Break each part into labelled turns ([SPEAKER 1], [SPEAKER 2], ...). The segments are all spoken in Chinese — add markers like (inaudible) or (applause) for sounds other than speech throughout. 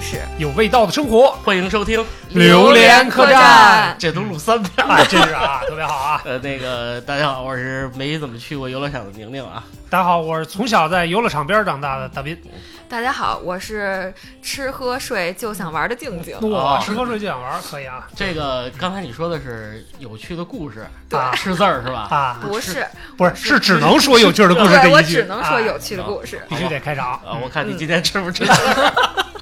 [SPEAKER 1] 事，
[SPEAKER 2] 有味道的生活，
[SPEAKER 3] 欢迎收听，
[SPEAKER 2] 榴莲客栈
[SPEAKER 1] 栈，
[SPEAKER 2] 这都录三遍了，真是啊，特别好啊！
[SPEAKER 3] 呃，那个大家好，我是没怎么去过游乐场的宁宁啊，
[SPEAKER 2] 大家好，我是从小在游乐场边长大的大斌，
[SPEAKER 1] 大家好，我是吃喝睡就想玩的静静。
[SPEAKER 2] 哇，
[SPEAKER 3] 哦
[SPEAKER 2] 吃喝睡就想玩儿，可以啊
[SPEAKER 3] 这个刚才你说的是有趣的故事，
[SPEAKER 1] 对
[SPEAKER 3] 啊吃字儿是吧？
[SPEAKER 2] 啊！
[SPEAKER 1] 不是，
[SPEAKER 2] 不是，是只能说有趣儿的故事这
[SPEAKER 1] 对我
[SPEAKER 2] 一句，
[SPEAKER 1] 只能说有
[SPEAKER 2] 啊，
[SPEAKER 1] 趣的故事。
[SPEAKER 2] 必须得开场
[SPEAKER 3] 啊，我看你今天吃不吃字儿？ (laughs)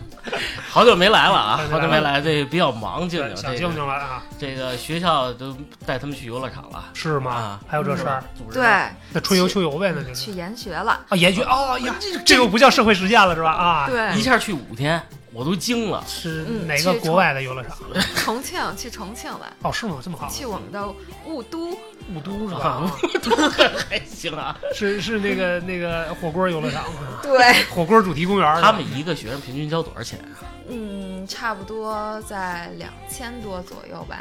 [SPEAKER 3] 好久没来了啊，好
[SPEAKER 2] 嗯好久
[SPEAKER 3] 久
[SPEAKER 2] 没
[SPEAKER 3] 没
[SPEAKER 2] 来了
[SPEAKER 3] 来，这比较忙，静
[SPEAKER 2] 对
[SPEAKER 3] 静，
[SPEAKER 2] 小
[SPEAKER 3] 这
[SPEAKER 2] 静
[SPEAKER 3] 个
[SPEAKER 2] 静了啊，
[SPEAKER 3] 这个学校都带他们去游乐场了，
[SPEAKER 2] 是吗
[SPEAKER 3] 啊？
[SPEAKER 2] 还有这事儿，
[SPEAKER 3] 组织
[SPEAKER 1] 对，
[SPEAKER 2] 那春游秋游呗，那就是
[SPEAKER 1] 去研学了，
[SPEAKER 3] 嗯
[SPEAKER 2] 啊，研学哦呀，这又不叫社会实践了是吧？啊，
[SPEAKER 3] 一
[SPEAKER 1] 对，
[SPEAKER 3] 下去五天，我都
[SPEAKER 2] (laughs)
[SPEAKER 3] 惊了。
[SPEAKER 2] 是
[SPEAKER 1] 嗯
[SPEAKER 2] 哪个
[SPEAKER 1] 去
[SPEAKER 2] 国外的游乐场？
[SPEAKER 1] 重庆去重庆了，
[SPEAKER 2] 哦，是吗？这么好，
[SPEAKER 3] 嗯
[SPEAKER 1] 去我们的雾都，
[SPEAKER 2] 雾都是吧
[SPEAKER 3] 啊？，还行啊，
[SPEAKER 2] 是是那个那个火锅游乐场，
[SPEAKER 1] 对，
[SPEAKER 2] 火锅主题公园是吧，
[SPEAKER 3] 他们一个学生平均交多少钱啊？
[SPEAKER 1] (laughs) 嗯，差不多在两千多左右吧，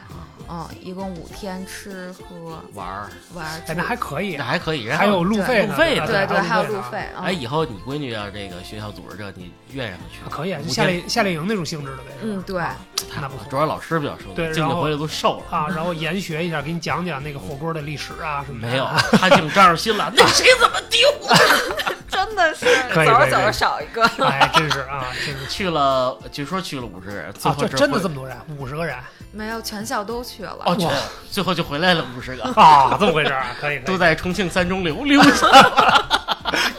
[SPEAKER 2] 啊
[SPEAKER 1] 嗯，一共五天吃喝
[SPEAKER 3] 玩儿，
[SPEAKER 1] 玩
[SPEAKER 2] 哎，
[SPEAKER 1] 住
[SPEAKER 2] 那，还可以
[SPEAKER 3] 那，还可以，然后
[SPEAKER 2] 还有路费呢，
[SPEAKER 3] 路费
[SPEAKER 2] 吧
[SPEAKER 3] 呢
[SPEAKER 1] 对对，还有
[SPEAKER 2] 路
[SPEAKER 1] 路
[SPEAKER 2] 呢
[SPEAKER 1] 费。啊
[SPEAKER 3] 哎，，以后你闺女要这个学校组织这，你愿意让她去
[SPEAKER 2] 啊
[SPEAKER 3] 吗？
[SPEAKER 2] 可以啊，就
[SPEAKER 3] 五
[SPEAKER 2] 夏
[SPEAKER 3] 天啊
[SPEAKER 2] 令夏令营那种性质的呗。啊
[SPEAKER 1] 嗯，对，
[SPEAKER 2] 那不错
[SPEAKER 3] 主要老师比较瘦，
[SPEAKER 2] 对
[SPEAKER 3] 静静
[SPEAKER 2] 然后
[SPEAKER 3] 回来都瘦了。
[SPEAKER 2] 啊，然后研学一下，给你讲讲那个火锅的历史啊什么的。
[SPEAKER 3] 没有，她净张着心
[SPEAKER 2] (laughs)
[SPEAKER 3] 了。那谁怎么丢？
[SPEAKER 1] 真的是
[SPEAKER 2] 可
[SPEAKER 1] 走着
[SPEAKER 2] 以可以
[SPEAKER 1] 走
[SPEAKER 2] 可以
[SPEAKER 1] 着少一个，
[SPEAKER 2] 哎，真是啊，真
[SPEAKER 3] (laughs)
[SPEAKER 2] 是
[SPEAKER 3] 去了，据说去了五十人，最
[SPEAKER 2] 啊，
[SPEAKER 3] 后
[SPEAKER 2] 这
[SPEAKER 3] 只
[SPEAKER 2] 真的
[SPEAKER 3] 回
[SPEAKER 2] 这么啊多人，五十个人
[SPEAKER 1] 没有，全校都去了。
[SPEAKER 3] 哦，
[SPEAKER 2] 哇
[SPEAKER 3] 全最后就回来了五
[SPEAKER 2] (laughs)
[SPEAKER 3] 十个， (laughs)
[SPEAKER 2] 啊，这么回事啊？可以可
[SPEAKER 3] 都
[SPEAKER 2] 以
[SPEAKER 3] 在重庆三中流溜
[SPEAKER 2] 哎
[SPEAKER 3] 达。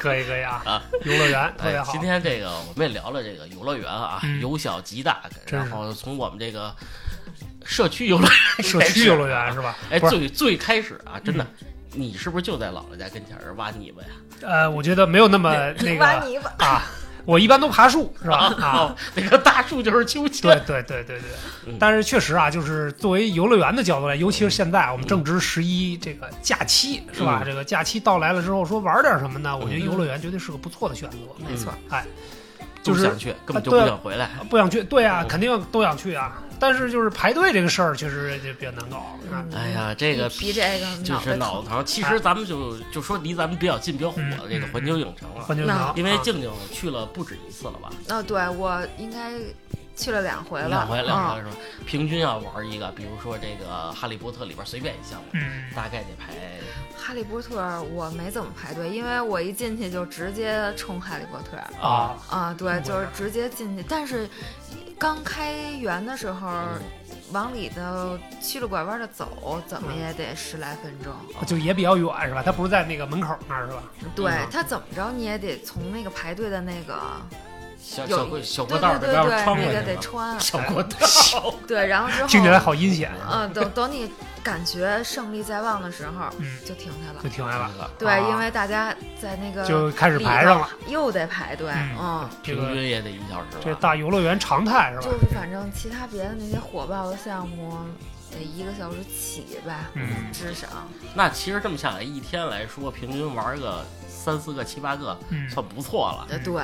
[SPEAKER 2] 可以可以啊
[SPEAKER 3] 啊，
[SPEAKER 2] 游乐园特别
[SPEAKER 3] 哎，
[SPEAKER 2] 好
[SPEAKER 3] 今。天这个我们也聊了这个游乐园啊
[SPEAKER 2] 嗯，
[SPEAKER 3] 由小及大，
[SPEAKER 2] 真是
[SPEAKER 3] 然后从我们这个社区游乐园
[SPEAKER 2] 哎 (laughs) 社
[SPEAKER 3] 开始
[SPEAKER 2] 区游乐园是吧？
[SPEAKER 3] 哎，
[SPEAKER 2] 不是，嗯
[SPEAKER 3] 最最开始啊，真的，你是不是就在姥姥家跟前儿挖泥巴呀？
[SPEAKER 2] 呃，我觉得没有那么那
[SPEAKER 1] 挖
[SPEAKER 2] 个
[SPEAKER 1] 泥巴，
[SPEAKER 2] 啊，我一般都爬树是吧？啊，
[SPEAKER 3] 哦，那个大树就是秋千
[SPEAKER 2] 对。对对对对
[SPEAKER 3] 嗯。
[SPEAKER 2] 但是确实啊，就是作为游乐园的角度来，尤其是现在我们正值十一这个假期是吧？
[SPEAKER 3] 嗯
[SPEAKER 2] 这个假期到来了之后，说玩点什么呢？我觉得
[SPEAKER 1] 嗯
[SPEAKER 2] 游乐园绝对是个不错的选择。
[SPEAKER 1] 没错，
[SPEAKER 2] 哎，
[SPEAKER 3] 就
[SPEAKER 2] 就是是
[SPEAKER 3] 想去，根本就不
[SPEAKER 2] 对啊
[SPEAKER 3] 嗯想回来。
[SPEAKER 2] 不想去，对啊，
[SPEAKER 3] 嗯
[SPEAKER 2] 肯定都想去啊。但是就是排队这个事儿，确实就比较难搞啊。
[SPEAKER 1] 嗯
[SPEAKER 3] 哎呀，这
[SPEAKER 1] 一
[SPEAKER 3] 个
[SPEAKER 1] 提这个
[SPEAKER 3] 就
[SPEAKER 1] 脑
[SPEAKER 3] 是
[SPEAKER 1] 袋
[SPEAKER 3] 脑
[SPEAKER 1] 疼。
[SPEAKER 3] 子疼。其实咱们就就说离咱们比较近、比较火的这个
[SPEAKER 2] 哎嗯
[SPEAKER 3] 环球影城了，
[SPEAKER 2] 环球影城，
[SPEAKER 3] 因为
[SPEAKER 2] 啊
[SPEAKER 3] 静静去了不止一次了吧？
[SPEAKER 1] 哦，对我应该去了两回了，
[SPEAKER 3] 两回
[SPEAKER 2] 啊
[SPEAKER 3] 两回
[SPEAKER 1] 嗯
[SPEAKER 3] 是吧？平均要玩一个，比如说这个《哈利波特》里边随便一项目，
[SPEAKER 2] 嗯，
[SPEAKER 3] 大概得排
[SPEAKER 1] 嗯哈利波特我没怎么排队，因为我一进去就直接冲哈利波特。
[SPEAKER 2] 啊，
[SPEAKER 1] 啊，对，
[SPEAKER 2] 嗯
[SPEAKER 1] 就是直接进去。但是刚开园的时候，
[SPEAKER 3] 嗯
[SPEAKER 1] 往里头曲了拐弯的走，怎
[SPEAKER 3] 嗯
[SPEAKER 1] 么也得十来分
[SPEAKER 3] 啊
[SPEAKER 1] 钟。哦
[SPEAKER 2] 啊就也比较远是吧？它不是在那个门口那儿是吧？
[SPEAKER 1] 对
[SPEAKER 3] 嗯
[SPEAKER 1] 他怎么着，你也得从那个排队的那个
[SPEAKER 3] 小
[SPEAKER 1] 有
[SPEAKER 3] 小过小过
[SPEAKER 1] 对
[SPEAKER 3] 道
[SPEAKER 1] 对
[SPEAKER 3] 儿里
[SPEAKER 1] 对
[SPEAKER 3] 边
[SPEAKER 1] 对，
[SPEAKER 3] 穿
[SPEAKER 1] 那
[SPEAKER 3] 过
[SPEAKER 1] 个
[SPEAKER 3] 去
[SPEAKER 1] 得穿。
[SPEAKER 3] 了。
[SPEAKER 2] 哎
[SPEAKER 3] 小过
[SPEAKER 2] (laughs)
[SPEAKER 3] 道儿，
[SPEAKER 1] 对，然后之后
[SPEAKER 2] 听起来好阴险，啊
[SPEAKER 1] 嗯，等等你感觉胜利在望的时候，
[SPEAKER 2] 嗯
[SPEAKER 1] 就停下了
[SPEAKER 2] 就。停下来了，
[SPEAKER 3] (laughs)
[SPEAKER 1] 对，
[SPEAKER 2] 啊
[SPEAKER 1] 因为大家在那个
[SPEAKER 2] 就开始排上了。
[SPEAKER 1] 里头又得排队，嗯
[SPEAKER 2] 嗯，，这
[SPEAKER 3] 平
[SPEAKER 2] 个
[SPEAKER 3] 均也得一小时吧。
[SPEAKER 2] 这大游乐园常态是
[SPEAKER 1] 就
[SPEAKER 2] 吧？
[SPEAKER 1] 是反正其他别的那些火爆的项目，得一个小时起吧，
[SPEAKER 2] 嗯
[SPEAKER 1] 至少。
[SPEAKER 3] 那其实这么下来，一天来说，平均玩个三四个、七八个，
[SPEAKER 2] 嗯，
[SPEAKER 3] 算不错了。
[SPEAKER 1] 呃，对，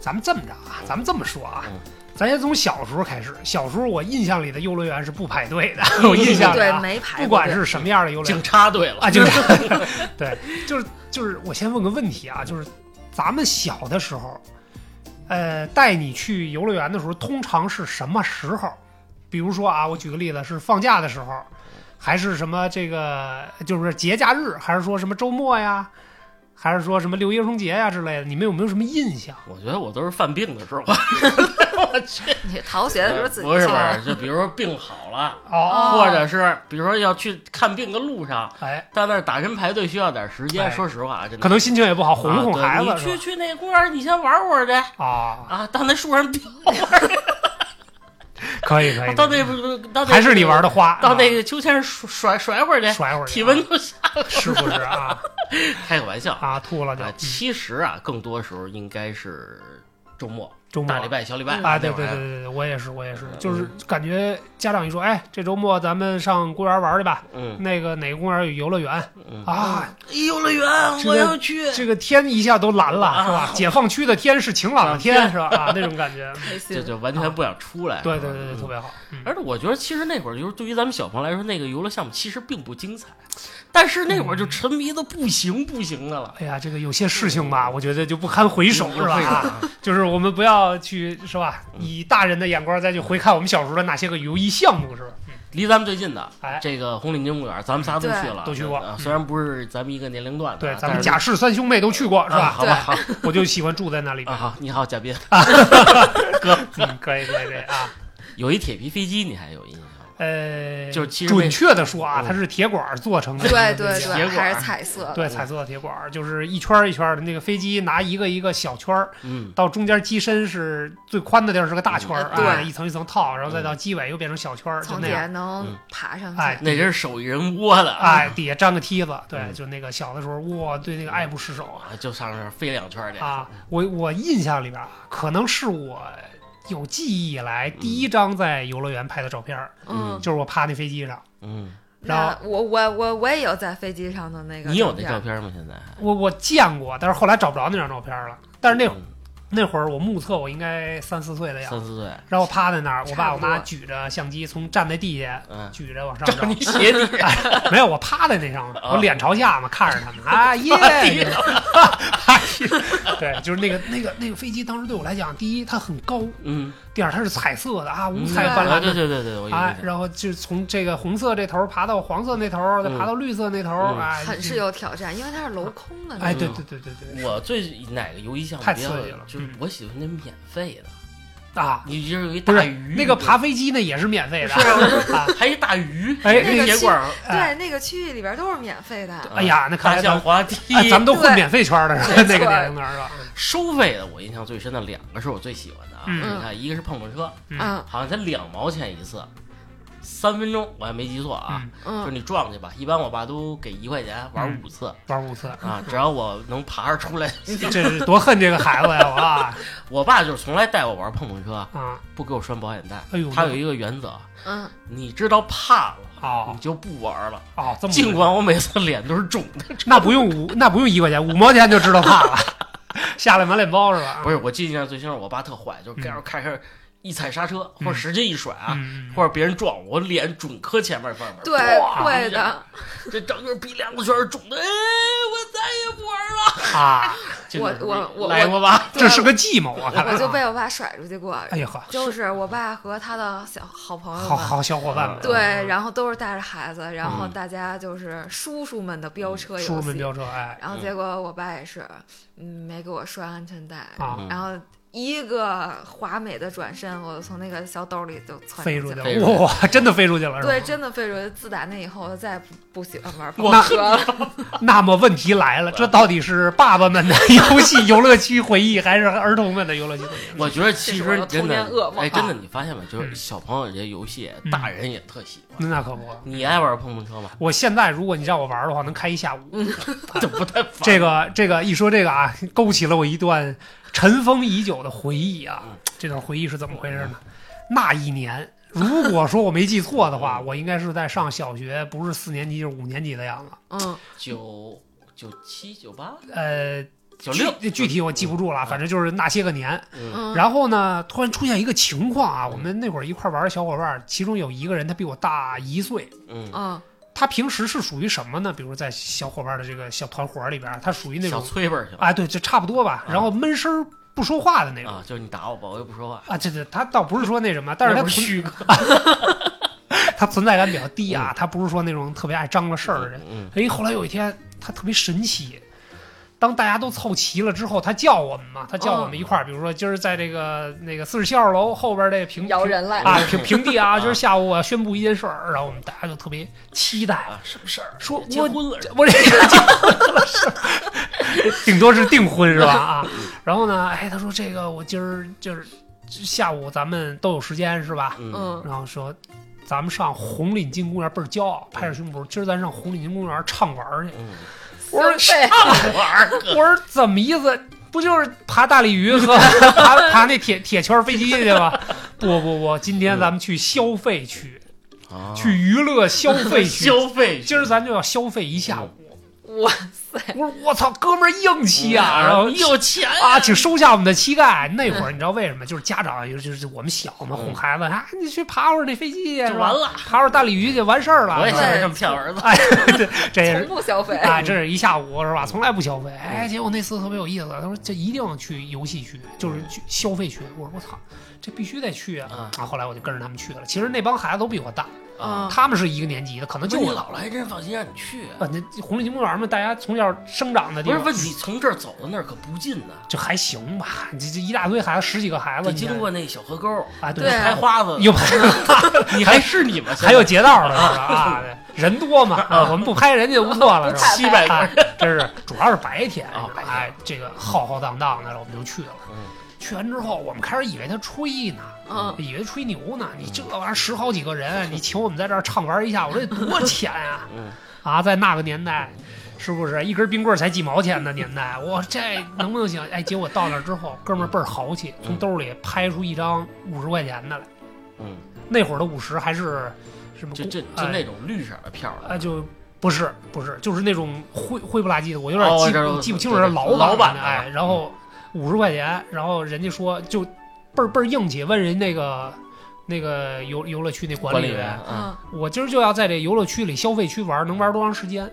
[SPEAKER 2] 咱们这么着啊，咱们这么说啊
[SPEAKER 3] 嗯，
[SPEAKER 2] 咱先从小时候开始。小时候我印象里的游乐园是不排队的， (laughs) 我印象里
[SPEAKER 1] 对，
[SPEAKER 2] 啊，
[SPEAKER 1] 没排过队。
[SPEAKER 2] 不管是什么样的游乐园
[SPEAKER 3] 警，察队了
[SPEAKER 2] (laughs) 啊，就是 (laughs) 对，就是就是，我先问个问题啊，就是咱们小的时候，呃，带你去游乐园的时候，通常是什么时候？比如说啊，我举个例子，是放假的时候，还是什么这个就是节假日，还是说什么周末呀，还是说什么六一儿童节呀之类的？你们有没有什么印象？
[SPEAKER 3] 我觉得我都是犯病的时
[SPEAKER 1] (laughs)
[SPEAKER 3] 候，
[SPEAKER 1] 你逃学的时候自己
[SPEAKER 3] 不是
[SPEAKER 1] 去
[SPEAKER 3] 不是，就比如说病好了，
[SPEAKER 2] 哦，
[SPEAKER 3] 或者是比如说要去看病的路上，
[SPEAKER 2] 哎，
[SPEAKER 3] 到那儿打针排队需要点时间。
[SPEAKER 2] 哎
[SPEAKER 3] 说实话，真的
[SPEAKER 2] 可能心情也不好，哄
[SPEAKER 3] 啊
[SPEAKER 2] 哄
[SPEAKER 3] 对
[SPEAKER 2] 孩子
[SPEAKER 3] 你
[SPEAKER 2] 是吧？
[SPEAKER 3] 去去那公园，你先玩会儿去
[SPEAKER 2] 啊，
[SPEAKER 3] 啊，到那树上跳，
[SPEAKER 2] 可以可以，
[SPEAKER 3] 到那不到那
[SPEAKER 2] 哎还是你玩的花，
[SPEAKER 3] 到那
[SPEAKER 2] 啊
[SPEAKER 3] 个秋千上甩甩会儿去，
[SPEAKER 2] 甩会儿去
[SPEAKER 3] 体
[SPEAKER 2] 啊
[SPEAKER 3] 温就下。
[SPEAKER 2] 是不是啊？
[SPEAKER 3] 开个玩笑
[SPEAKER 2] 啊，吐了就
[SPEAKER 3] 啊，
[SPEAKER 2] 嗯
[SPEAKER 3] 其实啊，更多时候应该是周末、
[SPEAKER 2] 周末
[SPEAKER 3] 大礼拜、小礼拜
[SPEAKER 2] 啊，
[SPEAKER 3] 那
[SPEAKER 2] 对
[SPEAKER 3] 会
[SPEAKER 2] 对
[SPEAKER 3] 儿
[SPEAKER 2] 对对对，我也是，我也是，
[SPEAKER 3] 嗯
[SPEAKER 2] 就是感觉家长一说，哎，这周末咱们上公园玩去吧，
[SPEAKER 3] 嗯
[SPEAKER 2] 那个哪个公园有游乐园
[SPEAKER 3] 嗯，
[SPEAKER 2] 啊？
[SPEAKER 3] 游乐园
[SPEAKER 2] 这个
[SPEAKER 3] 我要去，
[SPEAKER 2] 这个天一下都蓝了，
[SPEAKER 3] 啊
[SPEAKER 2] 是吧？解放区的天是晴
[SPEAKER 3] (laughs)
[SPEAKER 2] 朗的天，是吧？啊，那种感觉，
[SPEAKER 1] 开
[SPEAKER 3] 这
[SPEAKER 1] 心。
[SPEAKER 3] 就完全不想出来。
[SPEAKER 2] 对对
[SPEAKER 3] 是吧
[SPEAKER 2] 对对，
[SPEAKER 3] 嗯
[SPEAKER 2] 特别好。嗯
[SPEAKER 3] 而且我觉得，其实那会儿就是对于咱们小朋友来说，那个游乐项目其实并不精彩，但是那
[SPEAKER 2] 嗯
[SPEAKER 3] 会儿就沉迷的不行不行的了。
[SPEAKER 2] 哎呀，这个有些事情吧，我觉得就不堪回首，
[SPEAKER 3] 嗯
[SPEAKER 2] 是吧？
[SPEAKER 3] 会的
[SPEAKER 2] (laughs) 啊就是我们不要要去是吧？
[SPEAKER 3] 嗯
[SPEAKER 2] 以大人的眼光再去回看我们小时候的哪些个游艺项目是吧？
[SPEAKER 3] (laughs) 离咱们最近的
[SPEAKER 2] 哎
[SPEAKER 3] 这个红岭公园，咱们仨都去了，
[SPEAKER 2] 对都去过
[SPEAKER 3] 啊
[SPEAKER 2] 嗯
[SPEAKER 3] 虽然不是咱们一个年龄段的啊，
[SPEAKER 2] 对，咱
[SPEAKER 3] 但
[SPEAKER 2] 们
[SPEAKER 3] 是
[SPEAKER 2] 贾氏三兄妹都去过是
[SPEAKER 3] 啊
[SPEAKER 2] 吧？
[SPEAKER 3] 好吧，好
[SPEAKER 2] 我就喜欢住在那里
[SPEAKER 3] 啊，
[SPEAKER 2] 边。
[SPEAKER 3] 好，你好，贾斌。
[SPEAKER 2] 嗯，可以可以可以啊。
[SPEAKER 3] 有一铁皮飞机，你还有印象吗？
[SPEAKER 2] 呃，
[SPEAKER 3] (laughs) 就是其实为
[SPEAKER 2] 准确的说啊，
[SPEAKER 3] 嗯
[SPEAKER 2] 它是铁管做成的，
[SPEAKER 1] 对对对，
[SPEAKER 3] 铁管
[SPEAKER 1] 还是彩色的。
[SPEAKER 2] 啊
[SPEAKER 3] 嗯
[SPEAKER 2] 对，彩色的铁管儿，就是一圈儿一圈儿的。那个飞机拿一个一个小圈儿，
[SPEAKER 3] 嗯，
[SPEAKER 2] 到中间机身是最宽的地儿是个大圈儿，
[SPEAKER 1] 嗯
[SPEAKER 2] 哎，
[SPEAKER 1] 对
[SPEAKER 2] 一层一层套，然后再到机尾又变成小圈儿，就
[SPEAKER 1] 从
[SPEAKER 2] 那
[SPEAKER 1] 底下
[SPEAKER 2] 样。
[SPEAKER 1] 能
[SPEAKER 3] 嗯
[SPEAKER 1] 爬上去。
[SPEAKER 2] 哎
[SPEAKER 3] 那真是手艺人窝的，啊
[SPEAKER 2] 哎，
[SPEAKER 1] 嗯
[SPEAKER 2] 底下粘个梯子，对，
[SPEAKER 3] 嗯
[SPEAKER 2] 就那个小的时候，哇，对那个爱不释手啊！
[SPEAKER 3] 啊，就上那儿飞两圈儿去。
[SPEAKER 2] 啊，我我印象里边儿啊，可能是我有记忆以来第
[SPEAKER 3] 嗯
[SPEAKER 2] 一张在游乐园拍的照片儿，
[SPEAKER 1] 嗯，
[SPEAKER 2] 就是我趴那飞机上，
[SPEAKER 3] 嗯，
[SPEAKER 2] 然后
[SPEAKER 1] 那我我我我也有在飞机上的那个，
[SPEAKER 3] 你有那照？片吗？现在
[SPEAKER 2] 我我见过，但是后来找不着那张照片儿了。但是那会儿
[SPEAKER 3] 嗯
[SPEAKER 2] 那会儿我目测我应该三四岁的样子。
[SPEAKER 3] 三四岁，
[SPEAKER 2] 然后趴在那儿，我爸
[SPEAKER 1] 差
[SPEAKER 2] 我
[SPEAKER 1] 不多
[SPEAKER 2] 妈举着相机从站在地下
[SPEAKER 3] 嗯，
[SPEAKER 2] 举着往上
[SPEAKER 3] 照
[SPEAKER 2] 照
[SPEAKER 3] 你，鞋底儿
[SPEAKER 2] 没有我趴在那上面，
[SPEAKER 3] 啊
[SPEAKER 2] 我脸朝下嘛，看着
[SPEAKER 3] (laughs)
[SPEAKER 2] 他们啊耶，
[SPEAKER 3] 地
[SPEAKER 2] 就是哎对，就是那个那个那个飞机，当时对我来讲，第一它很高，
[SPEAKER 3] 嗯，
[SPEAKER 2] 第二它是彩色的啊，五
[SPEAKER 3] 嗯
[SPEAKER 2] 彩
[SPEAKER 1] 对
[SPEAKER 2] 斑
[SPEAKER 3] 啊
[SPEAKER 2] 斓
[SPEAKER 3] 对
[SPEAKER 2] 的。
[SPEAKER 3] 对对对，我有
[SPEAKER 2] 啊
[SPEAKER 3] 印，象
[SPEAKER 2] 然后就是从这个红色这头爬到黄色那头，再爬到绿色那头，
[SPEAKER 3] 嗯
[SPEAKER 2] 啊，
[SPEAKER 1] 很是有挑战，因为它是镂空的。
[SPEAKER 2] 哎，
[SPEAKER 1] 那种
[SPEAKER 2] 对
[SPEAKER 3] 嗯
[SPEAKER 2] 对对对对，
[SPEAKER 3] 我最哪个游戏项目
[SPEAKER 2] 太
[SPEAKER 3] 比较
[SPEAKER 2] 刺激了
[SPEAKER 3] 就是
[SPEAKER 2] 嗯
[SPEAKER 3] 我喜欢那免费的，
[SPEAKER 2] 啊，
[SPEAKER 3] 你就是有一
[SPEAKER 2] 不
[SPEAKER 3] 大
[SPEAKER 2] 是
[SPEAKER 3] 鱼，
[SPEAKER 2] 那个爬飞机呢也是免费的
[SPEAKER 1] (laughs)
[SPEAKER 3] 是
[SPEAKER 2] 啊，
[SPEAKER 3] 还一大鱼，
[SPEAKER 2] 哎
[SPEAKER 3] 那
[SPEAKER 1] 那个
[SPEAKER 3] 铁管儿，
[SPEAKER 2] 哎
[SPEAKER 1] 对，那个区域里边都是免费的。
[SPEAKER 2] 哎呀，那看来
[SPEAKER 3] 大
[SPEAKER 2] 咱
[SPEAKER 3] 象滑梯，
[SPEAKER 2] 哎咱们都混
[SPEAKER 1] 对
[SPEAKER 2] 免费圈的是吧？
[SPEAKER 1] 没
[SPEAKER 2] (laughs) 那个
[SPEAKER 1] 错
[SPEAKER 2] 年龄段是吧？
[SPEAKER 3] 收费的，我印象最深的两个是我最喜欢的啊，
[SPEAKER 2] 嗯
[SPEAKER 3] 你看一个是碰碰车，
[SPEAKER 1] 嗯
[SPEAKER 3] 好像才两毛钱一次，三分钟，我还没记错啊，就是
[SPEAKER 1] 嗯，
[SPEAKER 3] 你撞去吧，一般我爸都给一块钱玩五次。
[SPEAKER 2] 玩五次，
[SPEAKER 3] 啊，只要我能爬着出来，
[SPEAKER 2] 这是多恨这个孩子呀！
[SPEAKER 1] (laughs)
[SPEAKER 2] 我啊，
[SPEAKER 3] 我爸就是从来带我玩碰碰车，
[SPEAKER 2] 啊
[SPEAKER 3] 不给我拴保险带。
[SPEAKER 2] 哎呦
[SPEAKER 3] 他有一个原则，
[SPEAKER 1] 嗯，
[SPEAKER 3] 你知道怕了，
[SPEAKER 2] 哦
[SPEAKER 3] 你就不玩了。
[SPEAKER 2] 哦，这么嗯
[SPEAKER 3] 尽管我每次脸都是肿的，
[SPEAKER 2] 那不用五，那不用一块钱，五毛钱就知道怕了， (laughs) 下来满脸包是吧？
[SPEAKER 3] 不是我印象最深是我爸特坏，就是要开始一踩刹车或者使劲一甩啊，
[SPEAKER 2] 嗯，
[SPEAKER 3] 或者别人撞我，脸准磕前面ฝั่边。
[SPEAKER 1] 对
[SPEAKER 3] 咣
[SPEAKER 1] 对
[SPEAKER 3] 一下
[SPEAKER 1] 的，
[SPEAKER 3] 这整个鼻梁子全是肿的，哎，我再也不玩了。
[SPEAKER 2] 啊，
[SPEAKER 3] 这就是
[SPEAKER 1] 我我我
[SPEAKER 3] 来过吧，
[SPEAKER 1] 对
[SPEAKER 2] 这是个计谋啊！看来
[SPEAKER 1] 我就
[SPEAKER 2] 啊
[SPEAKER 1] 被我爸甩出去过，
[SPEAKER 2] 哎呀呵，
[SPEAKER 1] 就是我爸和他的小好朋友
[SPEAKER 2] 好
[SPEAKER 1] 们。
[SPEAKER 2] 好小伙伴们，啊
[SPEAKER 1] 对，然后都是带着孩子，然后
[SPEAKER 3] 嗯
[SPEAKER 1] 大家就是叔叔们的飙车
[SPEAKER 2] 嗯叔
[SPEAKER 1] 游
[SPEAKER 2] 叔们
[SPEAKER 1] 戏，
[SPEAKER 2] 飙车，哎
[SPEAKER 1] 然后结果我爸也是，嗯，没给我拴安全带，
[SPEAKER 2] 啊，
[SPEAKER 3] 嗯
[SPEAKER 1] 然后一个华美的转身，我从那个小兜里就窜
[SPEAKER 2] 飞
[SPEAKER 1] 出
[SPEAKER 2] 出去
[SPEAKER 1] 了。
[SPEAKER 3] 飞
[SPEAKER 2] 了，
[SPEAKER 3] 出去了
[SPEAKER 2] 哇，真的飞出去了是吧？
[SPEAKER 1] 对，真的飞出去。自打那以后，我再也不不喜欢玩碰
[SPEAKER 2] 那
[SPEAKER 1] 碰车了。
[SPEAKER 2] 那么问题来了，这到底是爸爸们的 (laughs) 游戏游乐区回忆，还是儿童们的游乐区回忆？
[SPEAKER 3] 我觉得其
[SPEAKER 1] 这是我
[SPEAKER 3] 实
[SPEAKER 1] 的
[SPEAKER 3] 真
[SPEAKER 1] 童年
[SPEAKER 3] 的
[SPEAKER 1] 噩，梦
[SPEAKER 3] 哎，
[SPEAKER 1] 啊
[SPEAKER 3] 真的，你发现没？就是小朋友这些游戏，
[SPEAKER 2] 嗯
[SPEAKER 3] 大人也特喜欢。
[SPEAKER 2] 那可不，啊
[SPEAKER 3] 你爱玩碰碰车吗？
[SPEAKER 2] (laughs) 我现在如果你让我玩的话，能开一下午。
[SPEAKER 3] 嗯这不太烦。
[SPEAKER 2] 这个这个一说这个啊，勾起了我一段尘封已久的回忆啊
[SPEAKER 3] 嗯。
[SPEAKER 2] 这段回忆是怎么回事呢？那一年，如果说我没记错的
[SPEAKER 3] 嗯
[SPEAKER 2] 话，我应该是在上小学，不是四年级就是五年级的样子。
[SPEAKER 1] 嗯，
[SPEAKER 3] 九九七九八
[SPEAKER 2] 呃，
[SPEAKER 3] 九六
[SPEAKER 2] 具具体我记不住了，
[SPEAKER 3] 嗯
[SPEAKER 2] 反正就是那些个年。
[SPEAKER 3] 嗯
[SPEAKER 1] 嗯，
[SPEAKER 2] 然后呢，突然出现一个情况啊，我们那会儿一块玩的小伙伴，其中有一个人他比我大一岁，
[SPEAKER 3] 嗯，
[SPEAKER 1] 嗯，
[SPEAKER 2] 他平时是属于什么呢？比如在小伙伴的这个小团伙里边，他属于那
[SPEAKER 3] 小
[SPEAKER 2] 种
[SPEAKER 3] 崔辈儿行
[SPEAKER 2] 啊，对，就差不多吧，
[SPEAKER 3] 啊
[SPEAKER 2] 然后闷声儿不说话的那种
[SPEAKER 3] 啊，就是你打我吧，我又不说话。
[SPEAKER 2] 啊，这这他倒不是说那什么，但是
[SPEAKER 3] 那
[SPEAKER 2] 他
[SPEAKER 3] 不是
[SPEAKER 2] 存
[SPEAKER 3] 虚哥
[SPEAKER 2] 他存在感比较低啊，他不是说那种特别爱张罗事儿的人。
[SPEAKER 3] 嗯，
[SPEAKER 2] 哎，后来有一天他特别神奇，当大家都凑齐了之后，他叫我们嘛，他叫我们一
[SPEAKER 3] 嗯
[SPEAKER 2] 块儿，比如说今儿在这个那个四十七号楼后边儿这个平
[SPEAKER 1] 摇人来
[SPEAKER 2] 平啊
[SPEAKER 3] (laughs)
[SPEAKER 2] 平平地啊，
[SPEAKER 3] 啊
[SPEAKER 2] 今儿下午我要宣布一件事儿，然后我们大家就特别期待，
[SPEAKER 3] 啊，什么事儿？
[SPEAKER 2] 说
[SPEAKER 3] 结
[SPEAKER 2] 我
[SPEAKER 3] 婚了是吧？
[SPEAKER 2] 我这个结婚了是，顶多是订婚是吧？啊，然后呢，哎，他说这个我今儿就是下午咱们都有时间是吧？
[SPEAKER 3] 嗯，
[SPEAKER 1] 嗯，
[SPEAKER 2] 然后说咱们上红领巾公园倍儿骄傲，拍着胸脯，今儿咱上红领巾公园畅玩儿去。
[SPEAKER 3] 嗯
[SPEAKER 2] 我说
[SPEAKER 1] 对，
[SPEAKER 3] 玩儿
[SPEAKER 2] 我说怎么意思？不就是爬大鲤鱼和爬爬那铁铁圈飞机去吗？不不不，今天咱们去消费区，
[SPEAKER 3] 啊
[SPEAKER 2] 去娱乐消费区。
[SPEAKER 3] 消费去，嗯
[SPEAKER 2] 今儿咱就要消费一下午。
[SPEAKER 1] 哇塞，
[SPEAKER 2] 我说我操，哥们儿硬气啊！然后
[SPEAKER 3] 你有钱
[SPEAKER 2] (laughs) 啊，请收下我们的膝盖。那会儿你知道为什么？就是家长，就是就是我们小嘛，
[SPEAKER 3] 嗯
[SPEAKER 2] 哄孩子啊，你去爬会儿那飞机
[SPEAKER 3] 就完，了。
[SPEAKER 2] 是吧爬会儿大鲤鱼就完事儿了。
[SPEAKER 3] 我也
[SPEAKER 2] 是
[SPEAKER 3] 想
[SPEAKER 2] 吧
[SPEAKER 1] 对
[SPEAKER 3] 这么骗儿子，
[SPEAKER 2] 哎，对，这也
[SPEAKER 1] 从
[SPEAKER 2] 是。
[SPEAKER 1] 不消费。
[SPEAKER 2] 哎，这是一下午是吧？从来不消费。
[SPEAKER 3] 嗯
[SPEAKER 2] 哎，结果那次特别有意思，他说这一定去游戏区，就是
[SPEAKER 3] 嗯
[SPEAKER 2] 去消费区。我说我操，这必须得去啊！啊，后来我就跟着他们去了。其实那帮孩子都比我大，
[SPEAKER 1] 嗯
[SPEAKER 2] 他们是一个年级的，可能就
[SPEAKER 3] 啊问你
[SPEAKER 2] 我
[SPEAKER 3] 老了还真放心让你去，
[SPEAKER 2] 啊，那红绿金公园嘛，大家从小生长的地
[SPEAKER 3] 不是
[SPEAKER 2] 方，
[SPEAKER 3] 问题，从这儿走到那儿可不近呐，
[SPEAKER 2] 就还行吧。这这一大堆孩子，十几个孩子，
[SPEAKER 3] 得
[SPEAKER 2] 你
[SPEAKER 3] 经过那小河沟，
[SPEAKER 2] 啊，对，
[SPEAKER 1] 对
[SPEAKER 3] 开花子，嗯
[SPEAKER 2] 又拍
[SPEAKER 3] (laughs) 你还是你吗？
[SPEAKER 2] 还有劫道的是吧？啊，对人多
[SPEAKER 3] (laughs)
[SPEAKER 2] 嘛，啊，我们不拍人家就不错了，是吧？
[SPEAKER 1] 七百
[SPEAKER 2] 啊，真是主要是白天
[SPEAKER 3] 啊白天
[SPEAKER 2] 哎，这个浩浩荡荡的，我们就去了
[SPEAKER 3] 嗯。
[SPEAKER 2] 去完之后，我们开始以为他吹呢，
[SPEAKER 1] 嗯，
[SPEAKER 2] 以为吹牛呢。
[SPEAKER 3] 嗯
[SPEAKER 2] 你这玩意儿十好几个人，啊你请我们在这儿畅玩一下，我这
[SPEAKER 3] (laughs)
[SPEAKER 2] 多钱啊！
[SPEAKER 3] 嗯
[SPEAKER 2] 啊，在那个年代，是不是一根冰棍儿才几毛钱的年代？我这能不能行？哎，结果到那儿之后，哥们儿倍儿豪气，从兜里拍出一张五十块钱的来。
[SPEAKER 3] 嗯，
[SPEAKER 2] 那会儿的五十还是什么
[SPEAKER 3] 就
[SPEAKER 2] 公？
[SPEAKER 3] 就就那种绿色的票
[SPEAKER 2] 啊，
[SPEAKER 3] 了，
[SPEAKER 2] 就不是不是，就是那种灰灰不拉几的，我有
[SPEAKER 3] 哦
[SPEAKER 2] 点
[SPEAKER 3] 我
[SPEAKER 2] 记
[SPEAKER 3] 知道
[SPEAKER 2] 不
[SPEAKER 3] 我
[SPEAKER 2] 记不
[SPEAKER 3] 知
[SPEAKER 2] 清
[SPEAKER 3] 道
[SPEAKER 2] 楚是
[SPEAKER 3] 对
[SPEAKER 2] 老
[SPEAKER 3] 老
[SPEAKER 2] 版
[SPEAKER 3] 版
[SPEAKER 2] 的，
[SPEAKER 3] 的
[SPEAKER 2] 哎，
[SPEAKER 3] 嗯
[SPEAKER 2] 然后五十块钱，然后人家说就倍儿倍儿硬气，问人那个那个游游乐区那管
[SPEAKER 3] 管
[SPEAKER 2] 理
[SPEAKER 3] 理
[SPEAKER 2] 员
[SPEAKER 3] 员，啊，
[SPEAKER 1] 嗯，
[SPEAKER 2] 我今儿就要在这游乐区里消费区玩，能玩多长时间？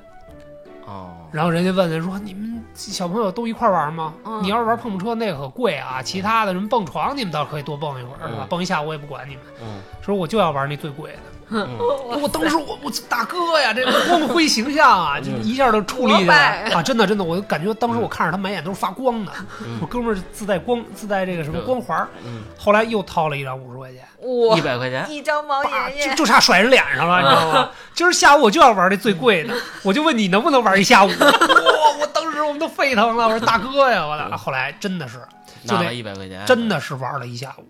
[SPEAKER 3] 哦，
[SPEAKER 2] 然后人家问人说：“你们小朋友都一块儿玩吗？
[SPEAKER 1] 嗯
[SPEAKER 2] 你要是玩碰碰车那个可贵啊，其他的什么蹦床你们倒是可以多蹦一会儿，是吧？
[SPEAKER 3] 嗯
[SPEAKER 2] 蹦一下午我也不管你们。
[SPEAKER 3] 嗯
[SPEAKER 2] 说我就要玩那最贵的。
[SPEAKER 3] 嗯
[SPEAKER 1] 我
[SPEAKER 2] 我当时我我大哥呀，这光辉形象啊，就
[SPEAKER 3] 嗯
[SPEAKER 2] 一下就矗立起
[SPEAKER 1] 膜
[SPEAKER 2] 来
[SPEAKER 1] 拜
[SPEAKER 2] 啊！真的真的，我感觉当时我看着他满眼都是发光的。我
[SPEAKER 3] 嗯
[SPEAKER 2] 哥们儿自带光自带这个什么
[SPEAKER 3] 对
[SPEAKER 2] 光环儿，
[SPEAKER 3] 嗯，
[SPEAKER 2] 后来又掏了一张五十块钱，
[SPEAKER 1] 我
[SPEAKER 3] 一百块钱，
[SPEAKER 1] 一张毛
[SPEAKER 2] 叭
[SPEAKER 1] 哦爷
[SPEAKER 2] 就
[SPEAKER 1] 爷，
[SPEAKER 2] 就差甩人脸上了，你知道
[SPEAKER 3] (laughs)
[SPEAKER 2] 吗？今儿下午我就要玩这最贵的，我就问你能不能玩一下午？
[SPEAKER 3] (laughs)
[SPEAKER 2] 哇！我当时我们都沸腾了，我说大哥呀，我的。
[SPEAKER 3] 嗯
[SPEAKER 2] 后来真的是就
[SPEAKER 3] 拿
[SPEAKER 2] 得
[SPEAKER 3] 了一百块钱，
[SPEAKER 2] 真的是玩了一下午，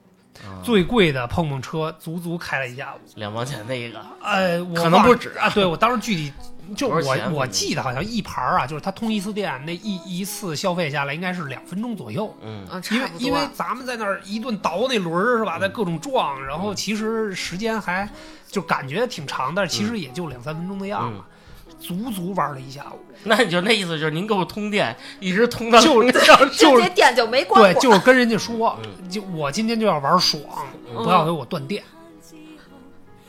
[SPEAKER 3] 啊
[SPEAKER 2] 最贵的碰碰车足足开了一下午。
[SPEAKER 3] 两毛钱那一个，
[SPEAKER 2] 呃，我
[SPEAKER 3] 可能
[SPEAKER 2] 忘
[SPEAKER 3] 不止
[SPEAKER 2] 啊。对，我当时具体就
[SPEAKER 3] 多少
[SPEAKER 2] 我
[SPEAKER 3] 钱啊
[SPEAKER 2] 我记得好像一盘儿啊，就是他通一次电，那一一次消费下来应该是两分钟左右。
[SPEAKER 3] 嗯
[SPEAKER 1] 嗯，
[SPEAKER 2] 因
[SPEAKER 1] 差
[SPEAKER 2] 为
[SPEAKER 1] 不
[SPEAKER 2] 因为
[SPEAKER 1] 多。
[SPEAKER 2] 咱们在那儿一顿倒那轮儿是吧，在
[SPEAKER 3] 嗯
[SPEAKER 2] 各种撞，然后其实时间还就感觉挺长，但是其实也就两三分钟的样子
[SPEAKER 3] 嗯，，
[SPEAKER 2] 足足玩了一下午。
[SPEAKER 3] 那你就那意思就是您给我通电，一直通到
[SPEAKER 2] 就
[SPEAKER 3] 那上
[SPEAKER 2] 就
[SPEAKER 1] 直接店就没关
[SPEAKER 2] 对，
[SPEAKER 1] 过，
[SPEAKER 2] 就是跟人家说，
[SPEAKER 3] 嗯
[SPEAKER 2] 就我今天就要玩爽，
[SPEAKER 1] 嗯
[SPEAKER 2] 不要给我断电。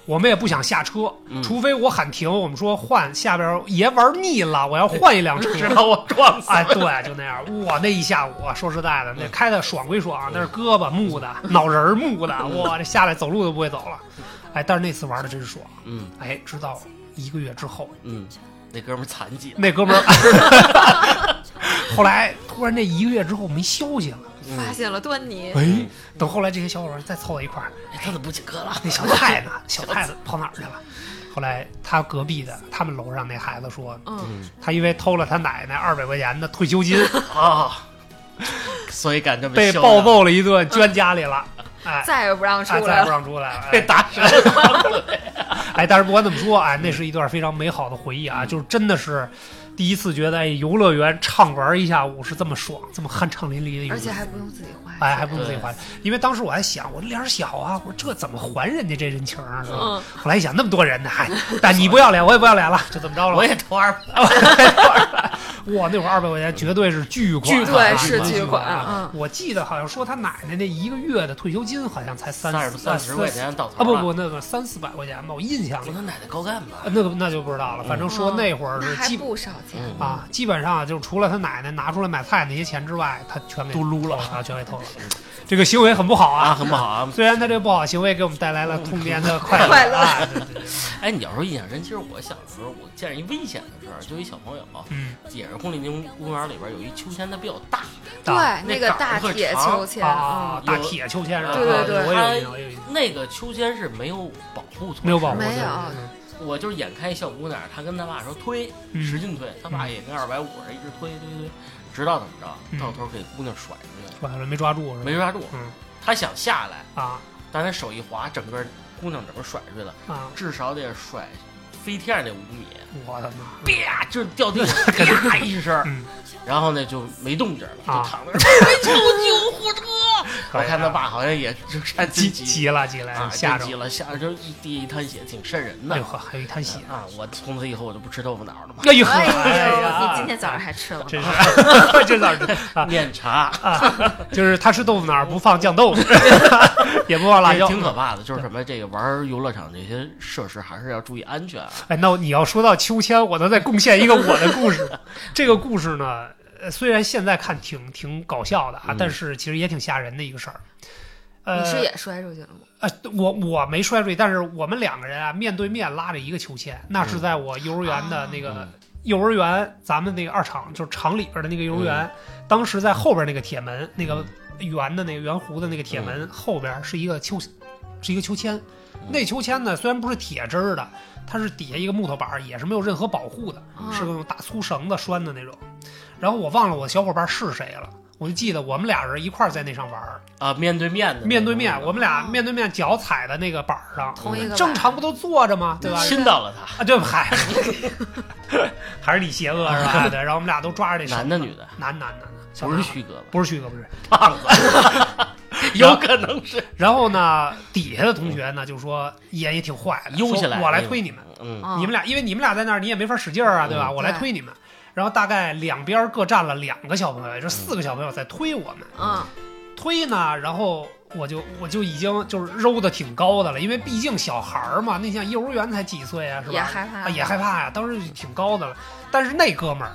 [SPEAKER 2] 我们也不想下车，
[SPEAKER 3] 嗯
[SPEAKER 2] 除非我喊停，我们说换下边儿爷玩腻了，我要换一辆车。
[SPEAKER 3] 直把我撞死。
[SPEAKER 2] 哎，对，就那样。我那一下午，啊说实在的，那开的爽归爽，但是胳膊木的，脑仁儿木的，我这下来走路都不会走了。哎，但是那次玩的真爽。
[SPEAKER 3] 嗯
[SPEAKER 2] 哎，直到一个月之后，
[SPEAKER 3] 嗯，那哥们儿残疾了，
[SPEAKER 2] 那哥们儿，后来突然这一个月之后没消息了。
[SPEAKER 1] 嗯发现了端倪。
[SPEAKER 2] 哎，等后来这些小伙伴再凑到一块儿，
[SPEAKER 3] 哎他怎么不请客了？
[SPEAKER 2] 那小 (laughs) 太呢？小太子跑哪儿去了？后来他隔壁的他们楼上那孩子说，
[SPEAKER 1] 嗯，
[SPEAKER 2] 他因为偷了他奶奶二百块钱的退休 (laughs) 金，
[SPEAKER 3] 啊，所以敢这么啊
[SPEAKER 2] 被
[SPEAKER 3] 嚣
[SPEAKER 2] 暴
[SPEAKER 3] 张，
[SPEAKER 2] 揍了一顿，捐家里了。哎，
[SPEAKER 1] 再也不让出
[SPEAKER 2] 哎，再
[SPEAKER 1] 来
[SPEAKER 2] 也不
[SPEAKER 1] 了。
[SPEAKER 2] 让出来了。(laughs)
[SPEAKER 3] 被
[SPEAKER 2] 哎
[SPEAKER 3] 打折。
[SPEAKER 2] 哎，但是不管怎么说，哎，那是一段非常美好的回忆啊，就是真的是第一次觉得，哎，游乐园畅玩一下午是这么爽，这么酣畅淋漓的一个
[SPEAKER 1] 而
[SPEAKER 2] 游
[SPEAKER 1] 且
[SPEAKER 2] 乐
[SPEAKER 1] 还不用自己花钱，
[SPEAKER 2] 哎，还不如自己还，因为当时我还想，我这脸儿小啊，我这怎么还人家这人情啊？是吧？
[SPEAKER 1] 嗯
[SPEAKER 2] 后来一想，那么多人呢，嗨，但你不要脸，我也不要脸了，就这么着了。
[SPEAKER 3] 我也投二
[SPEAKER 1] (laughs)
[SPEAKER 3] 百，
[SPEAKER 2] 哇，那会儿二百块钱绝对是巨款啊，
[SPEAKER 3] 巨款
[SPEAKER 1] 对是
[SPEAKER 2] 巨
[SPEAKER 1] 巨款嗯
[SPEAKER 2] 啊！我记得好像说他奶奶那一个月的退休金好像才三
[SPEAKER 3] 三十三十块
[SPEAKER 2] 啊
[SPEAKER 3] 钱到
[SPEAKER 2] 啊，
[SPEAKER 3] 头
[SPEAKER 2] 不呃
[SPEAKER 3] 了。嗯
[SPEAKER 2] 不，那个三四百块钱吧，我印象
[SPEAKER 3] 我
[SPEAKER 2] 里
[SPEAKER 3] 他奶奶高干吧？
[SPEAKER 2] 那个那就不知道了。反正说
[SPEAKER 1] 嗯
[SPEAKER 2] 那会儿
[SPEAKER 1] 那
[SPEAKER 2] 是
[SPEAKER 1] 还
[SPEAKER 2] 基
[SPEAKER 1] 不少钱。
[SPEAKER 3] 嗯
[SPEAKER 2] 啊，基本上就是除了他奶奶拿出来买菜那些钱之外，他全给
[SPEAKER 3] 都
[SPEAKER 2] 撸了啊，全给偷了。这个行为很不好
[SPEAKER 3] 啊，
[SPEAKER 2] 啊，
[SPEAKER 3] 很不好啊。
[SPEAKER 2] 虽然他这个不好行为给我们带来了童年的快乐，
[SPEAKER 1] 快乐
[SPEAKER 2] 啊对对对
[SPEAKER 3] 哎，你要说印象深，其实我小时候我见着一危险的事儿，就一小朋友，
[SPEAKER 2] 嗯，
[SPEAKER 3] 也是公立公公园里边有一秋千，它比较大，
[SPEAKER 1] 对
[SPEAKER 2] 啊，
[SPEAKER 1] 那个大铁秋千，
[SPEAKER 2] 啊
[SPEAKER 1] 嗯，
[SPEAKER 2] 大铁秋千上，
[SPEAKER 1] 对对
[SPEAKER 2] 啊
[SPEAKER 1] 对
[SPEAKER 2] 我有印象，我有印象，
[SPEAKER 3] 那个秋千是没有保护措嗯施，
[SPEAKER 2] 没有保护，
[SPEAKER 1] 没有
[SPEAKER 3] 我就是眼看一小姑娘，她跟她爸说推，
[SPEAKER 2] 嗯
[SPEAKER 3] 使劲推，她爸也跟二百五一直推推推，直到怎么
[SPEAKER 2] 嗯
[SPEAKER 3] 着，到头给姑娘甩出去了，
[SPEAKER 2] 完了没抓住是吧？
[SPEAKER 3] 没抓住。
[SPEAKER 2] 嗯
[SPEAKER 3] 她想下来，
[SPEAKER 2] 啊
[SPEAKER 3] 但她手一滑，整个姑娘整个甩出去了，
[SPEAKER 2] 啊，
[SPEAKER 3] 至少得甩飞天儿得五米，
[SPEAKER 2] 我的妈！
[SPEAKER 3] 啪就
[SPEAKER 2] (laughs)
[SPEAKER 3] 掉地上，啪一声，
[SPEAKER 2] 嗯
[SPEAKER 3] 然后呢就没动静了，
[SPEAKER 2] 啊 (laughs)
[SPEAKER 3] 就躺那儿，哎，救救护车！
[SPEAKER 2] 可
[SPEAKER 3] 我
[SPEAKER 2] 以
[SPEAKER 3] 看他
[SPEAKER 2] 啊
[SPEAKER 3] 爸好像也就看自
[SPEAKER 2] (laughs) 急
[SPEAKER 3] 己
[SPEAKER 2] 急了急了，
[SPEAKER 3] 啊，
[SPEAKER 2] 吓
[SPEAKER 3] 真
[SPEAKER 2] 着
[SPEAKER 3] 急
[SPEAKER 2] 了。
[SPEAKER 3] 了，吓着一滴一滩血，挺瘆人
[SPEAKER 2] 哎呦
[SPEAKER 3] 的
[SPEAKER 2] 呵，还有一滩血，
[SPEAKER 3] 啊！我从此以后我就不吃豆腐脑了嘛，
[SPEAKER 2] 哎呦呵，
[SPEAKER 1] 哎呦，
[SPEAKER 2] 呀
[SPEAKER 1] 你今天早上还吃了吗？
[SPEAKER 2] 真是，这哪儿啊？
[SPEAKER 3] 面茶
[SPEAKER 2] 就是他吃豆腐脑儿不放酱豆腐， (laughs) 也不放辣
[SPEAKER 3] 也
[SPEAKER 2] 椒。
[SPEAKER 3] 哎挺可怕的，就是什么这个玩游乐场这些设施还是要注意安全啊。
[SPEAKER 2] 哎，那你要说到秋千，我能再贡献一个我的故事 (laughs) 吗。这个故事呢，呃虽然现在看挺挺搞笑的啊，
[SPEAKER 3] 嗯
[SPEAKER 2] 但是其实也挺吓人的一个事儿。呃，
[SPEAKER 1] 你是也摔出去了吗？
[SPEAKER 2] 呃，我我没摔出去，但是我们两个人啊，面对面拉着一个秋千，那是在我幼儿园的那个、
[SPEAKER 3] 啊
[SPEAKER 2] 幼儿园，咱们那个二厂就是厂里边的那个幼儿园，当时在后边那个铁门，那个圆的那个圆弧的那个铁门、后边是一个秋，是一个秋千，那秋千呢虽然不是铁制儿的，它是底下一个木头板儿，也是没有任何保护的，
[SPEAKER 1] 啊
[SPEAKER 2] 是用大粗绳子拴的那种。然后我忘了我小伙伴是谁了，我就记得我们俩人一块儿在那上玩儿。
[SPEAKER 3] 啊，面对面的那种，
[SPEAKER 2] 面对面，我们俩
[SPEAKER 1] 哦
[SPEAKER 2] 面对面脚踩在那个板儿上，
[SPEAKER 1] 同一个
[SPEAKER 2] 嗯正常不都坐着吗？对吧？
[SPEAKER 3] 亲到了他，
[SPEAKER 2] 啊，对，嗨，还是你邪恶是吧？对，然后我们俩都抓着这手
[SPEAKER 3] 男的女的，
[SPEAKER 2] 男男男的，小
[SPEAKER 3] 不是
[SPEAKER 2] 男孩，
[SPEAKER 3] 旭哥吧？
[SPEAKER 2] 不是旭哥，不是。
[SPEAKER 3] 有可能是
[SPEAKER 2] 然后呢，底下的同学呢就说也也挺坏的，
[SPEAKER 3] 悠下
[SPEAKER 2] 说
[SPEAKER 3] 来，
[SPEAKER 2] 我来推你们，，
[SPEAKER 3] 嗯，
[SPEAKER 1] 啊
[SPEAKER 2] 你们俩因为你们俩在那儿你也没法使劲儿啊，对吧？
[SPEAKER 3] 嗯
[SPEAKER 2] 我来
[SPEAKER 1] 对
[SPEAKER 2] 推你们。然后大概两边各站了两个小朋友，也就四个小朋友在推我们。
[SPEAKER 1] 嗯，
[SPEAKER 2] 推呢，然后我就我就已经就是揉的挺高的了，因为毕竟小孩儿嘛，那像幼儿园才几岁啊，是
[SPEAKER 1] 也
[SPEAKER 2] 吧？
[SPEAKER 1] 害怕
[SPEAKER 2] 啊，也害怕呀、当时就挺高的了。但是那哥们儿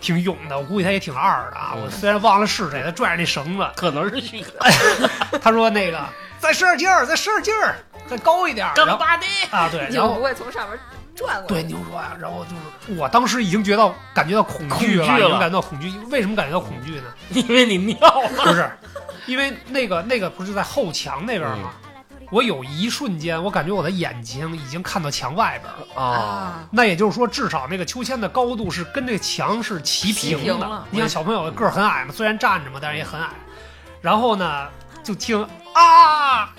[SPEAKER 2] 挺勇的，我估计他也挺二的啊。
[SPEAKER 3] 嗯
[SPEAKER 2] 我虽然忘了是谁，他拽着那绳子，
[SPEAKER 3] 可能是旭哥，
[SPEAKER 2] 他说那个 (laughs) 再使点劲儿，再使点劲儿，再高一点儿。然
[SPEAKER 3] 干
[SPEAKER 2] 后
[SPEAKER 3] 巴的，
[SPEAKER 2] 啊，对，
[SPEAKER 1] 你
[SPEAKER 2] 然
[SPEAKER 1] 们不
[SPEAKER 2] 后
[SPEAKER 1] 会从上面转过
[SPEAKER 2] 对
[SPEAKER 1] 来？
[SPEAKER 2] 牛说呀，然后就是我当时已经觉到感觉到恐惧了，
[SPEAKER 3] 恐惧
[SPEAKER 2] 已
[SPEAKER 3] 了
[SPEAKER 2] 经感觉到恐惧。为什么感觉到恐惧呢？
[SPEAKER 3] 因为你尿了，
[SPEAKER 2] 不是， (laughs) 因为那个那个不是在后墙那边吗？我有一瞬间，我感觉我的眼睛已经看到墙外边了。
[SPEAKER 3] 啊，
[SPEAKER 1] 啊，
[SPEAKER 2] 那也就是说，至少那个秋千的高度是跟这个墙是齐
[SPEAKER 3] 齐
[SPEAKER 2] 平的。
[SPEAKER 1] 平了
[SPEAKER 2] 你想小朋友个儿很矮嘛，虽然站着嘛，但是也很矮。然后呢，就听啊，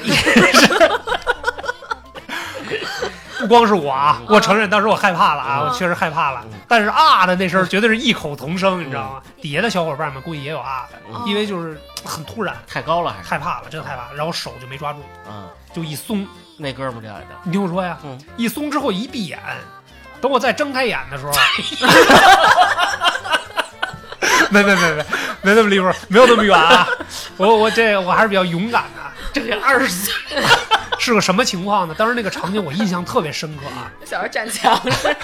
[SPEAKER 2] (laughs) 不光是我啊，我承认当时我害怕了啊，
[SPEAKER 1] 嗯
[SPEAKER 2] 我确实害怕了
[SPEAKER 3] 嗯。
[SPEAKER 2] 但是啊的那声儿绝对是异口同声，你知道吗？底下的小伙伴们估计也有啊的，
[SPEAKER 1] 哦
[SPEAKER 3] 嗯
[SPEAKER 2] 因为就是很突然。
[SPEAKER 3] 太高了还是
[SPEAKER 2] 害怕了，真害怕，然后手就没抓住，
[SPEAKER 3] 啊？
[SPEAKER 2] 就一松。
[SPEAKER 3] 那哥们儿掉下来的，
[SPEAKER 2] 你听我说呀，
[SPEAKER 3] 嗯
[SPEAKER 2] 一松之后一闭眼，等我再睁开眼的时候，啊没没没没没那么离谱，没有那么远啊。我我这我还是比较勇敢的。
[SPEAKER 3] 这个二十岁，
[SPEAKER 2] (laughs) 是个什么情况呢？当时那个场景我印象特别深刻啊！
[SPEAKER 1] 小孩站墙
[SPEAKER 2] (laughs)
[SPEAKER 1] 上，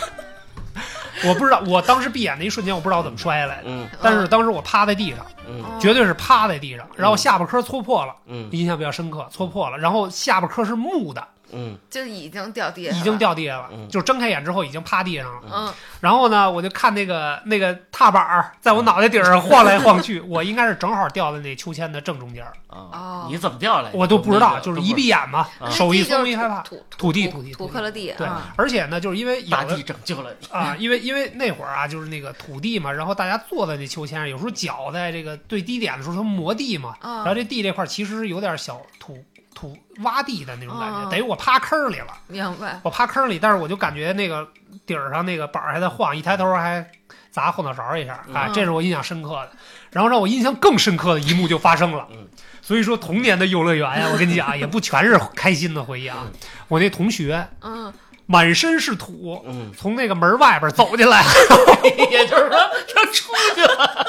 [SPEAKER 2] 我不知道，我当时闭眼的一瞬间，我不知道怎么摔下来的。
[SPEAKER 3] 嗯
[SPEAKER 2] 但是当时我趴在地上，
[SPEAKER 3] 嗯
[SPEAKER 1] 哦
[SPEAKER 2] 绝对是趴在地上，然后下巴颏搓破了，
[SPEAKER 3] 嗯
[SPEAKER 2] 印象比较深刻，搓破了，然后下巴颏是木的，
[SPEAKER 3] 嗯，
[SPEAKER 1] 就已经掉地上，
[SPEAKER 2] 已经，掉地上了，
[SPEAKER 3] 嗯
[SPEAKER 2] 就是睁开眼之后已经趴地上了。
[SPEAKER 1] 嗯，
[SPEAKER 2] 然后呢，我就看那个那个踏板儿在
[SPEAKER 3] 嗯
[SPEAKER 2] 我脑袋顶上晃来晃去，我应该是正好掉在那秋千的正中间儿，
[SPEAKER 3] 啊
[SPEAKER 1] 哦，
[SPEAKER 3] 你怎么掉下来的？
[SPEAKER 2] 我都不知
[SPEAKER 3] 那
[SPEAKER 2] 道，
[SPEAKER 3] 个
[SPEAKER 2] 就是一闭眼嘛，
[SPEAKER 3] 啊
[SPEAKER 2] 嗯手一松
[SPEAKER 1] 哎地
[SPEAKER 2] 一
[SPEAKER 1] 就是
[SPEAKER 2] 害怕，
[SPEAKER 1] 土
[SPEAKER 2] 土地
[SPEAKER 1] 土
[SPEAKER 2] 土地
[SPEAKER 1] 土
[SPEAKER 2] 土地
[SPEAKER 1] 克了地，
[SPEAKER 2] 对
[SPEAKER 1] 啊，
[SPEAKER 2] 而且呢，就是因为有
[SPEAKER 3] 大
[SPEAKER 2] 的
[SPEAKER 3] 地拯救了你，
[SPEAKER 2] 啊，因为因为那会儿啊，就是那个土地嘛，然后大家坐在那秋千上，有时候脚在这个最低点的时候，它磨地嘛，
[SPEAKER 1] 啊
[SPEAKER 2] 然后这地这块儿其实是有点小土土洼地的那种感觉，
[SPEAKER 1] 啊
[SPEAKER 2] 等于我趴坑儿里了。
[SPEAKER 1] 明白，
[SPEAKER 2] 我趴坑里，但是我就感觉那个底儿上那个板儿还在晃，一抬头还砸后脑勺一下，啊，
[SPEAKER 1] 嗯
[SPEAKER 2] 这是我印象深刻的。然后让我印象更深刻的一幕就发生了
[SPEAKER 3] 嗯。
[SPEAKER 2] 所以说童年的幼儿园呀，我跟你讲，啊也不全是开心的回忆
[SPEAKER 3] 嗯
[SPEAKER 2] 啊。我那同学
[SPEAKER 1] 嗯，
[SPEAKER 2] 满身是土，
[SPEAKER 3] 嗯，
[SPEAKER 2] 从那个门外边走进来，
[SPEAKER 3] (laughs) 也就是说他出去了，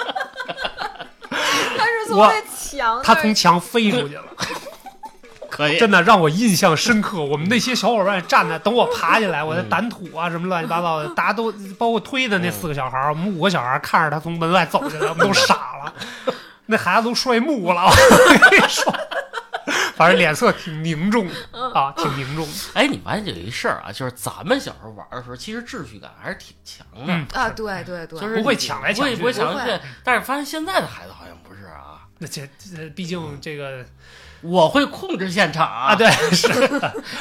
[SPEAKER 1] 他是从
[SPEAKER 2] 我
[SPEAKER 1] 那墙那儿，
[SPEAKER 2] 他从墙飞出去了，
[SPEAKER 3] 可以，
[SPEAKER 2] 真的让我印象深刻。我们那些小伙伴站在等我爬起来，我的
[SPEAKER 3] 嗯
[SPEAKER 2] 掸土啊什么乱七八糟的，大家都包括推的那
[SPEAKER 3] 嗯
[SPEAKER 2] 四个小孩儿，我们五个小孩儿看着他从门外走进来，我们都傻了，那孩子都摔木了，我跟你说，反正脸色挺凝重啊，挺凝重。
[SPEAKER 3] 哎，你发现有一事儿啊，就是咱们小时候玩的时候，其实秩序感还是挺强的，
[SPEAKER 2] 嗯，
[SPEAKER 1] 啊，对对对，
[SPEAKER 3] 就是
[SPEAKER 2] 不会
[SPEAKER 3] 你
[SPEAKER 2] 抢来抢
[SPEAKER 3] 不会
[SPEAKER 2] 去
[SPEAKER 3] 不会抢
[SPEAKER 1] 不
[SPEAKER 3] 来
[SPEAKER 1] 会
[SPEAKER 3] 抢去。但是发现现在的孩子好像不是啊，
[SPEAKER 2] 那这这毕竟这个
[SPEAKER 3] 我会控制现场
[SPEAKER 2] 啊，
[SPEAKER 3] 啊， (laughs)
[SPEAKER 2] 对是，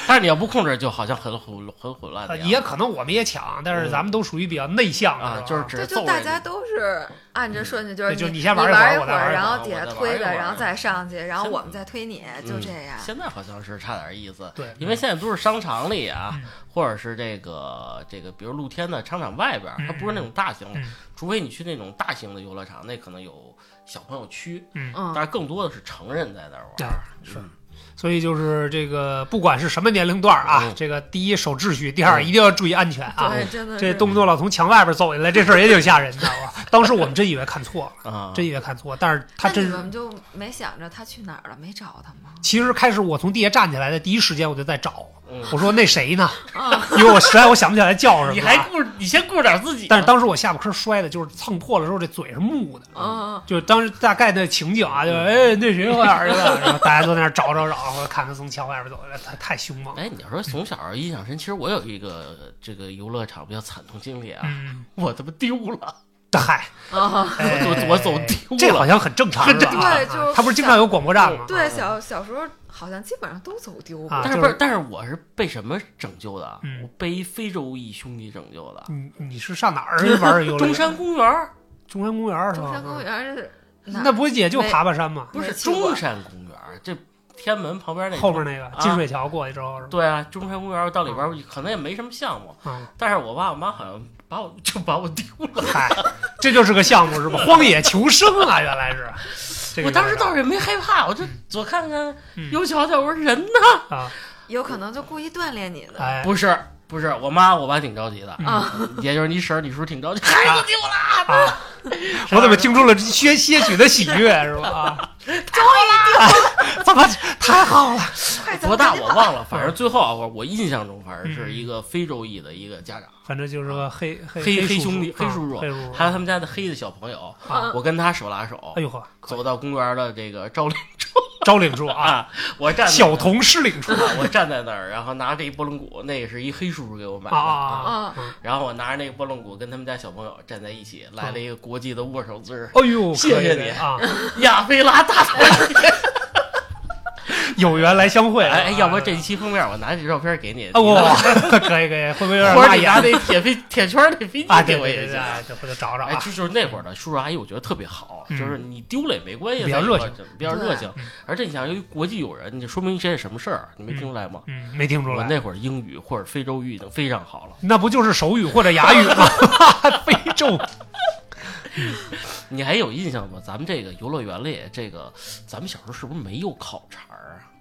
[SPEAKER 3] 但是你要不控制，就好像很混很混乱
[SPEAKER 2] 呃
[SPEAKER 3] 的样子
[SPEAKER 2] 也可能我们也抢，但是咱们都属于比较内向的
[SPEAKER 3] 啊，就是只
[SPEAKER 1] 这
[SPEAKER 3] 是
[SPEAKER 1] 就
[SPEAKER 3] 揍
[SPEAKER 1] 大
[SPEAKER 3] 人
[SPEAKER 1] 家都是按着顺序，就
[SPEAKER 2] 嗯对
[SPEAKER 1] 是
[SPEAKER 2] 就
[SPEAKER 1] 你
[SPEAKER 2] 你先玩一
[SPEAKER 1] 一
[SPEAKER 2] 会儿
[SPEAKER 1] 一
[SPEAKER 2] 我
[SPEAKER 1] 会
[SPEAKER 2] 再玩一会儿嗯
[SPEAKER 1] 儿，然后底下推
[SPEAKER 3] 我再
[SPEAKER 1] 着，
[SPEAKER 3] 玩一会儿
[SPEAKER 1] 然后再上去，然后
[SPEAKER 3] 真的
[SPEAKER 1] 我们再推你，就这样
[SPEAKER 3] 嗯。现在好像是差点意思，
[SPEAKER 2] 对
[SPEAKER 3] 因为现在都是商场里啊
[SPEAKER 2] 嗯，
[SPEAKER 3] 或者是这个这个，比如露天的商场外边儿，
[SPEAKER 2] 嗯
[SPEAKER 3] 它不是那种大型的
[SPEAKER 2] 嗯，
[SPEAKER 3] 除非你去那种大型的游乐场，那可能有小朋友区，
[SPEAKER 2] 嗯，
[SPEAKER 1] 嗯
[SPEAKER 3] 但是更多的是成人在那儿玩
[SPEAKER 2] 啊
[SPEAKER 3] 儿。
[SPEAKER 2] 是
[SPEAKER 3] 嗯
[SPEAKER 2] 所以就是这个，不管是什么年龄段儿啊
[SPEAKER 3] 嗯，
[SPEAKER 2] 这个第一守秩序，第二
[SPEAKER 3] 嗯
[SPEAKER 2] 一定要注意安全啊。
[SPEAKER 1] 对，真的
[SPEAKER 2] 这
[SPEAKER 1] 是
[SPEAKER 2] 动不动老从墙外边走进来，这事儿也挺吓人
[SPEAKER 1] (laughs)
[SPEAKER 2] 的。我当时我们真以为看错了，
[SPEAKER 3] 啊，
[SPEAKER 2] 真以为看错了，但是他
[SPEAKER 1] 嗯那
[SPEAKER 2] 真
[SPEAKER 1] 你
[SPEAKER 2] 是
[SPEAKER 1] 们就没想着他去哪儿了？没找他吗？
[SPEAKER 2] 其实开始我从地下站起来的第一时间我就在找，
[SPEAKER 3] 嗯
[SPEAKER 2] 我说那谁呢？
[SPEAKER 1] 啊，
[SPEAKER 2] (laughs) 因为我实在我想不起来叫什么了。
[SPEAKER 3] 你还顾你先顾着点自己吧，
[SPEAKER 2] 但是当时我下巴颏摔的，就是蹭破了之后这嘴是木的，
[SPEAKER 1] 嗯，
[SPEAKER 2] 就当时大概的情景啊，就是
[SPEAKER 3] 嗯
[SPEAKER 2] 哎那谁我哪儿去
[SPEAKER 3] (laughs)
[SPEAKER 2] 了？然后大家都在那儿找找找，或者看他从墙外边走进来，他太凶
[SPEAKER 3] (laughs)
[SPEAKER 2] 猛了。
[SPEAKER 3] 哎，你要说从小印象深，其实我有一个这个游乐场比较惨痛经历啊，
[SPEAKER 2] 嗯，
[SPEAKER 3] 我他妈丢了，
[SPEAKER 2] 嗨，
[SPEAKER 1] 啊，
[SPEAKER 2] 哎
[SPEAKER 3] 我走我走丢了
[SPEAKER 2] 这好像很正常，
[SPEAKER 3] 很正
[SPEAKER 2] 是吧
[SPEAKER 1] 对就是
[SPEAKER 2] 他不是经常有广播站吗？
[SPEAKER 1] 对，小小时候好像基本上都走丢
[SPEAKER 2] 啊
[SPEAKER 1] 过。
[SPEAKER 3] 但是
[SPEAKER 2] 就
[SPEAKER 3] 不
[SPEAKER 2] 是
[SPEAKER 3] 是，但是我是被什么拯救的啊？
[SPEAKER 2] 嗯
[SPEAKER 3] 我被一非洲裔兄弟拯救的，
[SPEAKER 2] 你你是上哪儿玩
[SPEAKER 3] (laughs)
[SPEAKER 2] 儿游乐园？
[SPEAKER 3] 中山公园儿
[SPEAKER 2] 中山公园儿是
[SPEAKER 1] 中
[SPEAKER 2] 吧
[SPEAKER 1] 山？公园是哪儿
[SPEAKER 2] 那不也就爬爬山吗？
[SPEAKER 3] 不
[SPEAKER 1] 没
[SPEAKER 3] 是
[SPEAKER 1] 去过
[SPEAKER 3] 中山公园儿，这天安门旁边那
[SPEAKER 2] 后边那嗯个
[SPEAKER 3] 啊
[SPEAKER 2] 金水桥过去之后是吧？
[SPEAKER 3] 对啊，中山公园儿到里边儿可能也没什么项目，
[SPEAKER 2] 啊，
[SPEAKER 3] 但是我爸我妈好像把我就把我丢了，
[SPEAKER 2] 嗨，这就是个项目是吧？荒野求生啊，原来是。
[SPEAKER 3] (laughs)
[SPEAKER 2] 这个
[SPEAKER 3] 我当时
[SPEAKER 2] 有点
[SPEAKER 3] 倒是也没害怕，我就左看看
[SPEAKER 2] 嗯
[SPEAKER 3] 右瞧瞧，我说人呢？
[SPEAKER 2] 啊，
[SPEAKER 1] 有可能就故意锻炼你的。
[SPEAKER 2] 哎，
[SPEAKER 3] (laughs) 不是不是，我妈我爸挺着急的，嗯也就是你婶儿你叔挺着 (laughs) 急，孩子丢了，
[SPEAKER 2] 啊，我怎么听出了些些许的喜悦是吧？
[SPEAKER 3] (laughs)
[SPEAKER 2] 啊， (laughs) 终于 (laughs) 怎么太好了？
[SPEAKER 1] 快走
[SPEAKER 3] 多大
[SPEAKER 1] 赶紧
[SPEAKER 3] 我
[SPEAKER 1] 跑
[SPEAKER 3] (laughs) 忘了，反正最后啊，我我印象中反正是一个非洲裔的一个家长，
[SPEAKER 2] 反正就是个黑
[SPEAKER 3] 黑
[SPEAKER 2] 黑
[SPEAKER 3] 黑兄弟
[SPEAKER 2] 黑
[SPEAKER 3] 黑叔叔
[SPEAKER 2] 黑叔叔，
[SPEAKER 3] 还有他们家的黑的小朋友，
[SPEAKER 1] 嗯
[SPEAKER 2] 啊
[SPEAKER 3] 我跟他手拉手
[SPEAKER 2] 哎呦呵，
[SPEAKER 3] 走到公园的这个招领处
[SPEAKER 2] 招领处啊，
[SPEAKER 3] 啊，我站在
[SPEAKER 2] 小童失领处
[SPEAKER 3] 啊我站在那儿，然后拿着一拨浪鼓，那个是一黑叔叔给我买
[SPEAKER 2] 啊
[SPEAKER 3] 的
[SPEAKER 2] 啊
[SPEAKER 1] 啊
[SPEAKER 2] 啊！嗯
[SPEAKER 3] 然后我拿着那个拨浪鼓跟他们家小朋友站在一起，来了一个国际的握手姿势，
[SPEAKER 2] 哎呦，
[SPEAKER 3] 谢谢
[SPEAKER 2] 可以的
[SPEAKER 3] 你
[SPEAKER 2] 啊，
[SPEAKER 3] (laughs) 亚非拉大草原。
[SPEAKER 2] 有缘来相会。
[SPEAKER 3] 哎，哎要不
[SPEAKER 2] 啊
[SPEAKER 3] 这一期封面我拿这照片给你，
[SPEAKER 2] 啊，
[SPEAKER 3] 你
[SPEAKER 2] 我
[SPEAKER 3] 拿
[SPEAKER 2] (laughs) 可以可以，会不会有点
[SPEAKER 3] (laughs) 或
[SPEAKER 2] 辣
[SPEAKER 3] 者你拿
[SPEAKER 2] 眼
[SPEAKER 3] 那铁飞铁圈儿那飞
[SPEAKER 2] 啊？
[SPEAKER 3] 机
[SPEAKER 2] 对
[SPEAKER 3] 给我
[SPEAKER 2] 对对
[SPEAKER 3] 也
[SPEAKER 2] 对
[SPEAKER 3] 行。
[SPEAKER 2] 哎，这回头找找
[SPEAKER 3] 哎，
[SPEAKER 2] 啊。
[SPEAKER 3] 就就是那会儿的叔叔阿姨，我觉得特别好，
[SPEAKER 2] 嗯
[SPEAKER 3] 就是你丢了也没关系，
[SPEAKER 2] 比较
[SPEAKER 3] 在一
[SPEAKER 2] 热
[SPEAKER 3] 块儿
[SPEAKER 2] 情嗯
[SPEAKER 3] 就，比较
[SPEAKER 1] 对
[SPEAKER 3] 热情。而且你想，由于国际友人，你说明一些什么事儿，你没听出来吗？
[SPEAKER 2] 嗯，没听出
[SPEAKER 3] 我
[SPEAKER 2] 来。
[SPEAKER 3] 那会儿英语或者非洲语已经非常好了，
[SPEAKER 2] 那不就是手语或者哑语
[SPEAKER 3] (laughs)
[SPEAKER 2] 吗？非洲
[SPEAKER 1] 哦
[SPEAKER 3] 你还有印象吗？咱们这个游乐园里，这个咱们小时候是不是没有烤肠儿啊？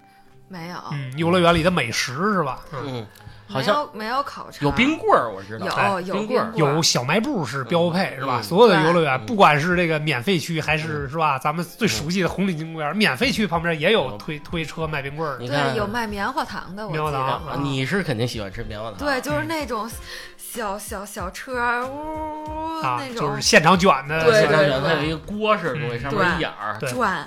[SPEAKER 1] 没有，
[SPEAKER 2] 嗯，游乐园里的美食是吧？嗯
[SPEAKER 3] 嗯，好
[SPEAKER 1] 没
[SPEAKER 3] 像
[SPEAKER 1] 有没有烤肠，
[SPEAKER 3] 有冰棍儿，我知道。
[SPEAKER 1] 有有
[SPEAKER 3] 冰棍儿
[SPEAKER 2] 有小卖部是标配
[SPEAKER 3] 嗯
[SPEAKER 2] 是吧？
[SPEAKER 3] 嗯
[SPEAKER 2] 所有的游乐园，
[SPEAKER 3] 对
[SPEAKER 2] 不管是这个免费区还是是吧，咱们最熟悉的红领巾公园，免费区旁边也有
[SPEAKER 3] 嗯
[SPEAKER 2] 推推车卖冰棍儿的。
[SPEAKER 3] 你看
[SPEAKER 1] 对，有卖棉花糖的，我记
[SPEAKER 2] 棉花
[SPEAKER 1] 得。嗯
[SPEAKER 2] 糖
[SPEAKER 3] 啊，你是肯定喜欢吃棉花糖。
[SPEAKER 1] 对，就是那种小小小车儿，呜呜呜
[SPEAKER 2] 啊
[SPEAKER 1] 嗯那，
[SPEAKER 2] 就是
[SPEAKER 1] 种
[SPEAKER 2] 现场卷的，
[SPEAKER 1] 对
[SPEAKER 3] 现场
[SPEAKER 1] 对对
[SPEAKER 3] 卷
[SPEAKER 1] 嗯
[SPEAKER 3] 它有一个锅似的东西，上面一眼儿。
[SPEAKER 2] 对
[SPEAKER 1] 转，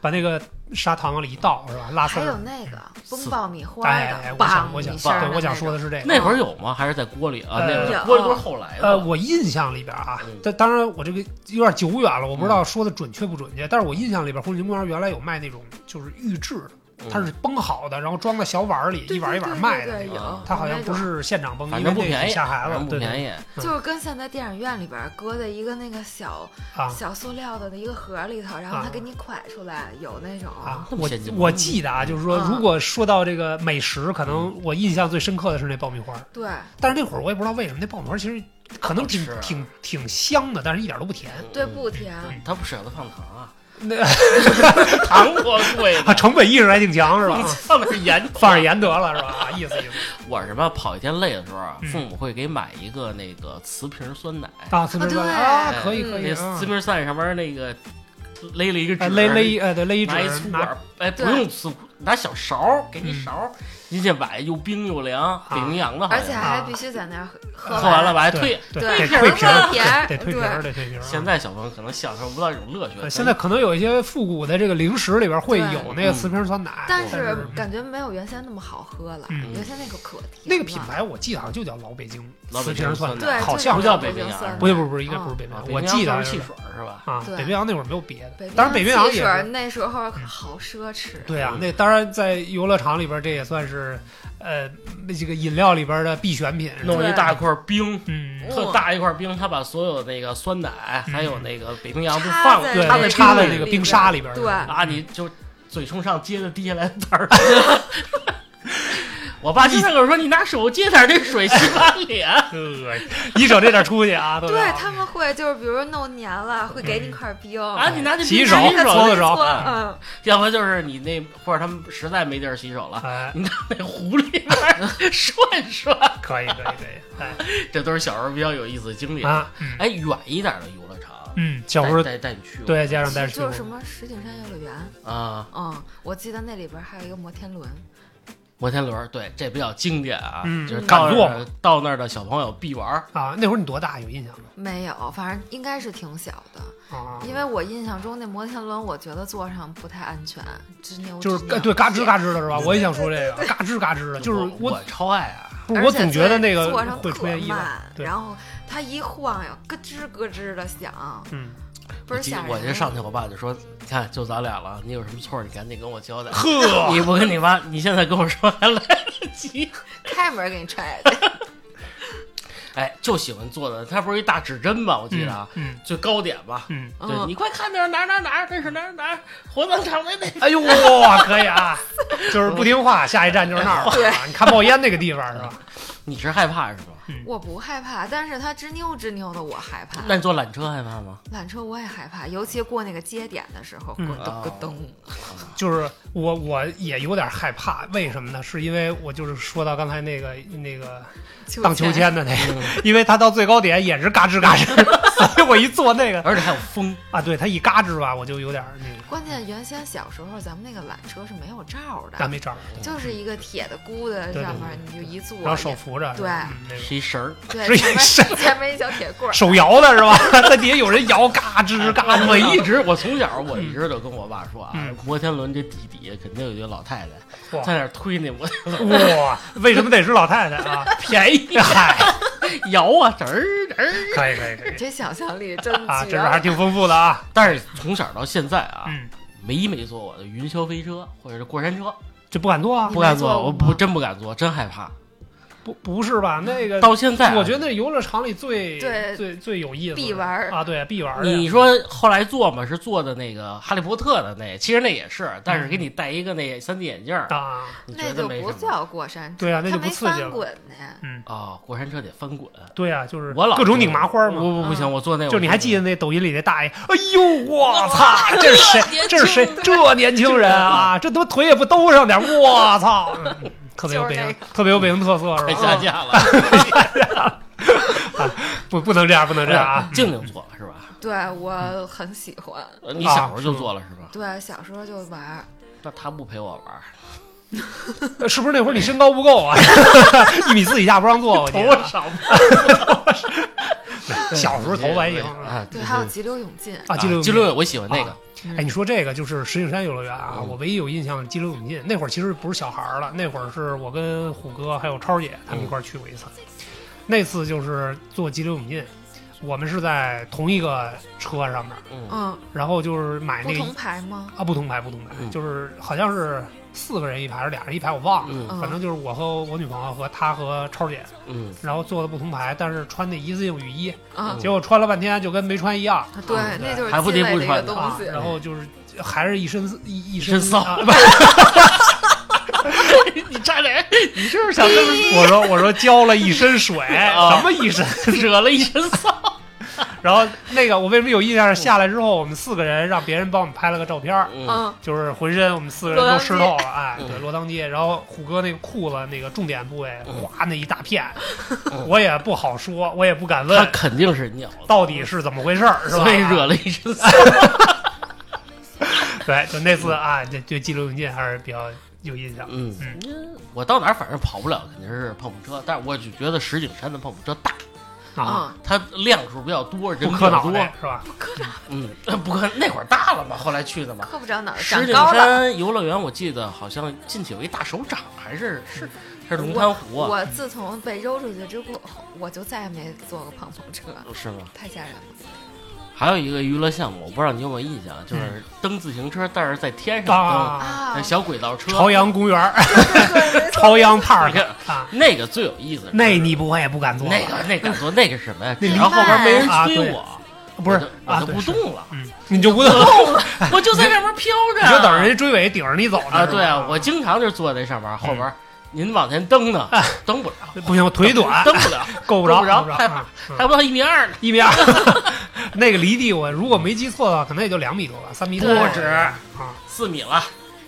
[SPEAKER 2] 把那个砂糖往里一倒是吧？拉丝
[SPEAKER 1] 还有
[SPEAKER 2] 儿。嗯
[SPEAKER 1] 那个
[SPEAKER 3] 四
[SPEAKER 1] 崩爆米花
[SPEAKER 2] 哎，哎
[SPEAKER 1] 的，
[SPEAKER 2] 我想
[SPEAKER 1] 棒
[SPEAKER 2] 我想
[SPEAKER 1] 一声儿的
[SPEAKER 2] 对，我想
[SPEAKER 1] 那
[SPEAKER 2] 说的
[SPEAKER 1] 种
[SPEAKER 2] 是这个。
[SPEAKER 3] 那会儿有吗？还是在锅里啊？
[SPEAKER 2] 呃
[SPEAKER 3] 那个
[SPEAKER 1] 有
[SPEAKER 3] 锅里都是后来的。
[SPEAKER 2] 呃，我印象里边啊
[SPEAKER 3] 嗯，
[SPEAKER 2] 但当然我这个有点久远了，我不知道说的准确不准确，但是我印象里边红领巾公园原来有卖那种就是预制的，
[SPEAKER 3] 嗯
[SPEAKER 2] 它是崩好的，然后装在小碗里
[SPEAKER 1] 对
[SPEAKER 2] 一碗一碗
[SPEAKER 1] 对
[SPEAKER 2] 卖
[SPEAKER 1] 对
[SPEAKER 2] 的那
[SPEAKER 1] 对
[SPEAKER 2] 个。
[SPEAKER 1] 有
[SPEAKER 3] 啊
[SPEAKER 2] 它好
[SPEAKER 1] 有
[SPEAKER 2] 像
[SPEAKER 1] 那
[SPEAKER 2] 不
[SPEAKER 1] 种
[SPEAKER 2] 是嗯现场崩，
[SPEAKER 3] 反
[SPEAKER 2] 因
[SPEAKER 3] 正
[SPEAKER 2] 为
[SPEAKER 3] 不
[SPEAKER 2] 那
[SPEAKER 3] 便
[SPEAKER 2] 是
[SPEAKER 3] 宜，
[SPEAKER 2] 吓孩
[SPEAKER 3] 反
[SPEAKER 2] 子
[SPEAKER 3] 正，不
[SPEAKER 2] 对对
[SPEAKER 3] 便宜。
[SPEAKER 1] 就是跟现在电影院里边儿搁在一个那个小
[SPEAKER 2] 啊
[SPEAKER 1] 小塑料的一个盒里头，然后
[SPEAKER 2] 啊
[SPEAKER 1] 它给你蒯出来，有那种
[SPEAKER 2] 啊！
[SPEAKER 3] 这么
[SPEAKER 2] 我
[SPEAKER 3] 先进吗
[SPEAKER 2] 我记得啊，就是说，
[SPEAKER 1] 嗯
[SPEAKER 2] 如果说到这个美食，可
[SPEAKER 3] 嗯
[SPEAKER 2] 能我印象最深刻的是那爆米花，
[SPEAKER 1] 对，
[SPEAKER 2] 但是那会儿我也不知道为什么那爆米花其实可能挺
[SPEAKER 3] 好吃啊
[SPEAKER 2] 挺挺香的，但是一点都不甜。
[SPEAKER 1] 对
[SPEAKER 3] 嗯
[SPEAKER 1] 不甜，
[SPEAKER 3] 他不舍得放糖啊，
[SPEAKER 2] 那
[SPEAKER 3] (laughs) 糖多贵
[SPEAKER 2] 啊，
[SPEAKER 3] 呢，
[SPEAKER 2] 成本意识还挺强是吧？
[SPEAKER 3] 你
[SPEAKER 2] 啊
[SPEAKER 3] 放点盐。
[SPEAKER 2] (laughs) 放点盐得了是吧？啊意思意思。
[SPEAKER 3] 我是什么跑一天累的时候啊
[SPEAKER 2] 嗯，
[SPEAKER 3] 父母会给买一个那个瓷瓶酸奶，
[SPEAKER 2] 啊，四
[SPEAKER 1] 啊
[SPEAKER 2] 瓶
[SPEAKER 1] 对
[SPEAKER 2] 酸啊，
[SPEAKER 3] 哎
[SPEAKER 2] 可以可以
[SPEAKER 3] 那
[SPEAKER 2] 啊
[SPEAKER 3] 瓷，瓶酸奶上面那个勒了一个
[SPEAKER 2] 哎
[SPEAKER 3] 纸，
[SPEAKER 2] 勒勒一呃对勒一纸
[SPEAKER 3] 拿一粗管
[SPEAKER 2] 拿
[SPEAKER 3] 儿，哎，不
[SPEAKER 1] 对
[SPEAKER 3] 用粗，拿小勺儿，给你
[SPEAKER 2] 嗯
[SPEAKER 3] 勺儿，你去买又冰又凉，北冰洋的好
[SPEAKER 1] 而
[SPEAKER 3] 像是，
[SPEAKER 2] 啊
[SPEAKER 1] 且还必须在那儿喝喝
[SPEAKER 3] 喝完了
[SPEAKER 1] 吧？
[SPEAKER 3] 吧还退 (laughs)
[SPEAKER 2] 对。对
[SPEAKER 1] 对
[SPEAKER 2] 得
[SPEAKER 3] 瓶儿
[SPEAKER 2] 退瓶儿
[SPEAKER 1] 退瓶儿
[SPEAKER 2] 得退
[SPEAKER 1] 对
[SPEAKER 2] 瓶儿得退
[SPEAKER 1] 嗯
[SPEAKER 2] 瓶儿啊。
[SPEAKER 3] 现在小朋友可能享受不到这种乐趣
[SPEAKER 2] 呃
[SPEAKER 3] 了，
[SPEAKER 2] 现在可能有一些复古的这个零食里边会有那个瓷瓶酸奶，
[SPEAKER 1] 但
[SPEAKER 2] 是
[SPEAKER 1] 是感觉没有原先那么好喝了，
[SPEAKER 2] 嗯
[SPEAKER 1] 原先那个可甜了。
[SPEAKER 2] 那个品牌我记得好像就叫老北京
[SPEAKER 3] 老
[SPEAKER 2] 瓷
[SPEAKER 3] 北
[SPEAKER 2] 瓶
[SPEAKER 3] 京
[SPEAKER 2] 酸
[SPEAKER 3] 酸
[SPEAKER 2] 奶，
[SPEAKER 1] 奶
[SPEAKER 2] 好
[SPEAKER 1] 对
[SPEAKER 2] 像
[SPEAKER 3] 不
[SPEAKER 1] 就
[SPEAKER 3] 叫
[SPEAKER 1] 是
[SPEAKER 3] 北冰洋
[SPEAKER 1] 酸奶，
[SPEAKER 2] 不是不是不是，应该不是北冰
[SPEAKER 3] 啊
[SPEAKER 2] 洋，
[SPEAKER 3] 北
[SPEAKER 2] 我
[SPEAKER 3] 冰洋
[SPEAKER 2] 记得好
[SPEAKER 3] 算是
[SPEAKER 2] 像是
[SPEAKER 3] 汽水儿是吧？
[SPEAKER 2] 啊，
[SPEAKER 1] 对
[SPEAKER 2] 北冰洋那会儿没有别的
[SPEAKER 1] 北，
[SPEAKER 2] 当然北
[SPEAKER 1] 冰
[SPEAKER 2] 冰洋
[SPEAKER 1] 汽
[SPEAKER 2] 也
[SPEAKER 1] 水儿
[SPEAKER 2] 是嗯
[SPEAKER 1] 那时候好奢侈，
[SPEAKER 2] 对啊
[SPEAKER 3] 嗯，
[SPEAKER 2] 那当然在游乐场里边这也算是呃那这个饮料里边的必选品，
[SPEAKER 3] 弄一大块冰，
[SPEAKER 2] 嗯 (laughs)
[SPEAKER 3] 特大一块冰，他把所有那个酸奶
[SPEAKER 2] 嗯
[SPEAKER 3] 还有那个北冰洋都
[SPEAKER 1] 插
[SPEAKER 3] 放
[SPEAKER 1] 在
[SPEAKER 2] 对
[SPEAKER 1] 那
[SPEAKER 3] 那
[SPEAKER 1] 个
[SPEAKER 2] 插在
[SPEAKER 1] 冰
[SPEAKER 2] 那个嗯
[SPEAKER 1] 里
[SPEAKER 2] 冰沙里边儿
[SPEAKER 1] 对，
[SPEAKER 3] 啊，你就嘴冲上接着滴下来的袋儿。我
[SPEAKER 2] 嗯
[SPEAKER 3] 爸经常跟我说：“你拿手接点这水洗把
[SPEAKER 2] (laughs)
[SPEAKER 3] 脸。
[SPEAKER 2] 恶心！你呃整这点出去啊，嗯都
[SPEAKER 1] 对他们会就是，比如说弄黏了，会给你块冰
[SPEAKER 2] 哎
[SPEAKER 3] 啊，你拿这
[SPEAKER 2] 洗
[SPEAKER 3] 冰
[SPEAKER 2] 手
[SPEAKER 3] 拿
[SPEAKER 1] 那
[SPEAKER 3] 洗
[SPEAKER 2] 搓搓
[SPEAKER 3] 手，
[SPEAKER 2] 手
[SPEAKER 1] 搓嗯，
[SPEAKER 3] 要不然就是你那或者他们实在没地儿洗手了， (laughs)
[SPEAKER 2] 哎，
[SPEAKER 3] 你拿那壶里边儿 (laughs) 涮涮。
[SPEAKER 2] 可以可以可
[SPEAKER 3] 这都是小时候比较有意思的经历
[SPEAKER 2] 以。啊，嗯
[SPEAKER 3] 哎，远一点的游乐场，
[SPEAKER 2] 嗯，小时候
[SPEAKER 3] 带带带你去过
[SPEAKER 2] 对家长带着去
[SPEAKER 1] 就
[SPEAKER 2] 过
[SPEAKER 1] 是什么石景山游乐园，
[SPEAKER 3] 啊，
[SPEAKER 1] 嗯，我记得那里边还有一个摩天轮，
[SPEAKER 3] 摩天轮儿，对，这比较经典啊，
[SPEAKER 2] 嗯
[SPEAKER 3] 就是
[SPEAKER 2] 敢
[SPEAKER 3] 到那
[SPEAKER 2] 坐
[SPEAKER 3] 儿到那儿的小朋友必玩儿。
[SPEAKER 2] 啊，那会儿你多大有印象吗？
[SPEAKER 1] 没有，反正应该是挺小的，
[SPEAKER 2] 啊，
[SPEAKER 1] 因为我印象中那摩天轮，我觉得坐上不太安全，直牛啊
[SPEAKER 2] 就是
[SPEAKER 1] 直
[SPEAKER 2] 嘎
[SPEAKER 1] 扭
[SPEAKER 2] 对嘎吱嘎
[SPEAKER 1] 吱，
[SPEAKER 2] 吱的是吧？我也想说这个嘎吱嘎吱 (laughs) 的，就是
[SPEAKER 3] 我
[SPEAKER 2] 嗯我
[SPEAKER 3] 超爱啊，
[SPEAKER 2] 不是
[SPEAKER 1] 而
[SPEAKER 2] 我
[SPEAKER 1] 且
[SPEAKER 2] 总觉得那个
[SPEAKER 1] 坐上
[SPEAKER 2] 会出
[SPEAKER 1] 特
[SPEAKER 2] 现意外。
[SPEAKER 1] 慢，
[SPEAKER 2] 对
[SPEAKER 1] 然后它一晃悠，咯吱咯吱的响，
[SPEAKER 2] 嗯，
[SPEAKER 1] 不是
[SPEAKER 3] 我记得
[SPEAKER 1] 吓人。
[SPEAKER 3] 我就上去，我爸就说：“你看，就咱俩了，你有什么错儿，你赶紧跟我交代。
[SPEAKER 2] 呵，
[SPEAKER 3] 你不跟你妈，你现在跟我说还来得及。
[SPEAKER 1] 开门给你踹
[SPEAKER 3] (laughs)
[SPEAKER 1] 下去。
[SPEAKER 3] 哎，就喜欢做的，它不是一大指针吗？我记得啊，
[SPEAKER 2] 嗯
[SPEAKER 3] 最高点吧。
[SPEAKER 2] 嗯，
[SPEAKER 3] 对
[SPEAKER 1] 嗯
[SPEAKER 3] 你快看点哪儿哪儿哪儿，这是哪儿哪儿，火葬
[SPEAKER 1] (laughs)
[SPEAKER 3] 场那那
[SPEAKER 2] 哎呦，哇，可以啊，就是不听话，下一站就是那儿了。
[SPEAKER 1] 对
[SPEAKER 2] 啊，你看冒烟那个地方是吧？
[SPEAKER 3] 你是害怕是吧？
[SPEAKER 1] 我不害怕，但是它吱扭吱扭的，我害怕。
[SPEAKER 3] 那你坐缆车害
[SPEAKER 2] (laughs)
[SPEAKER 3] 怕吗？
[SPEAKER 1] 缆车我也害怕，尤其过那个节点的时候，
[SPEAKER 2] 嗯
[SPEAKER 1] 咯噔咯噔。
[SPEAKER 3] 哦
[SPEAKER 2] 就是我我也有点害怕，为什么呢？是因为我就是说到刚才那个那个荡秋千的那个， (laughs) 因为它到最高点也是嘎吱嘎吱， (laughs) 所以我一坐那个
[SPEAKER 3] 而且还有风，
[SPEAKER 2] 啊，对它一嘎吱吧，我就有点那个
[SPEAKER 1] 关键原先小时候咱们那个缆车是没有罩
[SPEAKER 2] 但
[SPEAKER 1] 的，
[SPEAKER 2] 没招儿，
[SPEAKER 1] 就是一个铁的箍的
[SPEAKER 2] 对对
[SPEAKER 1] 上面，你就一坐，
[SPEAKER 2] 然后手扶着，
[SPEAKER 1] 对
[SPEAKER 2] 嗯那个
[SPEAKER 3] 是一绳儿。
[SPEAKER 1] 对，前
[SPEAKER 2] 是
[SPEAKER 1] 面前面一小铁棍儿，
[SPEAKER 2] 手摇的是吧？ (laughs) 在底下有人摇，嘎吱嘎吱。
[SPEAKER 3] (laughs) 我一
[SPEAKER 2] (laughs)
[SPEAKER 3] 直，我从小我一直就跟我爸说啊，
[SPEAKER 2] 嗯
[SPEAKER 3] 摩天轮这地底下肯定有一个老太太
[SPEAKER 2] 哇
[SPEAKER 3] 在那儿推那摩天轮，
[SPEAKER 2] 哇，为什么得是老太太啊？ (laughs)
[SPEAKER 3] 便宜
[SPEAKER 2] 嗨，
[SPEAKER 3] 摇啊，嘚儿嘚儿。
[SPEAKER 2] 可以可以可
[SPEAKER 1] (laughs)
[SPEAKER 2] 以
[SPEAKER 1] 这想象
[SPEAKER 2] (laughs)
[SPEAKER 1] 力真
[SPEAKER 2] 啊，
[SPEAKER 1] 绝
[SPEAKER 2] 这是还
[SPEAKER 1] 了
[SPEAKER 2] 是。挺丰富的啊。
[SPEAKER 3] 但是从小到现在啊，
[SPEAKER 2] 嗯，
[SPEAKER 3] 没没坐过的云霄飞车或者是过山车，
[SPEAKER 2] 这不敢坐啊
[SPEAKER 1] 你？
[SPEAKER 3] 不敢坐，
[SPEAKER 1] 没坐过
[SPEAKER 3] 我
[SPEAKER 1] 吗
[SPEAKER 3] 不真不敢坐，真害怕。
[SPEAKER 2] 不不是吧？那个，
[SPEAKER 3] 到现在啊，
[SPEAKER 2] 我觉得那游乐场里最
[SPEAKER 1] 对
[SPEAKER 2] 最最有意思的
[SPEAKER 1] 必玩儿
[SPEAKER 2] 啊，对必玩儿的呀。
[SPEAKER 3] 你说后来坐嘛，是坐的那个《哈利波特》的那，其实那也是，但是给你戴一个那三 D 眼镜儿，
[SPEAKER 2] 啊，
[SPEAKER 3] 你觉
[SPEAKER 1] 那
[SPEAKER 3] 得
[SPEAKER 1] 就
[SPEAKER 3] 没
[SPEAKER 1] 不
[SPEAKER 3] 什么。
[SPEAKER 1] 叫过山车，
[SPEAKER 2] 对啊，那
[SPEAKER 1] 它
[SPEAKER 2] 就不
[SPEAKER 1] 没
[SPEAKER 2] 刺激
[SPEAKER 1] 翻
[SPEAKER 2] 了。
[SPEAKER 1] 滚呢。
[SPEAKER 3] 哦，过山车得翻滚，
[SPEAKER 2] 对啊，就是
[SPEAKER 3] 我老
[SPEAKER 2] 各种拧麻花
[SPEAKER 3] 不
[SPEAKER 2] 嘛。嗯
[SPEAKER 3] 不不行，我
[SPEAKER 1] 哎
[SPEAKER 3] 坐那，
[SPEAKER 2] 就你还记
[SPEAKER 3] 得
[SPEAKER 2] 得那抖音里那大爷？哎呦，我操！ (laughs) 这是
[SPEAKER 1] 啊
[SPEAKER 2] 谁？这是谁？这年轻人啊，这他妈腿也不兜上点儿，
[SPEAKER 1] (laughs)
[SPEAKER 2] 我操！嗯特别有
[SPEAKER 1] 就
[SPEAKER 2] 北
[SPEAKER 1] 是那
[SPEAKER 2] 京
[SPEAKER 1] 个，
[SPEAKER 2] 特别有北京特色，是
[SPEAKER 3] 快
[SPEAKER 2] 吧？
[SPEAKER 3] 下架了？
[SPEAKER 2] (laughs)
[SPEAKER 1] 哎
[SPEAKER 2] 不，不能这样，不能这样啊！
[SPEAKER 3] (laughs) 静静坐了
[SPEAKER 1] (laughs)
[SPEAKER 3] 是吧？
[SPEAKER 1] 对
[SPEAKER 2] 嗯
[SPEAKER 1] 我很喜欢，
[SPEAKER 3] 呃你小时候就坐了是吧？
[SPEAKER 1] 对小时候就玩儿，
[SPEAKER 3] 那他不陪我玩儿，
[SPEAKER 2] 呃是不是那会儿你身高不够啊？ (laughs) 一米四以下不让坐，我记得。
[SPEAKER 3] 少？
[SPEAKER 2] (laughs) 小时候头白硬啊。
[SPEAKER 3] 啊，
[SPEAKER 1] 对，还有急流勇进，
[SPEAKER 2] 啊，激流勇
[SPEAKER 3] 激
[SPEAKER 2] 进
[SPEAKER 3] 流勇，我喜欢那个，
[SPEAKER 1] 嗯
[SPEAKER 2] 哎，你说这个就是石景山游乐园啊，
[SPEAKER 3] 嗯
[SPEAKER 2] 我唯一有印象的激流勇进。那会儿其实不是小孩儿了，那会儿是我跟虎哥还有超姐他们一块儿去过一次。
[SPEAKER 1] 嗯
[SPEAKER 2] 那次就是坐激流勇进，我们是在同一个车上面，
[SPEAKER 3] 嗯，
[SPEAKER 1] 嗯，
[SPEAKER 2] 然后就是买
[SPEAKER 1] 不
[SPEAKER 2] 哎那个
[SPEAKER 1] 同牌吗？
[SPEAKER 2] 啊不同排不同排，
[SPEAKER 3] 嗯
[SPEAKER 2] 就是好像是四个人一排还是俩人一排，我忘了。
[SPEAKER 3] 嗯
[SPEAKER 1] 嗯
[SPEAKER 2] 反正就是我和我女朋友和她和超姐，
[SPEAKER 3] 嗯，
[SPEAKER 2] 然后坐的不同排，但是穿的一次性雨衣，
[SPEAKER 1] 啊，
[SPEAKER 2] 结果穿了半天就跟没穿一样。
[SPEAKER 1] 对
[SPEAKER 3] 嗯，
[SPEAKER 1] 那就是
[SPEAKER 3] 还不
[SPEAKER 1] 鸡
[SPEAKER 3] 得
[SPEAKER 1] 肋
[SPEAKER 3] 不
[SPEAKER 1] 的一
[SPEAKER 3] 穿
[SPEAKER 1] 个
[SPEAKER 3] 的
[SPEAKER 1] 东
[SPEAKER 2] 啊，
[SPEAKER 1] 西。
[SPEAKER 2] 然后就是还是一身一一
[SPEAKER 3] 身骚
[SPEAKER 2] 啊
[SPEAKER 3] 你差点，你是不是想这么
[SPEAKER 2] 我说我说浇了一身水，什么一身？
[SPEAKER 3] 惹了一身骚？
[SPEAKER 2] 然后那个我为什么有印象？是下来之后，我们四个人让别人帮我们拍了个照片儿，
[SPEAKER 3] 嗯，
[SPEAKER 1] 嗯，
[SPEAKER 2] 就是浑身我们四个
[SPEAKER 1] 落
[SPEAKER 2] 人都
[SPEAKER 1] 汤
[SPEAKER 2] 湿透了，哎，
[SPEAKER 3] 嗯
[SPEAKER 2] 对，落汤鸡。然后虎哥那个裤子那个重点部位，
[SPEAKER 3] 嗯
[SPEAKER 2] 哗那一大片
[SPEAKER 3] 嗯，
[SPEAKER 2] 我也不好说，我也不敢
[SPEAKER 3] 他
[SPEAKER 2] 问
[SPEAKER 3] 肯定是尿了，
[SPEAKER 2] 到底是怎么回事儿，是吧？
[SPEAKER 3] 所以惹了一身
[SPEAKER 2] (laughs)
[SPEAKER 3] 骚。
[SPEAKER 2] 对，就那次啊，这对激流勇进还是比较有印象。
[SPEAKER 3] 嗯，我到哪儿反正跑不了，肯定是碰碰车，但是我就觉得石景山的碰碰车大，
[SPEAKER 2] 啊，
[SPEAKER 1] 嗯，
[SPEAKER 3] 它量数比较多，人
[SPEAKER 2] 不
[SPEAKER 3] 比
[SPEAKER 2] 磕
[SPEAKER 3] 较
[SPEAKER 2] 脑
[SPEAKER 3] 多，
[SPEAKER 2] 袋是吧？
[SPEAKER 3] 嗯，不可那会儿大了嘛，后来去的嘛。
[SPEAKER 1] 够不着哪儿，
[SPEAKER 3] 石
[SPEAKER 1] 长
[SPEAKER 3] 景
[SPEAKER 1] 高了。
[SPEAKER 3] 山游乐园，我记得好像进去有一大手掌，还是是是龙潭湖啊，
[SPEAKER 1] 我自从被扔出去之后，我就再也没坐过碰碰车，
[SPEAKER 3] 是吗？
[SPEAKER 1] 太吓人了。
[SPEAKER 3] 还有一个娱乐项目，我不知道你有没有印象，就是蹬自行车，但是在天上
[SPEAKER 2] 嗯啊，
[SPEAKER 3] 蹬，
[SPEAKER 1] 啊
[SPEAKER 3] 那，小轨道车。
[SPEAKER 2] 朝阳公园儿， (laughs)
[SPEAKER 1] 对没错
[SPEAKER 2] 朝阳 park
[SPEAKER 3] 看
[SPEAKER 2] 啊，
[SPEAKER 3] 那个最有意思，
[SPEAKER 2] 那你不会也不敢坐吧？
[SPEAKER 3] 那个那敢做那个什么呀？
[SPEAKER 2] 那
[SPEAKER 3] 只要后边没人
[SPEAKER 2] 啊
[SPEAKER 3] 催
[SPEAKER 2] 对
[SPEAKER 3] 我，
[SPEAKER 2] 不是
[SPEAKER 3] 我就
[SPEAKER 2] 啊，
[SPEAKER 3] 我就
[SPEAKER 2] 对
[SPEAKER 3] 不
[SPEAKER 2] 是
[SPEAKER 3] 动
[SPEAKER 2] (laughs)
[SPEAKER 3] 了，
[SPEAKER 2] 嗯，你就不动，
[SPEAKER 3] 啊我就在上面飘着，
[SPEAKER 2] 你就等着人追尾顶着你走呢。
[SPEAKER 3] 啊！
[SPEAKER 2] 是吧嗯
[SPEAKER 3] 对啊，我经常就坐在上面，后边您往前蹬呢，
[SPEAKER 2] 啊
[SPEAKER 3] 蹬不了，
[SPEAKER 2] 不行，我腿短，
[SPEAKER 3] 蹬不
[SPEAKER 2] (laughs)
[SPEAKER 3] 了，
[SPEAKER 2] 够
[SPEAKER 3] 不
[SPEAKER 2] 着，
[SPEAKER 3] 着
[SPEAKER 2] 够不着
[SPEAKER 3] 害
[SPEAKER 2] 啊嗯
[SPEAKER 3] 还不到一米二呢。
[SPEAKER 2] 一米二， (laughs) 那个离地我如果没记错的话，可能也就两米多吧，三米多
[SPEAKER 1] 对
[SPEAKER 2] 不止啊。
[SPEAKER 3] 四米了。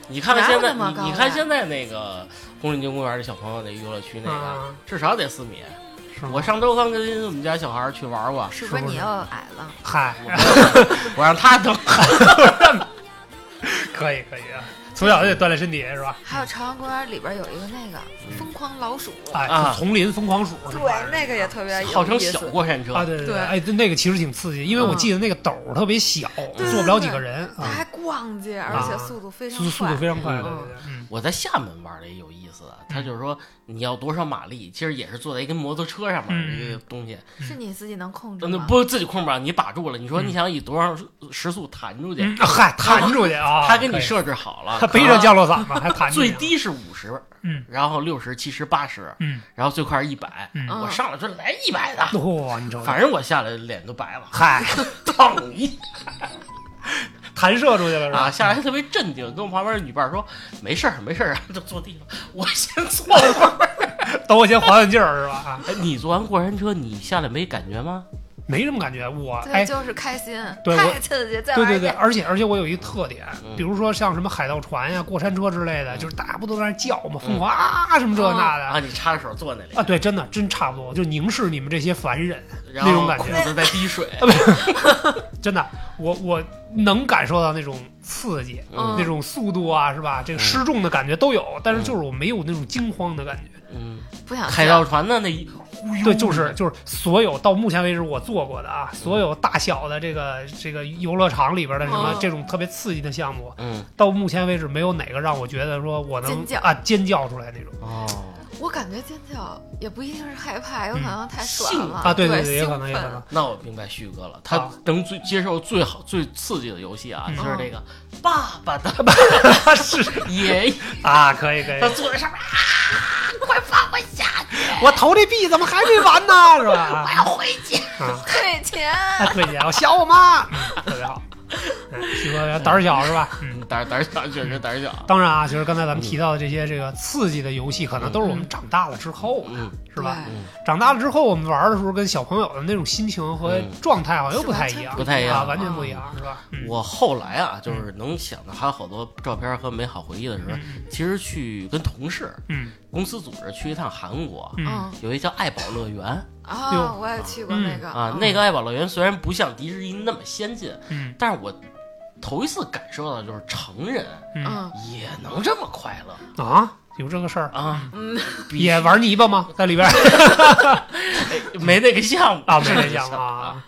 [SPEAKER 3] 你看看
[SPEAKER 1] 哪有
[SPEAKER 3] 现在，
[SPEAKER 1] 那么高
[SPEAKER 3] 你你
[SPEAKER 1] 呀
[SPEAKER 3] 看现在那个宫林军公园里小朋友那游乐区那个
[SPEAKER 2] 嗯，
[SPEAKER 3] 至少得四米。
[SPEAKER 2] 是吗
[SPEAKER 3] 我上周刚跟我们家小孩儿去玩过，
[SPEAKER 1] 是
[SPEAKER 2] 不
[SPEAKER 1] 不
[SPEAKER 2] 是
[SPEAKER 1] 是你又矮了？
[SPEAKER 2] 嗨，
[SPEAKER 3] 我让
[SPEAKER 1] (laughs)
[SPEAKER 3] 他蹬。
[SPEAKER 2] (laughs) 可以可以，啊，从小就得锻炼身体是吧？
[SPEAKER 1] 还有朝阳公园里边有一个那个
[SPEAKER 3] 嗯
[SPEAKER 1] 疯狂老鼠，
[SPEAKER 2] 哎，
[SPEAKER 3] 啊
[SPEAKER 2] 丛林疯狂鼠是吧？
[SPEAKER 1] 对，那个也特哎别有意思。
[SPEAKER 3] 号称小过山车
[SPEAKER 2] 啊，对对
[SPEAKER 1] 对
[SPEAKER 2] 哎，那个其实挺刺激，因为我
[SPEAKER 1] 嗯
[SPEAKER 2] 记得那个斗儿特别小，
[SPEAKER 1] 对
[SPEAKER 2] 坐不了几个人
[SPEAKER 1] 它
[SPEAKER 2] 啊，
[SPEAKER 1] 还逛街，而且速度非常
[SPEAKER 2] 速速
[SPEAKER 1] 快
[SPEAKER 2] 度。非常快，对
[SPEAKER 3] 嗯
[SPEAKER 2] 对对，嗯，
[SPEAKER 3] 我在厦门玩的也有意思的，他就是说你要多少马力，其实也是坐在一根摩托车上面
[SPEAKER 2] 嗯
[SPEAKER 3] 这个东西，
[SPEAKER 1] 是你自己能控制
[SPEAKER 3] 那
[SPEAKER 1] 吗？
[SPEAKER 3] 不自己控制吧？你把住了，你说你想以多少时速弹出去
[SPEAKER 2] 嗯，嗨，弹出去啊，
[SPEAKER 3] 他给你
[SPEAKER 2] 可以，
[SPEAKER 3] 设置好了，
[SPEAKER 2] 他背
[SPEAKER 3] 可能
[SPEAKER 2] 上降落伞嘛，还弹出去
[SPEAKER 3] 最，低是五十，
[SPEAKER 2] 啊嗯，
[SPEAKER 3] 然后六十、七十、八十，
[SPEAKER 2] 嗯
[SPEAKER 3] 然后最快是一百。
[SPEAKER 2] 嗯，
[SPEAKER 1] 嗯
[SPEAKER 3] 我上来说来一百的，
[SPEAKER 2] 哇，你瞅瞅，
[SPEAKER 3] 反正我下来脸都白了， (laughs)
[SPEAKER 2] 嗨，
[SPEAKER 3] 烫
[SPEAKER 2] (laughs)
[SPEAKER 3] 一
[SPEAKER 2] 弹射出去了是
[SPEAKER 3] 啊！
[SPEAKER 2] 吧？
[SPEAKER 3] 下来特别镇定，跟我旁边女伴说：“没事儿，没事儿，啊，就坐地上。”我先坐会儿。
[SPEAKER 2] 等我先缓缓劲儿是吧？啊，
[SPEAKER 3] 哎你坐完过山车，你下来没感觉吗？
[SPEAKER 2] 没什么感觉，我哎
[SPEAKER 1] 对，，就是开心，
[SPEAKER 2] 对
[SPEAKER 1] (laughs)
[SPEAKER 2] 我
[SPEAKER 1] 太刺激，再
[SPEAKER 2] 对
[SPEAKER 1] 玩
[SPEAKER 2] 对
[SPEAKER 1] 一
[SPEAKER 2] 对，
[SPEAKER 1] 遍。
[SPEAKER 2] 而且而且我有一特点
[SPEAKER 3] 嗯，
[SPEAKER 2] 比如说像什么海盗船呀、过山车之类的，
[SPEAKER 3] 嗯
[SPEAKER 2] 就是大家不都在那叫吗？
[SPEAKER 3] 嗯
[SPEAKER 2] 疯狂啊什么这
[SPEAKER 1] 哦
[SPEAKER 2] 那
[SPEAKER 3] 啊，
[SPEAKER 2] 的
[SPEAKER 3] 你插着手坐那里，
[SPEAKER 2] 啊，对，真的真差不多，就凝视你们这些凡人，
[SPEAKER 3] 然后
[SPEAKER 2] 那种感觉啊
[SPEAKER 3] 裤子在滴水，
[SPEAKER 2] 真的，我我能感受到那种刺激，
[SPEAKER 1] 嗯
[SPEAKER 2] 那种速度啊，是吧？这个
[SPEAKER 3] 嗯
[SPEAKER 2] 失重的感觉都有，但是就是我没有那种惊慌的感觉。
[SPEAKER 3] 嗯，啊
[SPEAKER 1] 不想
[SPEAKER 3] 海盗船的那一
[SPEAKER 1] 嗯
[SPEAKER 2] 对，就是就是所有到目前为止我做过的啊，所有大小的这个这个游乐场里边的什么
[SPEAKER 1] 嗯
[SPEAKER 2] 这种特别刺激的项目，
[SPEAKER 3] 嗯
[SPEAKER 2] 到目前为止没有哪个让我觉得说我能
[SPEAKER 1] 尖叫
[SPEAKER 2] 啊尖叫出来那种。
[SPEAKER 3] 哦，
[SPEAKER 1] 我感觉尖叫也不一定是害怕，有可
[SPEAKER 2] 嗯
[SPEAKER 1] 能太爽
[SPEAKER 3] 兴
[SPEAKER 1] 了
[SPEAKER 2] 啊，对
[SPEAKER 1] 对
[SPEAKER 2] 对，也可能，
[SPEAKER 1] 兴
[SPEAKER 2] 也可能
[SPEAKER 1] (laughs) 奋。
[SPEAKER 3] 那我明白旭哥了，他
[SPEAKER 2] 啊
[SPEAKER 3] 能最接受最好最刺激的游戏啊，
[SPEAKER 2] 嗯
[SPEAKER 3] 就是这个爸爸的
[SPEAKER 2] (laughs) 是
[SPEAKER 3] 爷爷，
[SPEAKER 2] 啊，可以
[SPEAKER 1] (laughs)
[SPEAKER 2] 可
[SPEAKER 3] 他
[SPEAKER 2] 以。
[SPEAKER 3] 坐在上面啊，快放我下去，
[SPEAKER 2] 我投这币怎么还没完呢？是吧
[SPEAKER 3] 我？要回家。
[SPEAKER 2] 啊，
[SPEAKER 1] 退钱。
[SPEAKER 2] (laughs) 啊对姐，我想我
[SPEAKER 3] (laughs)
[SPEAKER 2] 妈，嗯特别好。嗯，徐哥胆儿小是吧？嗯。
[SPEAKER 3] 胆儿胆儿小，确实胆儿小。
[SPEAKER 2] 当然啊，就是刚才咱们
[SPEAKER 3] 嗯
[SPEAKER 2] 提到的这些这个刺激的游戏，可能都是我们长大了之后啊，
[SPEAKER 3] 嗯，
[SPEAKER 2] 是吧？
[SPEAKER 1] 对
[SPEAKER 2] 长大了之后，我们玩的时候跟小朋友的那种心情和
[SPEAKER 3] 嗯
[SPEAKER 2] 状态好像又不太一样，
[SPEAKER 3] 是完全不太一样
[SPEAKER 2] 啊，完全不一样，是吧？嗯
[SPEAKER 3] 我后来啊，就是能想到还有好多照片和美好回忆的时候，其实去跟同事、
[SPEAKER 2] 嗯
[SPEAKER 3] 公司组织去一趟韩国，
[SPEAKER 2] 嗯
[SPEAKER 1] 嗯，
[SPEAKER 3] 有一叫爱宝乐园
[SPEAKER 1] 啊，
[SPEAKER 2] 哟
[SPEAKER 1] 我也去过那个
[SPEAKER 3] 啊，
[SPEAKER 1] 嗯
[SPEAKER 3] 那个爱宝乐园虽然不像迪士尼那么先进，
[SPEAKER 2] 嗯
[SPEAKER 3] 但是我头一次感受到就是成人
[SPEAKER 2] 嗯
[SPEAKER 1] 嗯
[SPEAKER 3] 也能这么快乐
[SPEAKER 2] 啊，有这个事儿，
[SPEAKER 3] 啊，
[SPEAKER 1] 嗯，
[SPEAKER 3] 必须
[SPEAKER 2] 也玩泥巴吗？在里边
[SPEAKER 3] (laughs) 没那个项目 (laughs)
[SPEAKER 2] 啊，没人讲
[SPEAKER 3] 项目
[SPEAKER 2] 啊，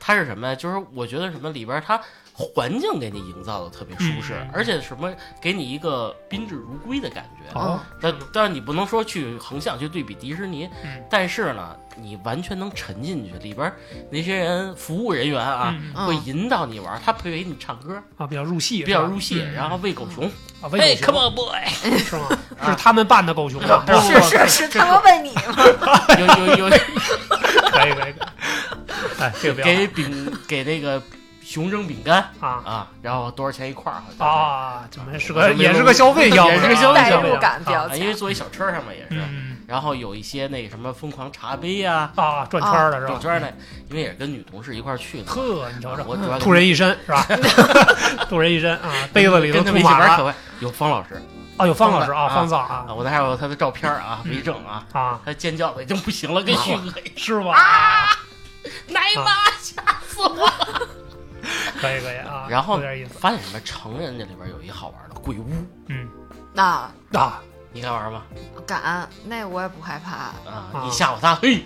[SPEAKER 3] 它是什么呀？就是我觉得什么里边儿它环境给你营造的特别舒适，
[SPEAKER 2] 嗯
[SPEAKER 3] 而且什么给你一个宾至如归的啊感觉。
[SPEAKER 2] 哦，
[SPEAKER 3] 但但是你不能说去横向去对比迪士尼，
[SPEAKER 2] 嗯
[SPEAKER 3] 但是呢，你完全能沉进去，里边儿那些人服务人员啊。
[SPEAKER 2] 嗯
[SPEAKER 1] 嗯
[SPEAKER 3] 会引导你玩儿，他配给你唱歌，
[SPEAKER 2] 啊，比较入戏，
[SPEAKER 3] 比较
[SPEAKER 2] 是吧嗯
[SPEAKER 3] 入戏，然后喂狗熊，
[SPEAKER 2] 啊，
[SPEAKER 3] 嘿
[SPEAKER 2] 喂狗
[SPEAKER 3] ，Come on 啊 boy，
[SPEAKER 2] 熊是吗？是他们扮的狗熊吗？
[SPEAKER 3] (laughs) 不是
[SPEAKER 2] 吧
[SPEAKER 1] 是是他们问你吗？
[SPEAKER 3] 有有有
[SPEAKER 2] 可以可以，可以哎，这个不
[SPEAKER 3] 给
[SPEAKER 2] 要
[SPEAKER 3] 饼给那个熊蒸饼干
[SPEAKER 2] 啊
[SPEAKER 3] 啊，然后多少钱一块儿？好像是
[SPEAKER 2] 啊，怎么是
[SPEAKER 3] 我
[SPEAKER 2] 个
[SPEAKER 3] 就没
[SPEAKER 2] 也是
[SPEAKER 3] 弄
[SPEAKER 2] 个消费项目，
[SPEAKER 3] 也是个消费
[SPEAKER 2] 啊
[SPEAKER 3] 项目
[SPEAKER 2] 对
[SPEAKER 1] 代入感比较
[SPEAKER 2] 啊
[SPEAKER 3] 啊，因为作为小车上面也是，
[SPEAKER 2] 嗯
[SPEAKER 3] 然后有一些那个什么疯狂茶杯呀、
[SPEAKER 2] 啊，转圈儿了是
[SPEAKER 3] 转
[SPEAKER 2] 吧？
[SPEAKER 3] 圈儿呢，因为也是跟女同事一块儿去的，
[SPEAKER 2] 呵，你瞅
[SPEAKER 3] 啊
[SPEAKER 2] 瞅，
[SPEAKER 3] 我主要
[SPEAKER 2] 突人一身是
[SPEAKER 3] (laughs)
[SPEAKER 2] 吧？突人一身啊，杯子里
[SPEAKER 3] 跟
[SPEAKER 2] 头涂
[SPEAKER 3] 他们一起玩儿
[SPEAKER 2] 满了。
[SPEAKER 3] 可快，有方老师
[SPEAKER 2] 哦，有方老师
[SPEAKER 3] 方老
[SPEAKER 2] 啊，
[SPEAKER 3] 师
[SPEAKER 2] 方嫂
[SPEAKER 3] 啊，
[SPEAKER 2] 啊
[SPEAKER 3] 我那还有他的照片儿啊，为证啊，
[SPEAKER 2] 啊，
[SPEAKER 3] 他尖叫的已经不行了，
[SPEAKER 2] 哦
[SPEAKER 3] 跟旭哥一样，
[SPEAKER 2] 师傅啊，
[SPEAKER 3] 奶妈吓死我！
[SPEAKER 2] 可以可以啊，
[SPEAKER 3] 然后
[SPEAKER 2] 有点意思，
[SPEAKER 3] 发现什么成人这里边有一好玩的鬼屋，
[SPEAKER 2] 嗯
[SPEAKER 1] 那
[SPEAKER 2] 啊，
[SPEAKER 3] 你敢玩吗？
[SPEAKER 1] 敢，那我也不害怕。
[SPEAKER 3] 啊
[SPEAKER 2] 啊，
[SPEAKER 3] 你吓唬他，嘿，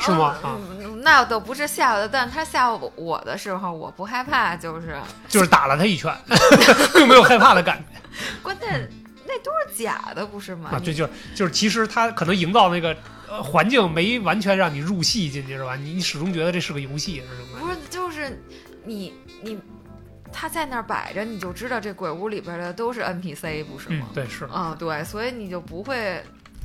[SPEAKER 2] 是吗？啊，
[SPEAKER 1] 嗯，那倒不是吓我的，但他吓我我的时候，我不害怕，就是
[SPEAKER 2] 就是打了他一拳， (laughs) 并没有害怕的感觉
[SPEAKER 1] 关键那都是假的，不是吗？
[SPEAKER 2] 啊，
[SPEAKER 1] 你
[SPEAKER 2] 对，就是就是，其实他可能营造那个呃环境没完全让你入戏进去是吧？你你始终觉得这是个游戏是吗？
[SPEAKER 1] 不是就是你你他在那儿摆着，你就知道这鬼屋里边的都是 NPC，不是
[SPEAKER 2] 嗯
[SPEAKER 1] 吗，？
[SPEAKER 2] 对，是
[SPEAKER 1] 嗯，对，所以你就不会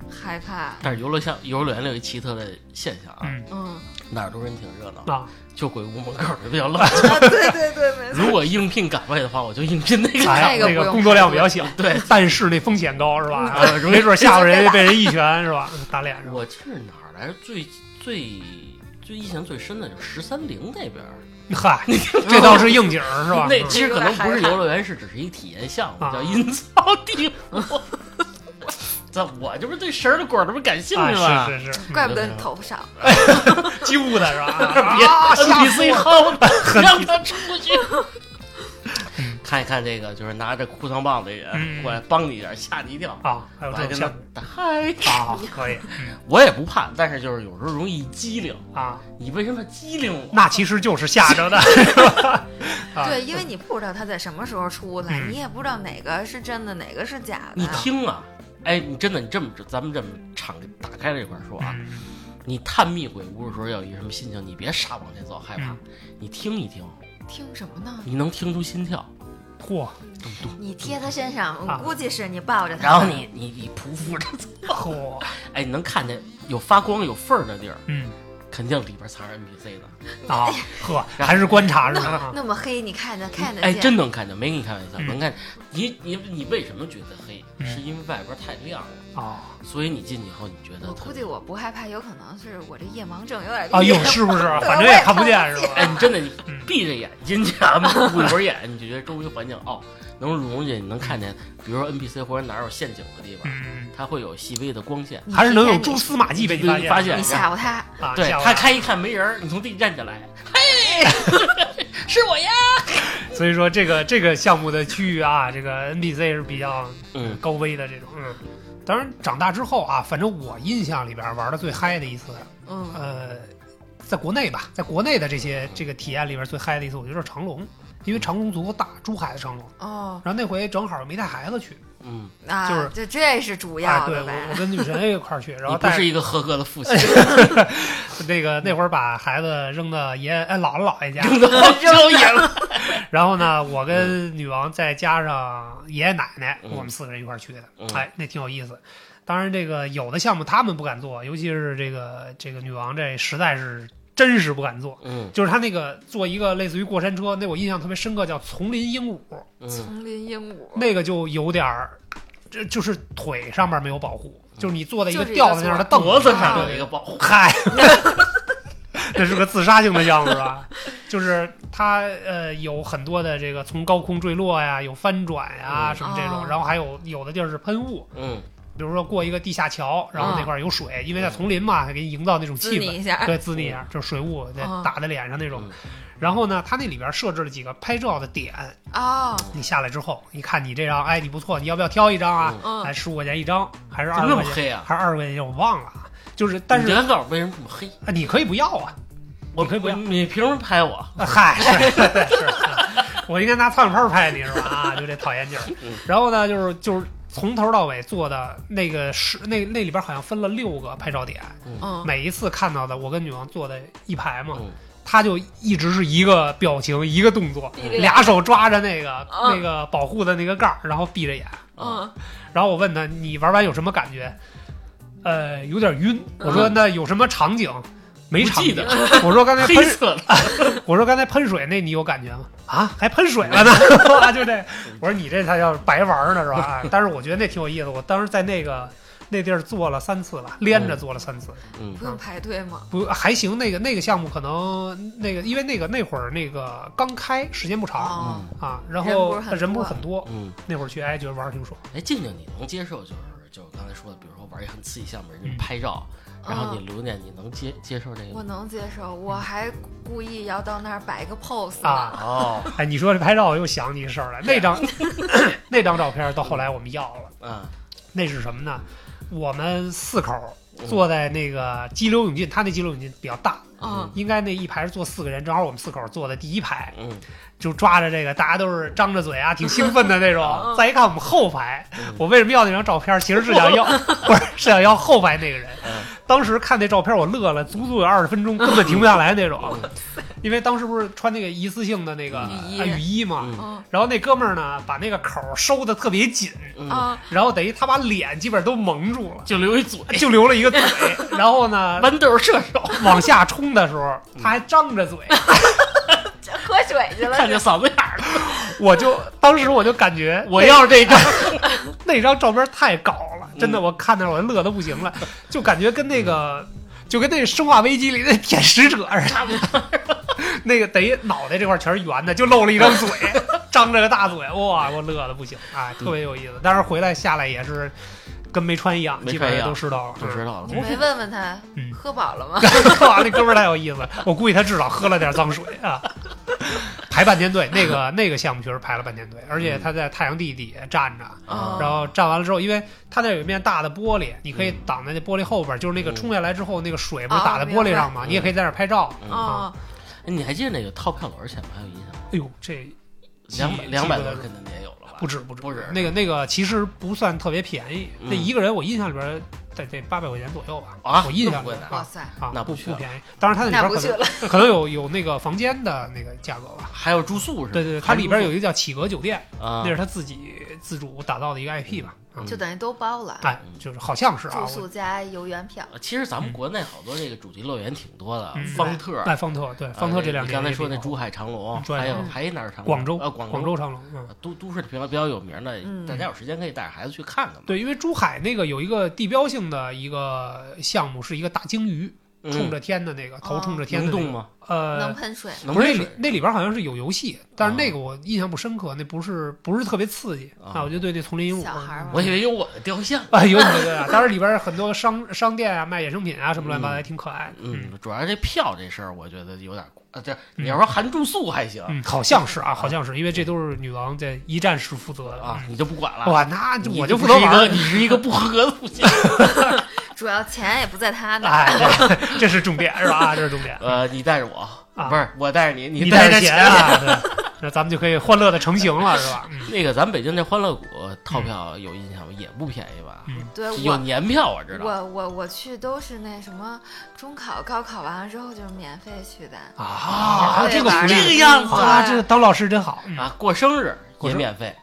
[SPEAKER 1] 害怕，
[SPEAKER 3] 但是游乐项游乐园里有一奇特的现象啊，
[SPEAKER 2] 嗯
[SPEAKER 1] 嗯，
[SPEAKER 3] 哪儿都人挺热闹，
[SPEAKER 2] 啊，
[SPEAKER 3] 就鬼屋门口儿就比
[SPEAKER 2] (laughs)
[SPEAKER 3] 较乱。
[SPEAKER 1] 啊，对对对，没错，
[SPEAKER 3] 如果应聘岗位的话，我就应聘那
[SPEAKER 2] (laughs)
[SPEAKER 3] 个。
[SPEAKER 2] 哎，
[SPEAKER 1] 那个
[SPEAKER 2] 那
[SPEAKER 1] 不用
[SPEAKER 2] 个工作量比较小，
[SPEAKER 3] 对，
[SPEAKER 2] (laughs) 但是那风险高是吧？
[SPEAKER 3] 嗯
[SPEAKER 2] 啊没准吓唬人家被人一拳是吧？打脸是吧？
[SPEAKER 3] 我这是哪儿来着最最最印象最深的就是十三陵那边儿，
[SPEAKER 2] 嗨， (laughs) 这倒是应景儿是吧？
[SPEAKER 3] (laughs) 那
[SPEAKER 2] 嗯
[SPEAKER 3] 其实可能不是游乐园，是只是一体验项目，
[SPEAKER 2] 啊
[SPEAKER 3] 叫阴曹地 (laughs) 府。这我这不是对神儿的鬼儿这不感兴趣
[SPEAKER 2] 啊
[SPEAKER 3] 吗？
[SPEAKER 2] 是是是，
[SPEAKER 1] 怪不得你头发少，
[SPEAKER 2] 揪的是吧？
[SPEAKER 3] 别 (laughs)
[SPEAKER 2] 啊，吓死
[SPEAKER 3] NPC
[SPEAKER 2] 我！
[SPEAKER 3] 薅他，让他出去。 (laughs) 看一看这个，就是拿着裤裆棒的人
[SPEAKER 2] 嗯
[SPEAKER 3] 过来帮你一下，吓你一跳。
[SPEAKER 2] 啊，还有
[SPEAKER 3] 我
[SPEAKER 2] 这
[SPEAKER 3] 还
[SPEAKER 2] 种
[SPEAKER 3] 跟
[SPEAKER 2] 像
[SPEAKER 3] 他打嗨，
[SPEAKER 2] 啊，可以
[SPEAKER 3] 我也不怕，但是就是有时候容易机灵。
[SPEAKER 2] 啊，
[SPEAKER 3] 你为什么机灵啊我？
[SPEAKER 2] 那其实就是吓着的，是吧？啊
[SPEAKER 1] 对，因为你不知道他在什么时候出来，
[SPEAKER 2] 嗯
[SPEAKER 1] 你也不知道哪个是真的，哪个是假的
[SPEAKER 3] 你，听啊，哎，你真的，你这么咱们这么敞打开了这块儿说啊，
[SPEAKER 2] (laughs) 嗯
[SPEAKER 3] 你探秘鬼屋的时候要有一什么心情，你别傻往前走，害怕
[SPEAKER 2] 嗯，
[SPEAKER 3] 你听一听，
[SPEAKER 1] 听什么呢？
[SPEAKER 3] 你能听出心跳，
[SPEAKER 2] 嗯嚯，
[SPEAKER 3] 咚咚，
[SPEAKER 1] 你贴他身上，
[SPEAKER 2] 啊
[SPEAKER 1] 我估计是你抱着他，
[SPEAKER 3] (laughs) 然后你你你匍匐着走，
[SPEAKER 2] 嚯，
[SPEAKER 3] 哎，你能看见有发光有缝儿的地儿，
[SPEAKER 2] 嗯
[SPEAKER 3] 肯定里边藏着 NPC 的，
[SPEAKER 2] 啊，呵，还是观察是吧？
[SPEAKER 1] (laughs) 那么黑，你看得看得
[SPEAKER 3] 哎，
[SPEAKER 1] 见，
[SPEAKER 3] 真能看见，没跟你开玩笑，
[SPEAKER 2] 嗯
[SPEAKER 3] 能看见。你你你为什么觉得黑？
[SPEAKER 2] 嗯
[SPEAKER 3] 是因为外边太亮了，
[SPEAKER 2] 啊
[SPEAKER 3] 所以你进去以后你觉得
[SPEAKER 1] 我
[SPEAKER 3] 特
[SPEAKER 1] 估
[SPEAKER 3] 别
[SPEAKER 1] 计。我不害怕，有可能是我这夜盲症有点
[SPEAKER 2] 啊，
[SPEAKER 1] 厉
[SPEAKER 2] 哟，
[SPEAKER 1] 害
[SPEAKER 2] 是不是？
[SPEAKER 1] 对
[SPEAKER 2] 反正也看不见是
[SPEAKER 3] 哎，
[SPEAKER 2] 吧？
[SPEAKER 3] 你真的你
[SPEAKER 2] 嗯
[SPEAKER 3] 闭着眼睛去啊，捂一会儿眼，你就觉得周围环境哦，能融进去，你能看见，比如说 NPC 或者哪儿有陷阱的地方，
[SPEAKER 2] 嗯，
[SPEAKER 3] 它会有细微的光线。
[SPEAKER 1] (laughs) 你
[SPEAKER 2] 还是能有
[SPEAKER 1] 提
[SPEAKER 2] 蛛
[SPEAKER 1] 前
[SPEAKER 2] 丝马迹被
[SPEAKER 3] 你发
[SPEAKER 2] 发
[SPEAKER 3] 现
[SPEAKER 1] 你，你吓唬他，
[SPEAKER 2] 啊！
[SPEAKER 3] 对
[SPEAKER 2] 吓我
[SPEAKER 3] 他
[SPEAKER 2] 一跳
[SPEAKER 3] 开一看没人儿，你从地站起来，
[SPEAKER 2] 所以说这个这个项目的区域啊，这个 NPC 是比较
[SPEAKER 3] 嗯，
[SPEAKER 2] 高危的这种。嗯，当然长大之后啊，反正我印象里边玩的最嗨的一次，
[SPEAKER 1] 嗯，
[SPEAKER 2] 呃，在国内吧，在国内的这些这个体验里边最嗨的一次，我觉得是长隆，因为长隆足够大，珠海的长隆。
[SPEAKER 1] 哦，
[SPEAKER 2] 然后那回正好没带孩子去，
[SPEAKER 3] 嗯，
[SPEAKER 1] 啊，
[SPEAKER 2] 就是
[SPEAKER 1] 这这是主
[SPEAKER 2] 哎，
[SPEAKER 1] 要
[SPEAKER 2] 对
[SPEAKER 1] 的
[SPEAKER 2] 我
[SPEAKER 1] 呗
[SPEAKER 2] 我。跟女神也一块儿
[SPEAKER 3] (laughs)
[SPEAKER 2] 去，然
[SPEAKER 3] 你
[SPEAKER 2] 后哎
[SPEAKER 3] 不
[SPEAKER 2] 带
[SPEAKER 3] 是一个合格的父亲，
[SPEAKER 2] 那个那会儿把孩子扔到爷哎姥姥姥爷家，
[SPEAKER 3] 嗯
[SPEAKER 2] (laughs)
[SPEAKER 3] 扔到郊野了。
[SPEAKER 2] 然后呢，我跟女王再加上爷爷奶奶，
[SPEAKER 3] 嗯
[SPEAKER 2] 我们四个人一块儿去的
[SPEAKER 3] 嗯，
[SPEAKER 2] 哎，那挺有意思。当然，这个有的项目他们不敢做，尤其是这个这个女王这实在是真是不敢做。
[SPEAKER 3] 嗯
[SPEAKER 2] 就是他那个做一个类似于过山车，那我印象特别深刻，叫丛林鹦鹉，(laughs)
[SPEAKER 3] 嗯，
[SPEAKER 1] 丛林鹦鹉，
[SPEAKER 2] 那个就有点儿，这就是腿上面没有保护，就是你坐在一个
[SPEAKER 1] 就是一个
[SPEAKER 2] 吊子那样的凳子
[SPEAKER 3] 脖子
[SPEAKER 1] 啊
[SPEAKER 3] 上有一个
[SPEAKER 2] (laughs)
[SPEAKER 3] 保护，
[SPEAKER 2] 嗨，这是个自杀性的项目吧？就是它呃有很多的这个从高空坠落呀，有翻转呀
[SPEAKER 3] 嗯
[SPEAKER 2] 什么这种，
[SPEAKER 1] 哦
[SPEAKER 2] 然后还有有的地儿是喷雾，
[SPEAKER 3] 嗯，
[SPEAKER 2] 比如说过一个地下桥，然后那块儿有水，因为在丛林嘛，给你营造那种
[SPEAKER 1] 嗯滋
[SPEAKER 2] 气
[SPEAKER 1] 你
[SPEAKER 2] 氛。
[SPEAKER 1] 一下，
[SPEAKER 2] 对，滋你一下，就是水雾在
[SPEAKER 1] 哦
[SPEAKER 2] 打在脸上那种
[SPEAKER 3] 嗯。
[SPEAKER 2] 然后呢，它那里边设置了几个拍照的点，
[SPEAKER 1] 哦，
[SPEAKER 2] 你下来之后，你看你这张，哎，你不错，你要不要挑一张啊？
[SPEAKER 1] 嗯
[SPEAKER 2] 哎，，十五块钱一张，还是
[SPEAKER 3] 怎
[SPEAKER 2] 二十
[SPEAKER 3] 么那
[SPEAKER 2] 块
[SPEAKER 3] 么
[SPEAKER 2] 钱，
[SPEAKER 3] 黑啊？
[SPEAKER 2] 还是二十块钱？我忘了啊，就是但是
[SPEAKER 3] 你刚告诉我为什么这么黑？
[SPEAKER 2] 啊，你可以不要啊，
[SPEAKER 3] 我
[SPEAKER 2] 你可以不要。
[SPEAKER 3] 你凭什么拍我？
[SPEAKER 2] 啊 (laughs) 嗨，是是，啊我应该拿苍蝇拍儿拍你是吧？啊，就这讨厌劲儿
[SPEAKER 3] 嗯。
[SPEAKER 2] 然后呢，就是就是从头到尾做的那个是那那里边好像分了六个拍照点，
[SPEAKER 1] 嗯，
[SPEAKER 2] 每一次看到的我跟女王坐在一排嘛，
[SPEAKER 3] 嗯
[SPEAKER 2] 她就一直是一个表情一个动作，
[SPEAKER 1] 闭着眼
[SPEAKER 2] 俩手抓着那个
[SPEAKER 1] 嗯
[SPEAKER 2] 那个保护的那个盖儿，然后闭着眼。
[SPEAKER 3] 啊，
[SPEAKER 1] 嗯，
[SPEAKER 2] 然后我问他你玩完有什么感觉？呃，有点晕。我说那有什么场景？没
[SPEAKER 3] 不
[SPEAKER 2] 场
[SPEAKER 3] 记
[SPEAKER 2] 景
[SPEAKER 3] 得。
[SPEAKER 2] 我说刚才
[SPEAKER 3] 黑
[SPEAKER 2] 喷
[SPEAKER 3] 色的，
[SPEAKER 2] 我说刚才喷水那你有感觉吗？啊，还喷水了呢，啊， (laughs) 就这。我说你这才叫白玩呢，是吧？ (laughs) 啊但是我觉得那挺有意思。我当时在那个那地儿做了三次吧，连着做了三次，
[SPEAKER 3] 嗯
[SPEAKER 1] 不用排队吗？
[SPEAKER 2] 不还行。那个那个项目可能那个，因为那个那会儿那个刚开，时间不长、
[SPEAKER 1] 哦，
[SPEAKER 2] 啊，然后
[SPEAKER 1] 人不是很多
[SPEAKER 2] 人不是很多，
[SPEAKER 3] 嗯。
[SPEAKER 2] 那会儿去哎觉得玩儿挺爽。
[SPEAKER 3] 哎，静静，你能接受就是就是刚才说的，比如说玩一个很刺激项目，人
[SPEAKER 2] 嗯
[SPEAKER 3] 家拍照，然后你
[SPEAKER 1] 嗯
[SPEAKER 3] 留念，你能接接受这个
[SPEAKER 1] 我
[SPEAKER 3] 吗？
[SPEAKER 1] 能接受，我还故意要到那儿摆个 pose
[SPEAKER 2] 啊
[SPEAKER 1] 呢。
[SPEAKER 3] 哦，
[SPEAKER 2] 哎，你说这拍照，我又想起一事儿来。那 (laughs) 张那张照片到后来我们要了，
[SPEAKER 3] 嗯，
[SPEAKER 2] 那是什么呢？我们四口儿
[SPEAKER 3] 嗯
[SPEAKER 2] 坐在那个激流勇进，他那激流勇进比较大，
[SPEAKER 1] 嗯，
[SPEAKER 2] 应该那一排是坐四个人，正好我们四口坐的第一排，
[SPEAKER 3] 嗯，
[SPEAKER 2] 就抓着这个，大家都是张着嘴啊，挺兴奋的那种。
[SPEAKER 1] 嗯
[SPEAKER 2] 再一看我们后排
[SPEAKER 3] 嗯，
[SPEAKER 2] 我为什么要那张照片？其实是想要，不是是想要后排那个人
[SPEAKER 3] 嗯。
[SPEAKER 2] 当时看那照片我乐了，足足有二十分钟，根本停不下来那种。
[SPEAKER 3] 嗯
[SPEAKER 2] 因为当时不是穿那个一次性的那个
[SPEAKER 1] 雨衣
[SPEAKER 2] 啊雨衣嘛，
[SPEAKER 3] (laughs) 嗯
[SPEAKER 1] 嗯
[SPEAKER 2] 然后那哥们儿呢把那个口儿收的特别紧，
[SPEAKER 3] 嗯，
[SPEAKER 1] 啊，
[SPEAKER 2] 然后等于他把脸基本都蒙住了，
[SPEAKER 3] 就留一嘴，
[SPEAKER 2] 就留了一个
[SPEAKER 3] (laughs)
[SPEAKER 2] 嘴。然后呢，
[SPEAKER 3] 豌豆射手，
[SPEAKER 2] 往下冲的时候
[SPEAKER 3] 嗯
[SPEAKER 2] 他还张
[SPEAKER 3] (laughs)
[SPEAKER 2] 着嘴，嗯
[SPEAKER 1] 喝水去了
[SPEAKER 3] 看见嗓子眼儿了。
[SPEAKER 2] 我就当时我就感觉
[SPEAKER 3] 我要是这张， (laughs) 嗯
[SPEAKER 2] 那张照片太搞了，真的，我看那我乐的不行了，就感觉跟那个，就跟那《生化危机》里那舔食者似的，那个得脑袋这块全是圆的，就露了一
[SPEAKER 3] (laughs)
[SPEAKER 2] 张嘴，张着个大嘴，哇，我乐的不行，哎，
[SPEAKER 3] 嗯
[SPEAKER 2] 特别有意思。但是回来下来也是跟没穿一样，
[SPEAKER 3] 没
[SPEAKER 2] 基
[SPEAKER 3] 穿一样
[SPEAKER 2] 本上都湿到了，
[SPEAKER 3] 我知道了
[SPEAKER 1] 你，没问问他
[SPEAKER 2] 嗯
[SPEAKER 1] 喝饱了吗？
[SPEAKER 2] 哇， (laughs) 那哥们儿太有意思了，我估计他至少喝了点脏水啊。排半天队，那个那个项目确实排了半天队，而
[SPEAKER 3] 嗯
[SPEAKER 2] 且他在太阳地底下站着，
[SPEAKER 3] 啊，
[SPEAKER 2] 然后站完了之后，因为它那有一面大的玻璃，你
[SPEAKER 3] 嗯
[SPEAKER 2] 可以挡在那玻璃后边儿，就是那个冲下来之后，那个水不是打在玻璃上
[SPEAKER 3] 哦明
[SPEAKER 2] 吗？
[SPEAKER 3] 白
[SPEAKER 2] 你也可以在那儿拍照。
[SPEAKER 1] 哦，
[SPEAKER 3] 嗯哎你还记得那个套票多少钱吗？还有印象吗？
[SPEAKER 2] 哎呦，这
[SPEAKER 3] 两百
[SPEAKER 2] 记
[SPEAKER 3] 两百
[SPEAKER 2] 记不
[SPEAKER 3] 多
[SPEAKER 2] 得
[SPEAKER 3] 肯定也有了吧？
[SPEAKER 2] 不止不止
[SPEAKER 3] 不止
[SPEAKER 2] 那个那个其实不算特别便宜，
[SPEAKER 3] 嗯
[SPEAKER 2] 那一个人我印象里边儿得得八百块钱左右吧。
[SPEAKER 3] 啊
[SPEAKER 2] 我印象里
[SPEAKER 3] 那么贵
[SPEAKER 2] 边
[SPEAKER 3] 呢
[SPEAKER 1] 哇
[SPEAKER 2] 啊
[SPEAKER 1] 塞，
[SPEAKER 2] 啊，
[SPEAKER 3] 那
[SPEAKER 2] 不
[SPEAKER 3] 不去了
[SPEAKER 2] 便宜。当然它
[SPEAKER 1] 那
[SPEAKER 2] 那里
[SPEAKER 1] 不去
[SPEAKER 2] 边儿
[SPEAKER 1] 了，
[SPEAKER 2] (laughs) 可能可能有有那个房间的那个价格吧。
[SPEAKER 3] 还有住宿是吧？
[SPEAKER 2] 对对，对它
[SPEAKER 3] 还住
[SPEAKER 2] 里
[SPEAKER 3] 宿
[SPEAKER 2] 边儿有一个叫企鹅酒店，
[SPEAKER 3] 嗯啊
[SPEAKER 2] 那，是他自己自主打造的一个 IP 吧。啊
[SPEAKER 3] 嗯
[SPEAKER 1] 就等于都包了，
[SPEAKER 2] 哎，就是好像是啊
[SPEAKER 1] 住，宿加游园票。
[SPEAKER 3] 其实咱们国内好多这个主题乐园挺多的
[SPEAKER 2] 嗯，
[SPEAKER 3] 方特
[SPEAKER 2] 我，哎，方特对
[SPEAKER 3] 啊
[SPEAKER 2] 方特这两
[SPEAKER 3] 你
[SPEAKER 2] 年
[SPEAKER 3] 刚才
[SPEAKER 2] 也
[SPEAKER 3] 说
[SPEAKER 2] 挺
[SPEAKER 3] 那
[SPEAKER 2] 好
[SPEAKER 3] 珠海长隆，
[SPEAKER 2] 嗯珠海
[SPEAKER 3] 还有
[SPEAKER 1] 长隆
[SPEAKER 3] 还有哪儿长隆？
[SPEAKER 2] 广州
[SPEAKER 3] 啊，广
[SPEAKER 2] 广州长隆，嗯，
[SPEAKER 3] 啊都都是比较比较有名的
[SPEAKER 1] 嗯，
[SPEAKER 3] 大家有时间可以带着孩子去看看嘛。
[SPEAKER 2] 对，因为珠海那个有一个地标性的一个项目，是一个大鲸鱼
[SPEAKER 3] 嗯，
[SPEAKER 2] 冲着天的那个，头冲着天
[SPEAKER 3] 能
[SPEAKER 2] 的、那
[SPEAKER 3] 动
[SPEAKER 2] 个？
[SPEAKER 3] 吗？
[SPEAKER 1] 哦能
[SPEAKER 2] 呃，
[SPEAKER 1] 喷水
[SPEAKER 3] 能
[SPEAKER 2] 不是那
[SPEAKER 3] 喷
[SPEAKER 2] 里
[SPEAKER 3] 水
[SPEAKER 2] 那里边好像是有游戏，但是
[SPEAKER 3] 啊
[SPEAKER 2] 那个我印象不深刻，那不是不是特别刺激
[SPEAKER 3] 啊
[SPEAKER 2] 啊，我就对那丛林鹦鹉
[SPEAKER 1] 小孩儿
[SPEAKER 2] 嗯
[SPEAKER 1] 玩
[SPEAKER 3] 我以为有我的雕像。
[SPEAKER 2] 啊有你的，当然里边很多商商店啊卖衍生品啊什么乱七八糟，还挺可爱的。嗯
[SPEAKER 3] 嗯，主要这票这事儿，我觉得有点啊，这你要说含住宿还行
[SPEAKER 2] 嗯，好像是啊，好像是，因为这都是女王在一站式负责的嗯
[SPEAKER 3] 啊。，你就不管了。
[SPEAKER 2] 哇，那就
[SPEAKER 3] 你
[SPEAKER 2] 我就
[SPEAKER 3] 不
[SPEAKER 2] 负责
[SPEAKER 3] 是一
[SPEAKER 2] 玩
[SPEAKER 3] 个，
[SPEAKER 2] 儿。
[SPEAKER 3] 你是一个不合格的
[SPEAKER 2] (laughs)
[SPEAKER 3] 父亲。
[SPEAKER 1] 主要钱也不在他那儿，
[SPEAKER 2] 哎，这这是重点是吧？啊这是重点。
[SPEAKER 3] 呃，你带着我，
[SPEAKER 2] 啊
[SPEAKER 3] 不是我带 (laughs) 着你，
[SPEAKER 2] 你带
[SPEAKER 3] 带着
[SPEAKER 2] 着钱。啊，对那咱们就可以欢乐的成型了，是吧？嗯
[SPEAKER 3] 那个咱北京这欢乐谷套票有印象吗？也不便宜吧？ (laughs)
[SPEAKER 2] 嗯，
[SPEAKER 1] 对
[SPEAKER 3] 有
[SPEAKER 1] 我。
[SPEAKER 3] 年票我知道。
[SPEAKER 1] 我我我去都是那什么，中考、高考完了之后就是免费去的。
[SPEAKER 2] 啊，还有
[SPEAKER 1] 对
[SPEAKER 2] 这个
[SPEAKER 1] 吧
[SPEAKER 2] 福利
[SPEAKER 3] 这个样子
[SPEAKER 2] 啊，
[SPEAKER 1] 对
[SPEAKER 2] 这个当老师真好嗯
[SPEAKER 3] 啊，过生日
[SPEAKER 2] 过
[SPEAKER 3] 也
[SPEAKER 2] 生
[SPEAKER 3] 免费。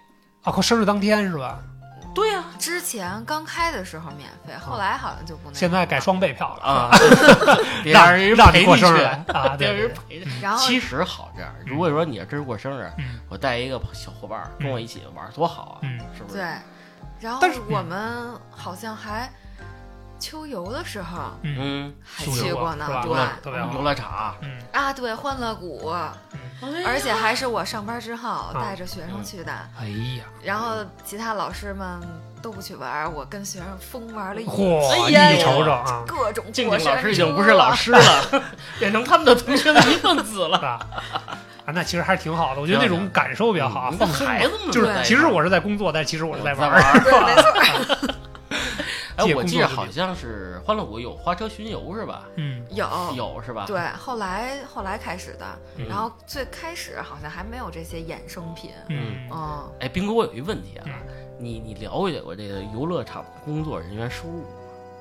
[SPEAKER 2] 啊！过生日当天是吧？
[SPEAKER 3] 对呀、
[SPEAKER 1] 之前刚开的时候免费，后来好像就不那。
[SPEAKER 2] 嗯现在改。双倍票了， (laughs)
[SPEAKER 3] 啊，得
[SPEAKER 2] 让
[SPEAKER 3] 让人
[SPEAKER 2] 让
[SPEAKER 3] 陪
[SPEAKER 2] 你过生日
[SPEAKER 3] 去
[SPEAKER 2] 来啊！
[SPEAKER 3] 得让
[SPEAKER 2] 对
[SPEAKER 3] 人
[SPEAKER 2] 对
[SPEAKER 3] 陪着。
[SPEAKER 1] 嗯然后
[SPEAKER 3] 其实好这样，如果说你要真是过生日，
[SPEAKER 2] 嗯
[SPEAKER 3] 我带一个小伙伴儿跟我一起玩儿，多好啊，
[SPEAKER 2] 嗯
[SPEAKER 3] 是不是？
[SPEAKER 1] 对，然后
[SPEAKER 2] 但是
[SPEAKER 1] 我们好像还秋游的时候
[SPEAKER 2] 嗯，
[SPEAKER 3] 嗯，
[SPEAKER 1] 还
[SPEAKER 2] 秋游
[SPEAKER 1] 去
[SPEAKER 2] 啊
[SPEAKER 1] 过呢
[SPEAKER 2] 是吧，
[SPEAKER 3] 游
[SPEAKER 1] 对
[SPEAKER 3] 乐
[SPEAKER 2] 特别好
[SPEAKER 3] 游乐场，
[SPEAKER 2] 嗯
[SPEAKER 1] 啊，对，欢乐谷，
[SPEAKER 3] 哎
[SPEAKER 1] 而且还是我上班之
[SPEAKER 2] 啊
[SPEAKER 1] 后带着学生去的，
[SPEAKER 2] 哎呀，
[SPEAKER 1] 然后其他老师们都不去玩儿，我跟学生疯玩了一
[SPEAKER 2] 嚯，
[SPEAKER 3] 哎呀
[SPEAKER 2] 你瞅瞅啊！
[SPEAKER 1] 各种
[SPEAKER 3] 静
[SPEAKER 1] 过
[SPEAKER 3] 静
[SPEAKER 1] 山
[SPEAKER 3] 老师已
[SPEAKER 1] 车
[SPEAKER 3] 经不是老师了， (laughs) 变成他们的同学的一份子
[SPEAKER 2] (laughs) 是
[SPEAKER 3] 了。
[SPEAKER 2] 吧？啊，那其实还是挺好的，我觉得那种感受比较好啊，
[SPEAKER 3] 嗯
[SPEAKER 2] 放松嘛
[SPEAKER 3] 孩子们
[SPEAKER 2] 就是
[SPEAKER 3] 在一块儿
[SPEAKER 2] 其实我是在工作，但其实我是在玩
[SPEAKER 3] 在
[SPEAKER 1] (laughs)
[SPEAKER 2] 儿，是
[SPEAKER 1] 对，没
[SPEAKER 2] 吧？
[SPEAKER 1] 错，
[SPEAKER 3] (laughs) 哎，
[SPEAKER 2] 借
[SPEAKER 3] 我
[SPEAKER 2] 工
[SPEAKER 3] 记
[SPEAKER 2] 作
[SPEAKER 3] 得
[SPEAKER 2] 之
[SPEAKER 3] 好
[SPEAKER 2] 力
[SPEAKER 3] 像是欢乐谷有花车巡游是吧？
[SPEAKER 2] 嗯，
[SPEAKER 1] 有。
[SPEAKER 3] 有是吧？
[SPEAKER 1] 对，后来后来开始的，
[SPEAKER 3] 嗯
[SPEAKER 1] 然后最开始好像还没有这些衍生品，
[SPEAKER 2] 嗯
[SPEAKER 1] 嗯，
[SPEAKER 3] 哎，斌哥，我有一问题啊，你你了解过这个游乐场工作人员收入吗？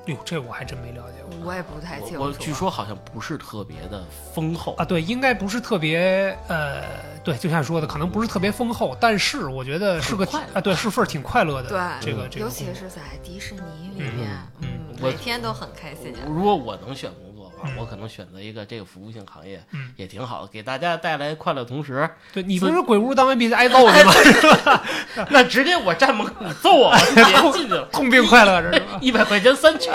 [SPEAKER 2] 哟，哎这我还真没了解过。
[SPEAKER 1] 嗯我也不太清
[SPEAKER 3] 我我
[SPEAKER 1] 楚
[SPEAKER 3] 据。说好像不是特别的丰厚
[SPEAKER 2] 啊，对，应该不是特别呃，对，就像你说的，可能不是特别丰厚，但是我觉得是个
[SPEAKER 3] 很快乐
[SPEAKER 2] 啊，对，是份儿挺快乐的。
[SPEAKER 1] 对
[SPEAKER 2] 这个这个
[SPEAKER 1] 尤
[SPEAKER 2] 工
[SPEAKER 1] 其
[SPEAKER 2] 作
[SPEAKER 1] 是在迪士尼里面，
[SPEAKER 3] 嗯
[SPEAKER 1] 嗯
[SPEAKER 3] 嗯，我
[SPEAKER 1] 每天都很开心。
[SPEAKER 3] 如果我能选工作的话，
[SPEAKER 2] 嗯
[SPEAKER 3] 我可能选择一个这个服务性行业，
[SPEAKER 2] 嗯
[SPEAKER 3] 也挺好的，给大家带来快乐，同时，
[SPEAKER 2] 对你不是鬼屋当 NPC 挨揍去吗？
[SPEAKER 3] 那直接我站门口你揍我，直
[SPEAKER 2] (laughs)
[SPEAKER 3] 接进去了，
[SPEAKER 2] 痛并快乐着
[SPEAKER 3] (laughs)
[SPEAKER 2] 是吧？
[SPEAKER 3] 一百块钱三拳。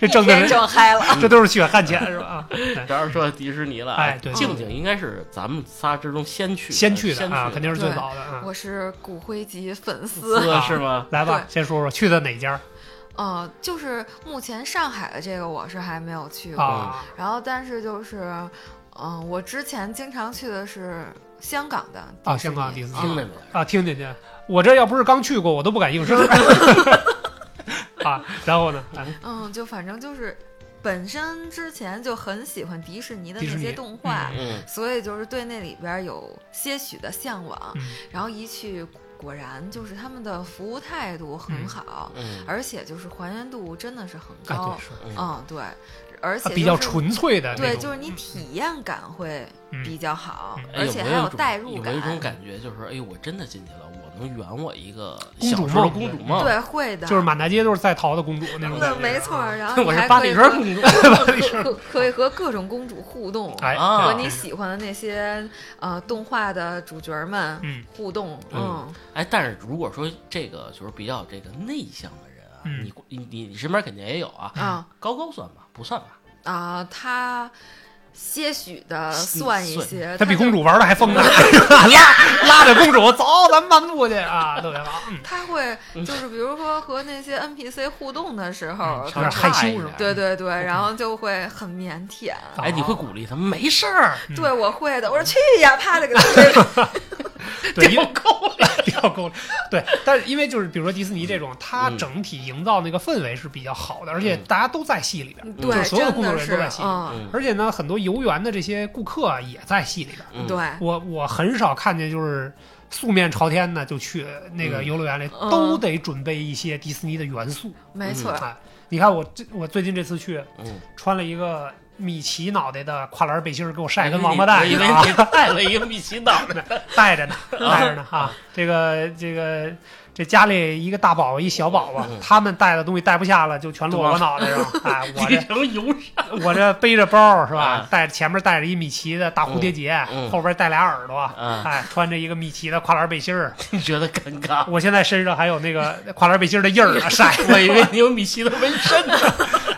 [SPEAKER 2] 这挣的
[SPEAKER 1] 一天
[SPEAKER 2] 人，
[SPEAKER 1] 挣嗨
[SPEAKER 3] (laughs)
[SPEAKER 1] 了，
[SPEAKER 2] 这都是血汗钱是吧？啊，对
[SPEAKER 3] 主要是说迪士尼了，啊
[SPEAKER 2] 哎对
[SPEAKER 3] 静静应该是咱们仨之中先去的，
[SPEAKER 2] 先去
[SPEAKER 3] 先
[SPEAKER 2] 的啊，肯定啊是最
[SPEAKER 1] 对
[SPEAKER 2] 早的啊。
[SPEAKER 1] 我是骨灰级粉丝。
[SPEAKER 3] 是啊是吗？
[SPEAKER 2] 来吧，先说说去的哪家
[SPEAKER 1] 嗯，就是目前上海的这个我是还没有去过，
[SPEAKER 2] 啊？
[SPEAKER 1] 然后但是就是，嗯、我之前经常去的是香港的
[SPEAKER 2] 啊
[SPEAKER 1] 迪士
[SPEAKER 2] 香
[SPEAKER 1] 尼
[SPEAKER 2] 港迪士尼
[SPEAKER 3] 听着没？
[SPEAKER 2] 啊，听进去，我这要不是刚去过，我都不敢应声。
[SPEAKER 1] (laughs)
[SPEAKER 2] 啊，然后呢？哎
[SPEAKER 1] 嗯，就反正就是本身之前就很喜欢迪士尼的
[SPEAKER 2] 迪士
[SPEAKER 1] 那
[SPEAKER 2] 尼
[SPEAKER 1] 些动画，
[SPEAKER 3] 嗯，
[SPEAKER 1] 所以就是对那里边有些许的向往，
[SPEAKER 2] 嗯
[SPEAKER 1] 然后一去果然就是他们的服务态度很好，
[SPEAKER 3] 嗯，
[SPEAKER 1] 而且就是还原度真的是很
[SPEAKER 2] 哎，
[SPEAKER 1] 高
[SPEAKER 2] 对，是，
[SPEAKER 3] 嗯
[SPEAKER 1] 嗯，对，而且
[SPEAKER 2] 啊比较
[SPEAKER 1] 就是
[SPEAKER 2] 纯粹的那
[SPEAKER 1] 对，
[SPEAKER 2] 种，
[SPEAKER 1] 就是你体验感会比较好，
[SPEAKER 2] 嗯
[SPEAKER 3] 哎
[SPEAKER 1] 而且还有
[SPEAKER 3] 一种
[SPEAKER 1] 代入
[SPEAKER 3] 有没有一种感觉，就是哎，我真的进去了，我能圆我一个
[SPEAKER 2] 公
[SPEAKER 3] 小
[SPEAKER 2] 主
[SPEAKER 3] 时候的
[SPEAKER 2] 梦
[SPEAKER 3] 公主
[SPEAKER 2] 对
[SPEAKER 3] 梦，
[SPEAKER 1] 对，会的，
[SPEAKER 2] 嗯就是满大街都是在逃的公主那种感
[SPEAKER 1] 那
[SPEAKER 2] 觉。
[SPEAKER 1] 嗯
[SPEAKER 2] 嗯
[SPEAKER 1] 没错儿。然后
[SPEAKER 3] 我
[SPEAKER 1] 你还
[SPEAKER 3] 是八
[SPEAKER 1] 可
[SPEAKER 3] 里
[SPEAKER 1] 以
[SPEAKER 3] 庄
[SPEAKER 1] 和
[SPEAKER 3] 公主，
[SPEAKER 2] (laughs)
[SPEAKER 1] 可 (laughs) 可以和各种公主互动，
[SPEAKER 2] 哎，
[SPEAKER 3] 啊
[SPEAKER 1] 和
[SPEAKER 2] 对
[SPEAKER 1] 你喜欢的那些呃动画的主角们
[SPEAKER 2] 嗯
[SPEAKER 1] 互动，
[SPEAKER 3] 嗯
[SPEAKER 1] 嗯，
[SPEAKER 3] 哎，但是如果说这个就是比较这个内向的人啊，
[SPEAKER 2] 嗯
[SPEAKER 3] 你你你你身边肯定也有啊，
[SPEAKER 1] 啊
[SPEAKER 3] 高高算吧，不算吧，
[SPEAKER 1] 啊，他些许的算一
[SPEAKER 3] 算
[SPEAKER 1] 些，
[SPEAKER 2] 他比公
[SPEAKER 1] 主，
[SPEAKER 2] 主玩的还
[SPEAKER 1] (laughs)
[SPEAKER 2] 疯呢，拉 (laughs) 拉着公主走，咱们漫步去啊，特别棒。嗯
[SPEAKER 1] 他会就是比如说和那些 NPC 互动的时
[SPEAKER 3] 哦
[SPEAKER 1] 候，
[SPEAKER 2] 嗯
[SPEAKER 1] 他
[SPEAKER 2] 有点
[SPEAKER 1] 会
[SPEAKER 2] 害羞是吧
[SPEAKER 1] 对对对，然后就会很腼腆。
[SPEAKER 3] 哎，你会鼓励他们没事儿，
[SPEAKER 2] 嗯
[SPEAKER 1] 对，我会的。我说去呀，啪的给他推了。
[SPEAKER 2] 对，因
[SPEAKER 3] 掉
[SPEAKER 2] 为
[SPEAKER 3] 沟了，
[SPEAKER 2] (laughs)
[SPEAKER 3] 嗯
[SPEAKER 2] 掉沟了。对，但是因为就是比如说迪士尼这种，它整体营造那个氛围是比较好的，而且大家都在戏里边，
[SPEAKER 1] 对，
[SPEAKER 2] 嗯就所有的
[SPEAKER 1] 真
[SPEAKER 2] 工作
[SPEAKER 1] 的
[SPEAKER 2] 人员都在
[SPEAKER 1] 是，
[SPEAKER 2] 戏
[SPEAKER 1] (laughs)
[SPEAKER 2] 里
[SPEAKER 1] 嗯，
[SPEAKER 3] 嗯
[SPEAKER 2] 而且呢，很多游园的这些顾客啊也在戏里边。
[SPEAKER 3] 嗯
[SPEAKER 1] 对，
[SPEAKER 2] 我我很少看见就是素面朝天的就去那个
[SPEAKER 3] 嗯
[SPEAKER 2] 游乐园里，
[SPEAKER 1] 嗯
[SPEAKER 2] 都得准备一些迪士尼的元素。
[SPEAKER 1] 没错
[SPEAKER 2] 啊。，你看我这我最近这次去
[SPEAKER 3] 嗯，
[SPEAKER 2] 穿了一个米奇脑袋的跨栏背心儿，给我 (laughs) 晒
[SPEAKER 3] 因
[SPEAKER 2] 跟
[SPEAKER 3] 为
[SPEAKER 2] 王
[SPEAKER 3] 你
[SPEAKER 2] 八蛋
[SPEAKER 3] 因
[SPEAKER 2] 似
[SPEAKER 3] 为
[SPEAKER 2] 的啊，
[SPEAKER 3] 你带了一个密西脑袋，
[SPEAKER 2] 带
[SPEAKER 3] (laughs)
[SPEAKER 2] 着呢，带着呢啊！这个这个这家里一个大宝宝一小宝宝
[SPEAKER 3] 嗯，
[SPEAKER 2] 他们带的东西带不下了，就全落我脑袋上。
[SPEAKER 3] (laughs)
[SPEAKER 2] 哎，我
[SPEAKER 3] 变
[SPEAKER 2] 这
[SPEAKER 3] 成油
[SPEAKER 2] (laughs)
[SPEAKER 3] 水，
[SPEAKER 2] 我这背着包是吧
[SPEAKER 3] 嗯？
[SPEAKER 2] 带前面带着一米奇的大蝴蝶结
[SPEAKER 3] 嗯嗯，
[SPEAKER 2] 后边带俩耳朵，
[SPEAKER 3] 嗯
[SPEAKER 2] 哎，穿着一个米奇的跨栏背心儿。
[SPEAKER 3] 你觉得尴尬？ (laughs)
[SPEAKER 2] 我现在身上还有那个跨栏背心儿的印儿呢，啊晒。
[SPEAKER 3] 我以为你有米奇的纹身呢。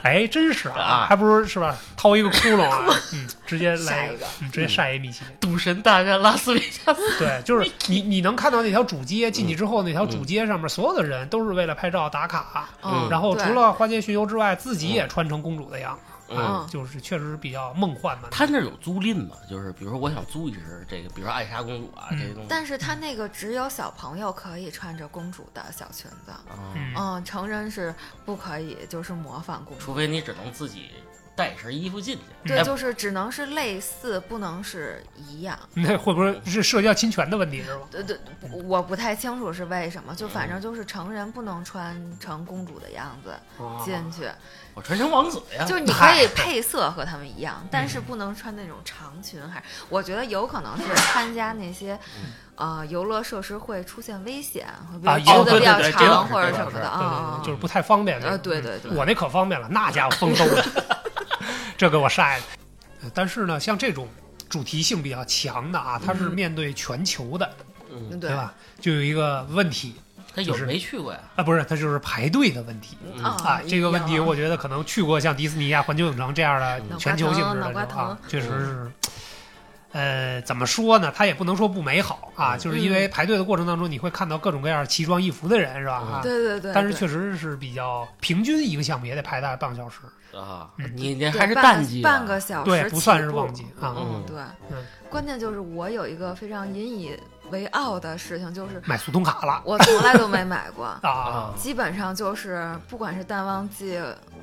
[SPEAKER 2] 哎，真是
[SPEAKER 3] 啊
[SPEAKER 2] 啊，还不如是吧？掏一个窟窿啊，嗯，直接
[SPEAKER 1] 下
[SPEAKER 2] 来
[SPEAKER 1] 一个，
[SPEAKER 2] 嗯直接晒一米奇。
[SPEAKER 3] 赌神大战拉斯维加斯，
[SPEAKER 2] 对，就是你你能看到那条主街进去之后，那条主街上面所有的人都是为了拍照打卡，
[SPEAKER 3] 嗯
[SPEAKER 1] 嗯，
[SPEAKER 2] 然后
[SPEAKER 1] 对
[SPEAKER 2] 除了花街巡游之外，自己也穿成公主的样，
[SPEAKER 1] 嗯
[SPEAKER 2] 啊，就是确实比较梦幻嘛。
[SPEAKER 3] 他那儿有租赁吗？就是比如说我想租一只这个，比如说艾莎公主啊这些东西，
[SPEAKER 1] 嗯但是他那个只有小朋友可以穿着公主的小裙子，
[SPEAKER 3] 啊，
[SPEAKER 2] 嗯，
[SPEAKER 1] 嗯，成人是不可以，就是模仿公主。
[SPEAKER 3] 除非你只能自己带身衣服进去。
[SPEAKER 1] 对，
[SPEAKER 3] 哎
[SPEAKER 1] 就是只能是类似，不能是一样。
[SPEAKER 2] 那会不会是社交侵权的问题是吧？
[SPEAKER 1] 对对，
[SPEAKER 2] 嗯
[SPEAKER 1] 不我不太清楚是为什么，就反正就是成人不能穿成公主的样子
[SPEAKER 2] 啊
[SPEAKER 1] 进去，
[SPEAKER 3] 我穿成王子呀，
[SPEAKER 1] 就是你可以配色和他们一样，但是不能穿那种长裙。还是我觉得有可能是参加那些，呃，游乐设施会出现危险，会
[SPEAKER 2] 嗯啊
[SPEAKER 1] 被揪的
[SPEAKER 2] 有
[SPEAKER 1] 比较
[SPEAKER 3] 对对对
[SPEAKER 1] 长
[SPEAKER 3] 这
[SPEAKER 1] 或
[SPEAKER 3] 倒
[SPEAKER 1] 者
[SPEAKER 3] 是
[SPEAKER 1] 什么的
[SPEAKER 3] 这倒是
[SPEAKER 2] 对对
[SPEAKER 1] 啊
[SPEAKER 2] 对，就是不太方便嗯
[SPEAKER 1] 啊，对对对，
[SPEAKER 2] 我那可方便了，那家伙丰收了， (laughs) 这给我晒的。呃但是呢，像这种主题性比较强的啊，它是
[SPEAKER 1] 嗯
[SPEAKER 2] 面对全球的，
[SPEAKER 3] 嗯，
[SPEAKER 1] 呃对
[SPEAKER 2] 对？吧？就有一个问题
[SPEAKER 3] 他有没去过呀？
[SPEAKER 2] 啊，不是，它就是排队的问题。
[SPEAKER 3] 嗯
[SPEAKER 1] 啊
[SPEAKER 2] 啊，，这个问
[SPEAKER 1] 一
[SPEAKER 2] 题
[SPEAKER 1] 样
[SPEAKER 2] 我觉得可能去过像迪士尼啊、环球影城这样的
[SPEAKER 1] 嗯
[SPEAKER 2] 全球性质
[SPEAKER 1] 脑
[SPEAKER 2] 的
[SPEAKER 1] 瓜
[SPEAKER 2] 时候
[SPEAKER 1] 疼
[SPEAKER 2] 啊，确实是，呃，怎么说呢？它也不能说不美好啊，
[SPEAKER 3] 嗯
[SPEAKER 2] 就是因为排队的过程当中，你会看到各种各样奇装异服的人，是吧？
[SPEAKER 3] 嗯
[SPEAKER 2] 啊，
[SPEAKER 1] 对对对，
[SPEAKER 2] 但是
[SPEAKER 1] 对
[SPEAKER 2] 确实是比较平均，一个项目也得排大概半个小时。
[SPEAKER 3] 啊，
[SPEAKER 2] 嗯
[SPEAKER 3] 你你
[SPEAKER 1] 对
[SPEAKER 3] 还
[SPEAKER 1] 半
[SPEAKER 3] 是
[SPEAKER 1] 个
[SPEAKER 3] 淡季吧啊
[SPEAKER 1] 半个小时
[SPEAKER 2] 啊对
[SPEAKER 1] 起
[SPEAKER 2] 不算是
[SPEAKER 1] 步
[SPEAKER 2] 旺季
[SPEAKER 1] 嗯
[SPEAKER 2] 啊
[SPEAKER 3] 嗯，
[SPEAKER 1] 对
[SPEAKER 2] 嗯，
[SPEAKER 1] 关键就是我有一个非常引以为傲的事情，就是
[SPEAKER 2] 买速通卡了，
[SPEAKER 1] 我从来都没买过
[SPEAKER 2] 啊
[SPEAKER 3] 啊，
[SPEAKER 1] 基本上就是不管是淡旺季，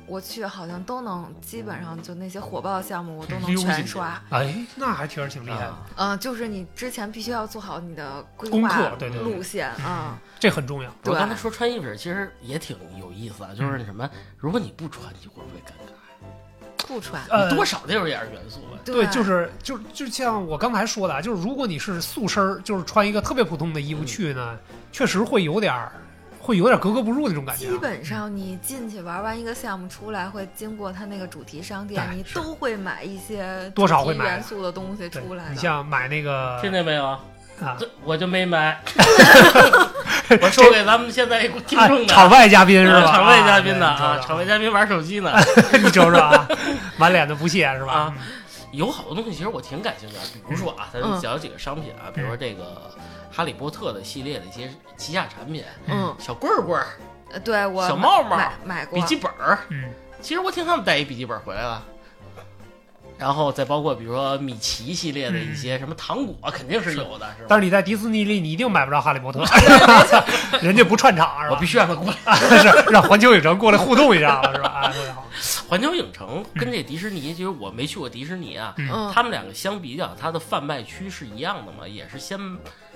[SPEAKER 1] 我去好像都能，基本上就那些火爆项目我都能
[SPEAKER 3] 溜进去
[SPEAKER 1] 全刷。
[SPEAKER 2] 哎，那还确实挺厉害的，
[SPEAKER 3] 啊，
[SPEAKER 1] 嗯，就是你之前必须要做好你的规
[SPEAKER 2] 功
[SPEAKER 1] 划
[SPEAKER 2] 课对对对
[SPEAKER 1] 路线啊，
[SPEAKER 2] 这很重要。
[SPEAKER 3] 我
[SPEAKER 1] 对
[SPEAKER 3] 刚才说穿衣服，其实也挺有意思啊，就是什
[SPEAKER 1] 嗯
[SPEAKER 3] 么，如果你不穿，你会不会尴尬？
[SPEAKER 1] 不穿。
[SPEAKER 2] 呃，
[SPEAKER 3] 多少那种也是元素啊吧。
[SPEAKER 2] 对，就是就是就像我刚才说的啊，就是如果你是素身儿，就是穿一个特别普通的衣
[SPEAKER 3] 嗯
[SPEAKER 2] 服去呢，确实会有点儿，会有点格格不入那种感觉啊。
[SPEAKER 1] 基本上你进去玩完一个项目出来，会经过他那个主题商店，
[SPEAKER 2] 对
[SPEAKER 1] 你
[SPEAKER 2] 是
[SPEAKER 1] 都会买一些
[SPEAKER 2] 多
[SPEAKER 1] 主
[SPEAKER 2] 少
[SPEAKER 1] 题
[SPEAKER 2] 会买
[SPEAKER 1] 元素的东西
[SPEAKER 2] 对
[SPEAKER 1] 出来
[SPEAKER 2] 你
[SPEAKER 1] 的。
[SPEAKER 2] 像买那个
[SPEAKER 3] 听见没有？
[SPEAKER 2] 啊，
[SPEAKER 3] 这我就没 (laughs) 买，我说给咱们现在听众
[SPEAKER 2] 哎
[SPEAKER 3] 的
[SPEAKER 2] 场外嘉宾是吧？哎
[SPEAKER 3] 啊场外嘉宾的啊，
[SPEAKER 2] 对
[SPEAKER 3] 场外嘉宾玩手
[SPEAKER 2] (laughs)
[SPEAKER 3] 机呢。
[SPEAKER 2] 你瞅瞅啊，满脸的不屑是吧
[SPEAKER 3] 啊？有好多东西其实我挺感兴趣的，比如说啊，咱们讲几个商品啊，比如说这个哈利波特的系列的一些旗下产品，
[SPEAKER 1] 嗯，
[SPEAKER 3] 小棍儿棍儿、
[SPEAKER 1] 呃对我
[SPEAKER 3] 小帽帽
[SPEAKER 1] 买买过
[SPEAKER 3] 笔记本儿，
[SPEAKER 2] 嗯，
[SPEAKER 3] 其实我挺他们带一笔记本回来了。然后再包括比如说米奇系列的一
[SPEAKER 2] 嗯
[SPEAKER 3] 些什么糖果，肯定是有的，是吧？
[SPEAKER 2] 但是你在迪士尼里，你一定买不着《哈利波特》 (laughs) ，人家不串场是
[SPEAKER 3] 我
[SPEAKER 2] 吧 (laughs)
[SPEAKER 3] 必？须让他过来。
[SPEAKER 2] 是让环球影城过来互动一下了是吧？啊，特别好。
[SPEAKER 3] 环球影城跟这迪士尼，就是我没去过迪士尼啊，
[SPEAKER 1] 嗯，
[SPEAKER 3] 他们两个相比较，它的贩卖区是一样的嘛？也是先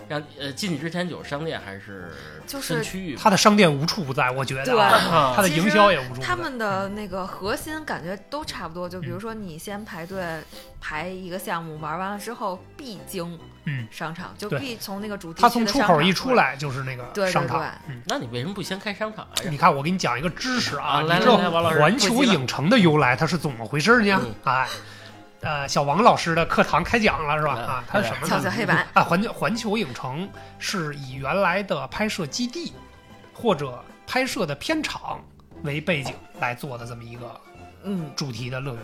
[SPEAKER 3] 让呃进去之前就有商店还是
[SPEAKER 1] 就是
[SPEAKER 3] 分区域嘛？
[SPEAKER 2] 它的商店无处不在，我觉得啊，
[SPEAKER 3] 啊
[SPEAKER 2] 它的嗯营销也无处不在。
[SPEAKER 1] 他们的那个核心感觉都差不多，就比如说你先排队排一个项目，玩完了之后必经
[SPEAKER 2] 嗯
[SPEAKER 1] 商场，就
[SPEAKER 2] 对
[SPEAKER 1] 必从那个主题
[SPEAKER 2] 它
[SPEAKER 1] 区
[SPEAKER 2] 从
[SPEAKER 1] 的
[SPEAKER 2] 出
[SPEAKER 1] 商
[SPEAKER 2] 口
[SPEAKER 1] 场
[SPEAKER 2] 一出，来就是那个
[SPEAKER 1] 对
[SPEAKER 2] 商
[SPEAKER 1] 对
[SPEAKER 2] 场。
[SPEAKER 1] 对，
[SPEAKER 3] (coughs) 那你为什么不先开商场啊哎呀？
[SPEAKER 2] 你看，我给你讲一个知识啊，
[SPEAKER 3] 啊来
[SPEAKER 2] 你知道
[SPEAKER 3] 来来王老师
[SPEAKER 2] 环球影城的由来它是怎么回事呢
[SPEAKER 3] 嗯？
[SPEAKER 2] 哎，呃，小王老师的课堂开讲了是吧？
[SPEAKER 3] 嗯
[SPEAKER 2] 啊，它是什么
[SPEAKER 1] 敲
[SPEAKER 2] 呢？
[SPEAKER 1] 敲黑板，
[SPEAKER 2] 啊，环球环球影城是以原来的拍摄基地或者拍摄的片场为背景来做的这么一个
[SPEAKER 1] 嗯，
[SPEAKER 2] 主题的乐园，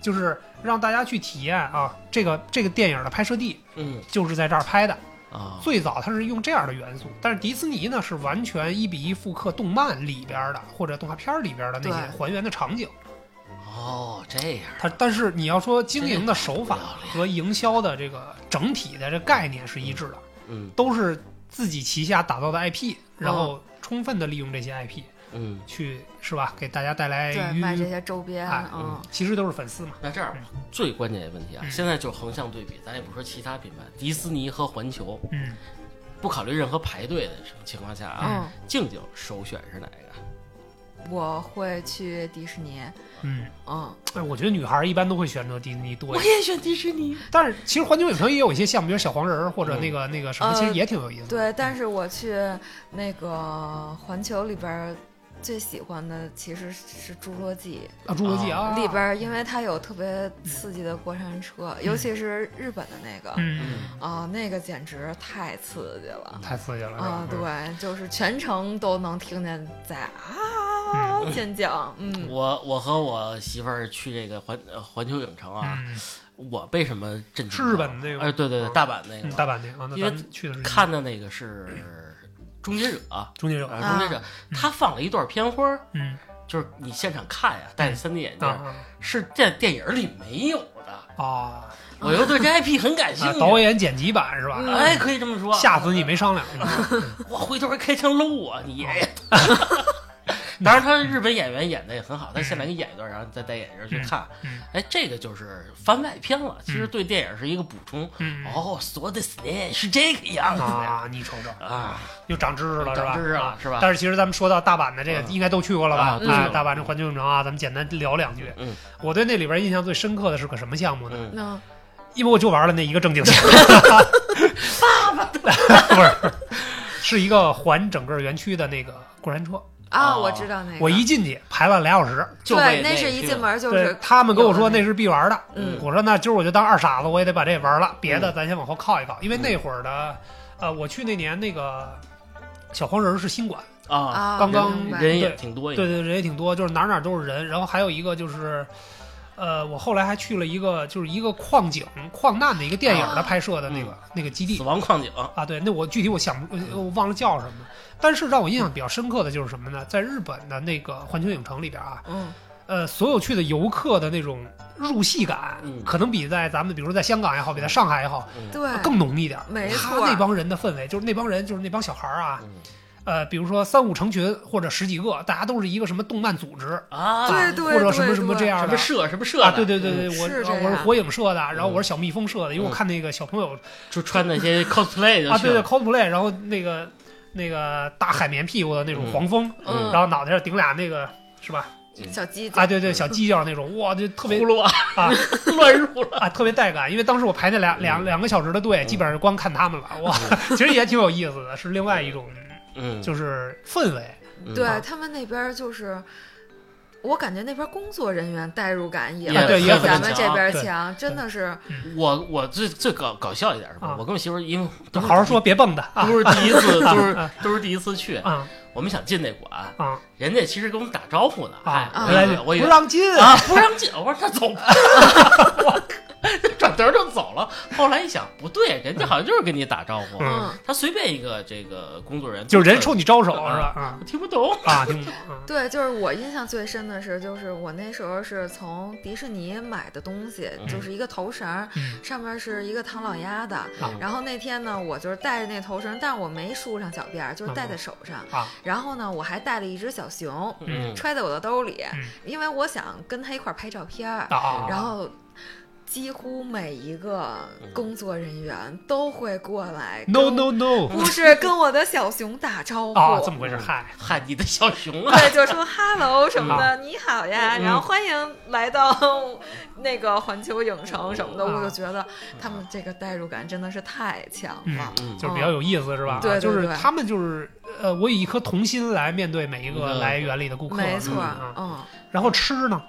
[SPEAKER 2] 就是让大家去体验啊，这个这个电影的拍摄地
[SPEAKER 3] 嗯
[SPEAKER 2] 就是在这儿拍的。
[SPEAKER 3] 啊，
[SPEAKER 2] 最早它是用这样的元素，但是迪士尼呢是完全一比一复刻动漫里边的或者动画片里边的那些
[SPEAKER 1] 对
[SPEAKER 2] 还原的场景。
[SPEAKER 3] 哦这样
[SPEAKER 2] 它但是你要说经营的手法
[SPEAKER 3] 这个不要
[SPEAKER 2] 和
[SPEAKER 3] 脸
[SPEAKER 2] 营销的这个整体的这概念是一致的，
[SPEAKER 3] 嗯
[SPEAKER 2] 都是自己旗下打造的 IP，然后充分的利用这些 IP
[SPEAKER 3] 嗯，
[SPEAKER 2] 去是吧，给大家带来
[SPEAKER 1] 对，
[SPEAKER 2] 愉
[SPEAKER 1] 卖这些周边
[SPEAKER 2] 哎，
[SPEAKER 1] 嗯，
[SPEAKER 2] 其实都是粉丝嘛。
[SPEAKER 3] 那这样吧，最关键的问题啊，
[SPEAKER 2] 嗯
[SPEAKER 3] 现在就横向对比，咱也不说其他品牌，迪士尼和环球，
[SPEAKER 2] 嗯，
[SPEAKER 3] 不考虑任何排队的情况下
[SPEAKER 2] 哎
[SPEAKER 3] 啊，
[SPEAKER 1] 嗯，
[SPEAKER 3] 静静首选是哪个？
[SPEAKER 1] 我会去迪士尼，
[SPEAKER 2] 嗯，
[SPEAKER 1] 嗯，
[SPEAKER 2] 哎，我觉得女孩一般都会选择迪士尼多一
[SPEAKER 3] 我
[SPEAKER 2] 点，
[SPEAKER 3] 也选迪士尼。
[SPEAKER 2] 但是其实环球影城也有一些项目，比如小黄人儿或者那个那个什么，
[SPEAKER 1] 呃
[SPEAKER 2] 其实也挺有意思的。
[SPEAKER 1] 对，但是我去那个环球里边儿最喜欢的其实是《侏罗纪
[SPEAKER 2] 啊，侏罗纪
[SPEAKER 3] 啊
[SPEAKER 2] 啊，》
[SPEAKER 1] 里边，儿，因为它有特别刺激的过山车，尤其是日本的那个，
[SPEAKER 2] 嗯，
[SPEAKER 1] 啊、那个简直太刺激了。
[SPEAKER 2] 太刺激了，是吧
[SPEAKER 1] 啊、，
[SPEAKER 2] 嗯
[SPEAKER 1] 对，就是全程都能听见在啊
[SPEAKER 2] 嗯
[SPEAKER 1] 尖叫，嗯，
[SPEAKER 3] 我我和我媳妇儿去这个环呃环球影城啊，
[SPEAKER 2] 嗯，
[SPEAKER 3] 我被什么震惊到？
[SPEAKER 2] 是日本的那个吗
[SPEAKER 3] 哎，对对对，
[SPEAKER 2] 嗯
[SPEAKER 3] 大阪那
[SPEAKER 2] 嗯
[SPEAKER 3] 个嘛，
[SPEAKER 2] 大阪那个啊，那
[SPEAKER 3] 因
[SPEAKER 2] 咱
[SPEAKER 3] 为
[SPEAKER 2] 们去的是
[SPEAKER 3] 看的那个是终结者啊，
[SPEAKER 2] 终结者，
[SPEAKER 3] 呃终结者，他放了一段片花儿，
[SPEAKER 2] 嗯
[SPEAKER 3] 就是你现场看呀，戴着 3D 眼镜，
[SPEAKER 2] 啊
[SPEAKER 3] 是在电影里没有的。
[SPEAKER 2] 啊啊，
[SPEAKER 3] 我又对这 IP 很感兴
[SPEAKER 2] 啊
[SPEAKER 3] 趣，
[SPEAKER 2] 导演剪辑版是吧？
[SPEAKER 1] 嗯
[SPEAKER 3] 哎，可以这么说。
[SPEAKER 2] 下次你没商量，
[SPEAKER 3] 我回头开枪搂我，你爷爷！
[SPEAKER 2] 啊
[SPEAKER 3] (laughs)
[SPEAKER 2] 嗯
[SPEAKER 3] 当然，他日本演员演的也很好，他现在给你演一段，然后你再戴眼镜去看
[SPEAKER 2] 嗯嗯。
[SPEAKER 3] (laughs) 哎，这个就是番外篇了，其实对电影是一个补充。
[SPEAKER 2] 嗯
[SPEAKER 3] 哦，说的是呢是这个样子呀
[SPEAKER 2] 啊，你瞅瞅，
[SPEAKER 3] 啊！
[SPEAKER 2] 又长知识了是吧？啊
[SPEAKER 3] 长知识了是吧
[SPEAKER 2] 但是其实咱们说到大阪的这个，
[SPEAKER 3] 嗯
[SPEAKER 2] 应该都去过了吧
[SPEAKER 3] 啊？都去
[SPEAKER 2] 哎
[SPEAKER 3] 了
[SPEAKER 2] 大阪这环球影城啊，咱们简单聊两句。
[SPEAKER 3] 嗯，
[SPEAKER 2] 我对那里边印象最深刻的是个什么项目呢？
[SPEAKER 3] 嗯，
[SPEAKER 1] 那
[SPEAKER 2] 因为我就玩了那一个正经项目，爸爸 (laughs) 不是，是一个环整个园区的那个过山车。
[SPEAKER 1] 啊、
[SPEAKER 3] 哦
[SPEAKER 1] 我知道那个，
[SPEAKER 2] 我一进去排了俩小时，
[SPEAKER 3] 就
[SPEAKER 1] 对，
[SPEAKER 3] 为
[SPEAKER 1] 那
[SPEAKER 3] 那
[SPEAKER 1] 是
[SPEAKER 3] 个
[SPEAKER 1] 一
[SPEAKER 3] 去
[SPEAKER 1] 进
[SPEAKER 3] 了
[SPEAKER 1] 门就
[SPEAKER 2] 对
[SPEAKER 1] 是
[SPEAKER 2] 他们跟我说
[SPEAKER 1] 有的
[SPEAKER 2] 那是必玩的，
[SPEAKER 1] 嗯
[SPEAKER 2] 我说那今儿我就当二傻子，我也得把这玩了，别的咱先往后靠一靠，因为
[SPEAKER 3] 嗯
[SPEAKER 2] 那会儿的，呃，我去那年那个小黄人儿是新馆，
[SPEAKER 3] 啊，
[SPEAKER 1] 啊，
[SPEAKER 2] 刚刚
[SPEAKER 1] 明白
[SPEAKER 3] 人也挺多，
[SPEAKER 2] 对，对，人也挺多，就是哪儿哪儿都是人，然后还有一个就是。呃，我后来还去了一个，就是一个矿井矿难的一个电影的
[SPEAKER 1] 啊
[SPEAKER 2] 拍摄的那个、那个基地
[SPEAKER 3] 死亡矿井
[SPEAKER 2] 啊，对，那我具体我想不，呃我忘了叫什么了。但是让我印象比较深刻的就是什么呢？在日本的那个环球影城里边啊，
[SPEAKER 1] 嗯，
[SPEAKER 2] 呃，所有去的游客的那种入戏感，
[SPEAKER 3] 嗯
[SPEAKER 2] 可能比在咱们，比如说在香港也好，比在上海也好，
[SPEAKER 3] 嗯
[SPEAKER 1] 对，
[SPEAKER 2] 更浓一点。
[SPEAKER 1] 没
[SPEAKER 2] 他
[SPEAKER 1] 错
[SPEAKER 2] 那帮人的氛围，就是那帮人，就是那帮小孩儿啊，
[SPEAKER 3] 嗯
[SPEAKER 2] 呃，比如说三五成群或者十几个，大家都是一个什么动漫组织，
[SPEAKER 3] 啊，
[SPEAKER 1] 对
[SPEAKER 2] 啊或者什么
[SPEAKER 1] 对
[SPEAKER 2] 什么
[SPEAKER 1] 对
[SPEAKER 2] 这样
[SPEAKER 3] 什
[SPEAKER 2] 的
[SPEAKER 3] 么。社什么社
[SPEAKER 2] 啊，
[SPEAKER 3] 的
[SPEAKER 2] 对对对对，我
[SPEAKER 1] 是这
[SPEAKER 2] 啊我是
[SPEAKER 1] 样
[SPEAKER 2] 火影社的，然后我是小蜜蜂社的，因为我
[SPEAKER 3] 嗯
[SPEAKER 2] 看那个小朋友
[SPEAKER 3] 就穿那些 cosplay 就
[SPEAKER 2] 啊，
[SPEAKER 3] 去
[SPEAKER 2] 对对
[SPEAKER 3] 了
[SPEAKER 2] ，cosplay，然后那个那个大海绵屁股的那种
[SPEAKER 3] 嗯
[SPEAKER 2] 黄蜂，
[SPEAKER 1] 嗯
[SPEAKER 2] 然后脑袋上顶俩那个是吧？
[SPEAKER 1] 小鸡鸡
[SPEAKER 2] 啊，对对，小犄角那种，哇，就特别
[SPEAKER 3] 葫芦娃
[SPEAKER 2] 啊
[SPEAKER 3] (laughs) 乱入了，嗯
[SPEAKER 2] 啊，特别带感。因为当时我排那俩两两个小时的队，基本上就光看他们了，哇， (laughs) 其实也挺有意思的，是另外一种
[SPEAKER 3] 嗯，
[SPEAKER 2] 就是氛围。
[SPEAKER 3] 嗯
[SPEAKER 1] 对他们那边儿就是，我感觉那边儿工作人员代入感也
[SPEAKER 3] 也
[SPEAKER 1] 比
[SPEAKER 2] 也很
[SPEAKER 1] 咱们
[SPEAKER 3] 强
[SPEAKER 1] 这边儿
[SPEAKER 2] 对
[SPEAKER 1] 强，真的是
[SPEAKER 3] 我我最最搞搞笑一点是吧
[SPEAKER 2] 啊？
[SPEAKER 3] 我跟我媳妇儿因为
[SPEAKER 2] 好
[SPEAKER 3] 都是
[SPEAKER 2] 好说，别蹦的啊
[SPEAKER 3] 都是第一次，都是
[SPEAKER 2] 啊
[SPEAKER 3] 都是第一次去，
[SPEAKER 2] 啊
[SPEAKER 3] 我们想进那馆，
[SPEAKER 2] 啊
[SPEAKER 3] 人家其实跟我们打招呼呢，哎
[SPEAKER 2] 啊！
[SPEAKER 1] 啊
[SPEAKER 3] 我以为我
[SPEAKER 2] 不
[SPEAKER 3] 以为
[SPEAKER 2] 让进
[SPEAKER 3] (laughs) 啊不让进，我说他走吧，我转头就走了。后来一想，不对，人家好像就是跟你打招呼，
[SPEAKER 2] 嗯
[SPEAKER 1] 嗯，
[SPEAKER 3] 他随便一个这个工作人员，
[SPEAKER 2] 就是人冲你招手
[SPEAKER 3] 嗯
[SPEAKER 2] 是吧？啊
[SPEAKER 3] 我听不懂。
[SPEAKER 2] 啊，听嗯
[SPEAKER 1] 对，就是我印象最深的是，就是我那时候是从迪士尼买的东西，就是一个头绳儿，
[SPEAKER 2] 嗯
[SPEAKER 1] 上面是一个唐老鸭的。
[SPEAKER 2] 啊
[SPEAKER 1] 然后那天呢，我就是带着那头绳，但是我没梳上脚辫儿，就是戴在手上。
[SPEAKER 2] 啊，
[SPEAKER 1] 然后呢，我还带了一只小熊，
[SPEAKER 3] 嗯，
[SPEAKER 1] 揣在我的兜里，
[SPEAKER 2] 嗯
[SPEAKER 1] 因为我想跟他一块儿拍照片儿。
[SPEAKER 2] 啊，
[SPEAKER 1] 然后，几乎每一个
[SPEAKER 2] 嗯
[SPEAKER 1] 工作人员都会过来跟
[SPEAKER 2] no no no
[SPEAKER 1] 不是跟我的小熊打招呼
[SPEAKER 2] 啊，这么回事，嗨，
[SPEAKER 3] 嗨，你的小熊
[SPEAKER 1] (laughs)
[SPEAKER 3] 啊，
[SPEAKER 1] 对，就说 “hello” 什
[SPEAKER 2] 啊
[SPEAKER 1] 么的，你好呀，
[SPEAKER 3] 嗯
[SPEAKER 1] 然后欢迎来到那个环球影城什么的，
[SPEAKER 2] 啊
[SPEAKER 1] 我就觉得 (laughs) 他们这个代入感真的是太强了。
[SPEAKER 3] 嗯
[SPEAKER 2] 就是比较有意思是吧？啊
[SPEAKER 1] 对对
[SPEAKER 2] 就是
[SPEAKER 1] 对
[SPEAKER 2] 他们就是呃，我以一颗童心来面对每一个
[SPEAKER 3] 嗯
[SPEAKER 2] 来园里的顾客，
[SPEAKER 1] 没错
[SPEAKER 2] 嗯啊，
[SPEAKER 1] 嗯，
[SPEAKER 2] 然后吃呢，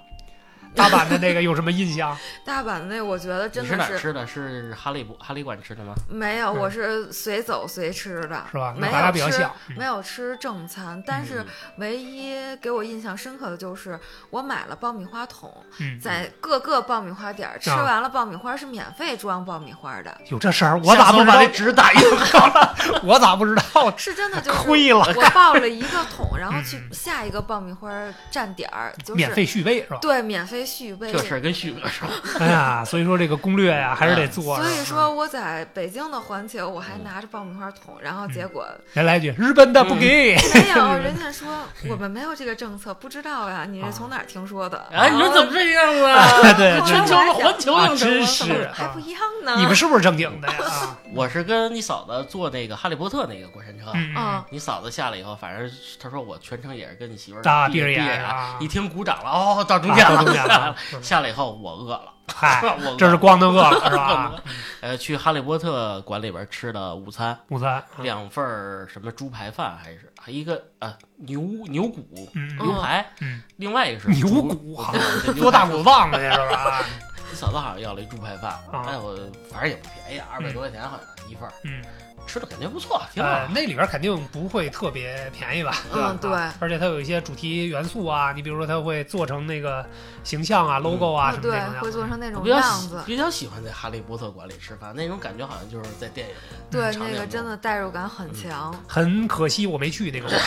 [SPEAKER 2] 大阪的那个有什么印象？
[SPEAKER 1] 大阪的那我觉得
[SPEAKER 3] 你
[SPEAKER 1] 真
[SPEAKER 3] 是
[SPEAKER 1] 的
[SPEAKER 3] 哪儿
[SPEAKER 1] 是
[SPEAKER 3] 吃的？是哈利博哈利馆吃的吗？
[SPEAKER 1] 没有，
[SPEAKER 2] 嗯
[SPEAKER 1] 我是随走随吃的，
[SPEAKER 2] 是吧？
[SPEAKER 1] (laughs) 没
[SPEAKER 2] 那咱俩
[SPEAKER 1] 有
[SPEAKER 2] 比较
[SPEAKER 1] 吃
[SPEAKER 2] 像，嗯
[SPEAKER 1] 没有吃正餐，但是唯一给我印象深刻的就是我买了爆米花桶，
[SPEAKER 2] 嗯，
[SPEAKER 1] 在各个爆米花点儿吃
[SPEAKER 2] 啊
[SPEAKER 1] 完了爆米花是免费装爆米花的，
[SPEAKER 2] 有这事儿，我咋不
[SPEAKER 3] 下次
[SPEAKER 2] (laughs) 把
[SPEAKER 3] 让
[SPEAKER 2] 这纸打印好了？我咋不知道？
[SPEAKER 1] 是真的 (laughs) 就是
[SPEAKER 2] 亏了，
[SPEAKER 1] 我报了一个桶，然后去
[SPEAKER 2] 嗯
[SPEAKER 1] 下一个爆米花站点儿，就是
[SPEAKER 2] 免费续杯是吧？ (laughs)
[SPEAKER 1] 对免费续杯
[SPEAKER 3] 这。事儿跟旭哥说，
[SPEAKER 2] 哎呀，所以说这个攻略呀，还是得做。啊
[SPEAKER 1] 嗯所以
[SPEAKER 2] 是吧，
[SPEAKER 1] 说我在北京的环球，我还
[SPEAKER 2] 嗯
[SPEAKER 1] 拿着爆米花桶，然后结果
[SPEAKER 2] 人来一句日本的不给， (laughs)
[SPEAKER 1] 没有，人家说
[SPEAKER 2] 嗯
[SPEAKER 1] 我们没有这个政策，不知道呀，你是从哪儿听说的？
[SPEAKER 3] 哎，你说怎么这
[SPEAKER 1] (laughs)
[SPEAKER 3] 样啊？
[SPEAKER 2] 啊 (laughs) 对，
[SPEAKER 1] 后
[SPEAKER 2] 真
[SPEAKER 1] 来
[SPEAKER 3] 全球的环球
[SPEAKER 2] 啊
[SPEAKER 3] 影城
[SPEAKER 2] 真
[SPEAKER 3] 吗
[SPEAKER 2] 是
[SPEAKER 1] 还
[SPEAKER 2] 啊
[SPEAKER 1] 不一样呢？
[SPEAKER 2] 你们是不是正经的呀？
[SPEAKER 1] 嗯
[SPEAKER 2] 啊，
[SPEAKER 3] 我是跟你嫂子坐那个哈利波特那个过山车，
[SPEAKER 2] 嗯嗯
[SPEAKER 1] 啊，
[SPEAKER 3] 你嫂子下来以后，反正她说我全程也是跟你媳妇儿
[SPEAKER 2] 啊
[SPEAKER 3] 闭
[SPEAKER 2] 闭着眼
[SPEAKER 3] 眼
[SPEAKER 2] 啊
[SPEAKER 3] 一听鼓掌了，哦，到中间
[SPEAKER 2] 啊
[SPEAKER 3] 了，
[SPEAKER 2] 到
[SPEAKER 3] 哎
[SPEAKER 2] 中间了
[SPEAKER 3] (laughs) 下来以后我饿了，
[SPEAKER 2] 嗨，
[SPEAKER 3] (laughs) 我饿
[SPEAKER 2] 这是
[SPEAKER 3] 了
[SPEAKER 2] 光的饿了是
[SPEAKER 3] (laughs)
[SPEAKER 2] 吧？
[SPEAKER 3] 呃去哈利波特馆里边吃的午餐，
[SPEAKER 2] 午餐，
[SPEAKER 3] 两份儿什么猪排饭还是还一个呃牛牛骨
[SPEAKER 2] 嗯
[SPEAKER 1] 嗯
[SPEAKER 2] 嗯，
[SPEAKER 3] 牛排，
[SPEAKER 2] 嗯
[SPEAKER 3] 另外一个是
[SPEAKER 2] 牛
[SPEAKER 3] 猪
[SPEAKER 2] 骨好
[SPEAKER 3] 对 (laughs) 对牛
[SPEAKER 2] 多大
[SPEAKER 3] 排
[SPEAKER 2] 骨棒子呀，是
[SPEAKER 3] (laughs)
[SPEAKER 2] 吧？
[SPEAKER 3] 你嫂子好像要了一猪排饭，
[SPEAKER 2] 啊
[SPEAKER 3] 哎，我反正也不便宜，二百多块钱好像一份儿，
[SPEAKER 2] 嗯，
[SPEAKER 3] 吃的感觉不错，挺好。
[SPEAKER 2] 呃，那里边肯定不会特别便宜吧？
[SPEAKER 1] 嗯对
[SPEAKER 2] 啊而且它有一些主题元素啊，你比如说它会做成那个形象啊、logo 啊
[SPEAKER 1] 啊，
[SPEAKER 2] 什么
[SPEAKER 1] 对
[SPEAKER 2] 这种，样
[SPEAKER 1] 会做成那
[SPEAKER 3] 我
[SPEAKER 1] 种
[SPEAKER 3] 比较
[SPEAKER 1] 样
[SPEAKER 3] 喜
[SPEAKER 1] 子，
[SPEAKER 3] 比较喜欢在哈利波特馆里吃饭，那种感觉好像就是在电影里。
[SPEAKER 1] 对
[SPEAKER 3] 常
[SPEAKER 1] 那
[SPEAKER 3] 见
[SPEAKER 1] 个
[SPEAKER 3] 的
[SPEAKER 1] 真的代入感
[SPEAKER 2] 嗯
[SPEAKER 1] 很强。
[SPEAKER 2] 很可惜我没去那个馆，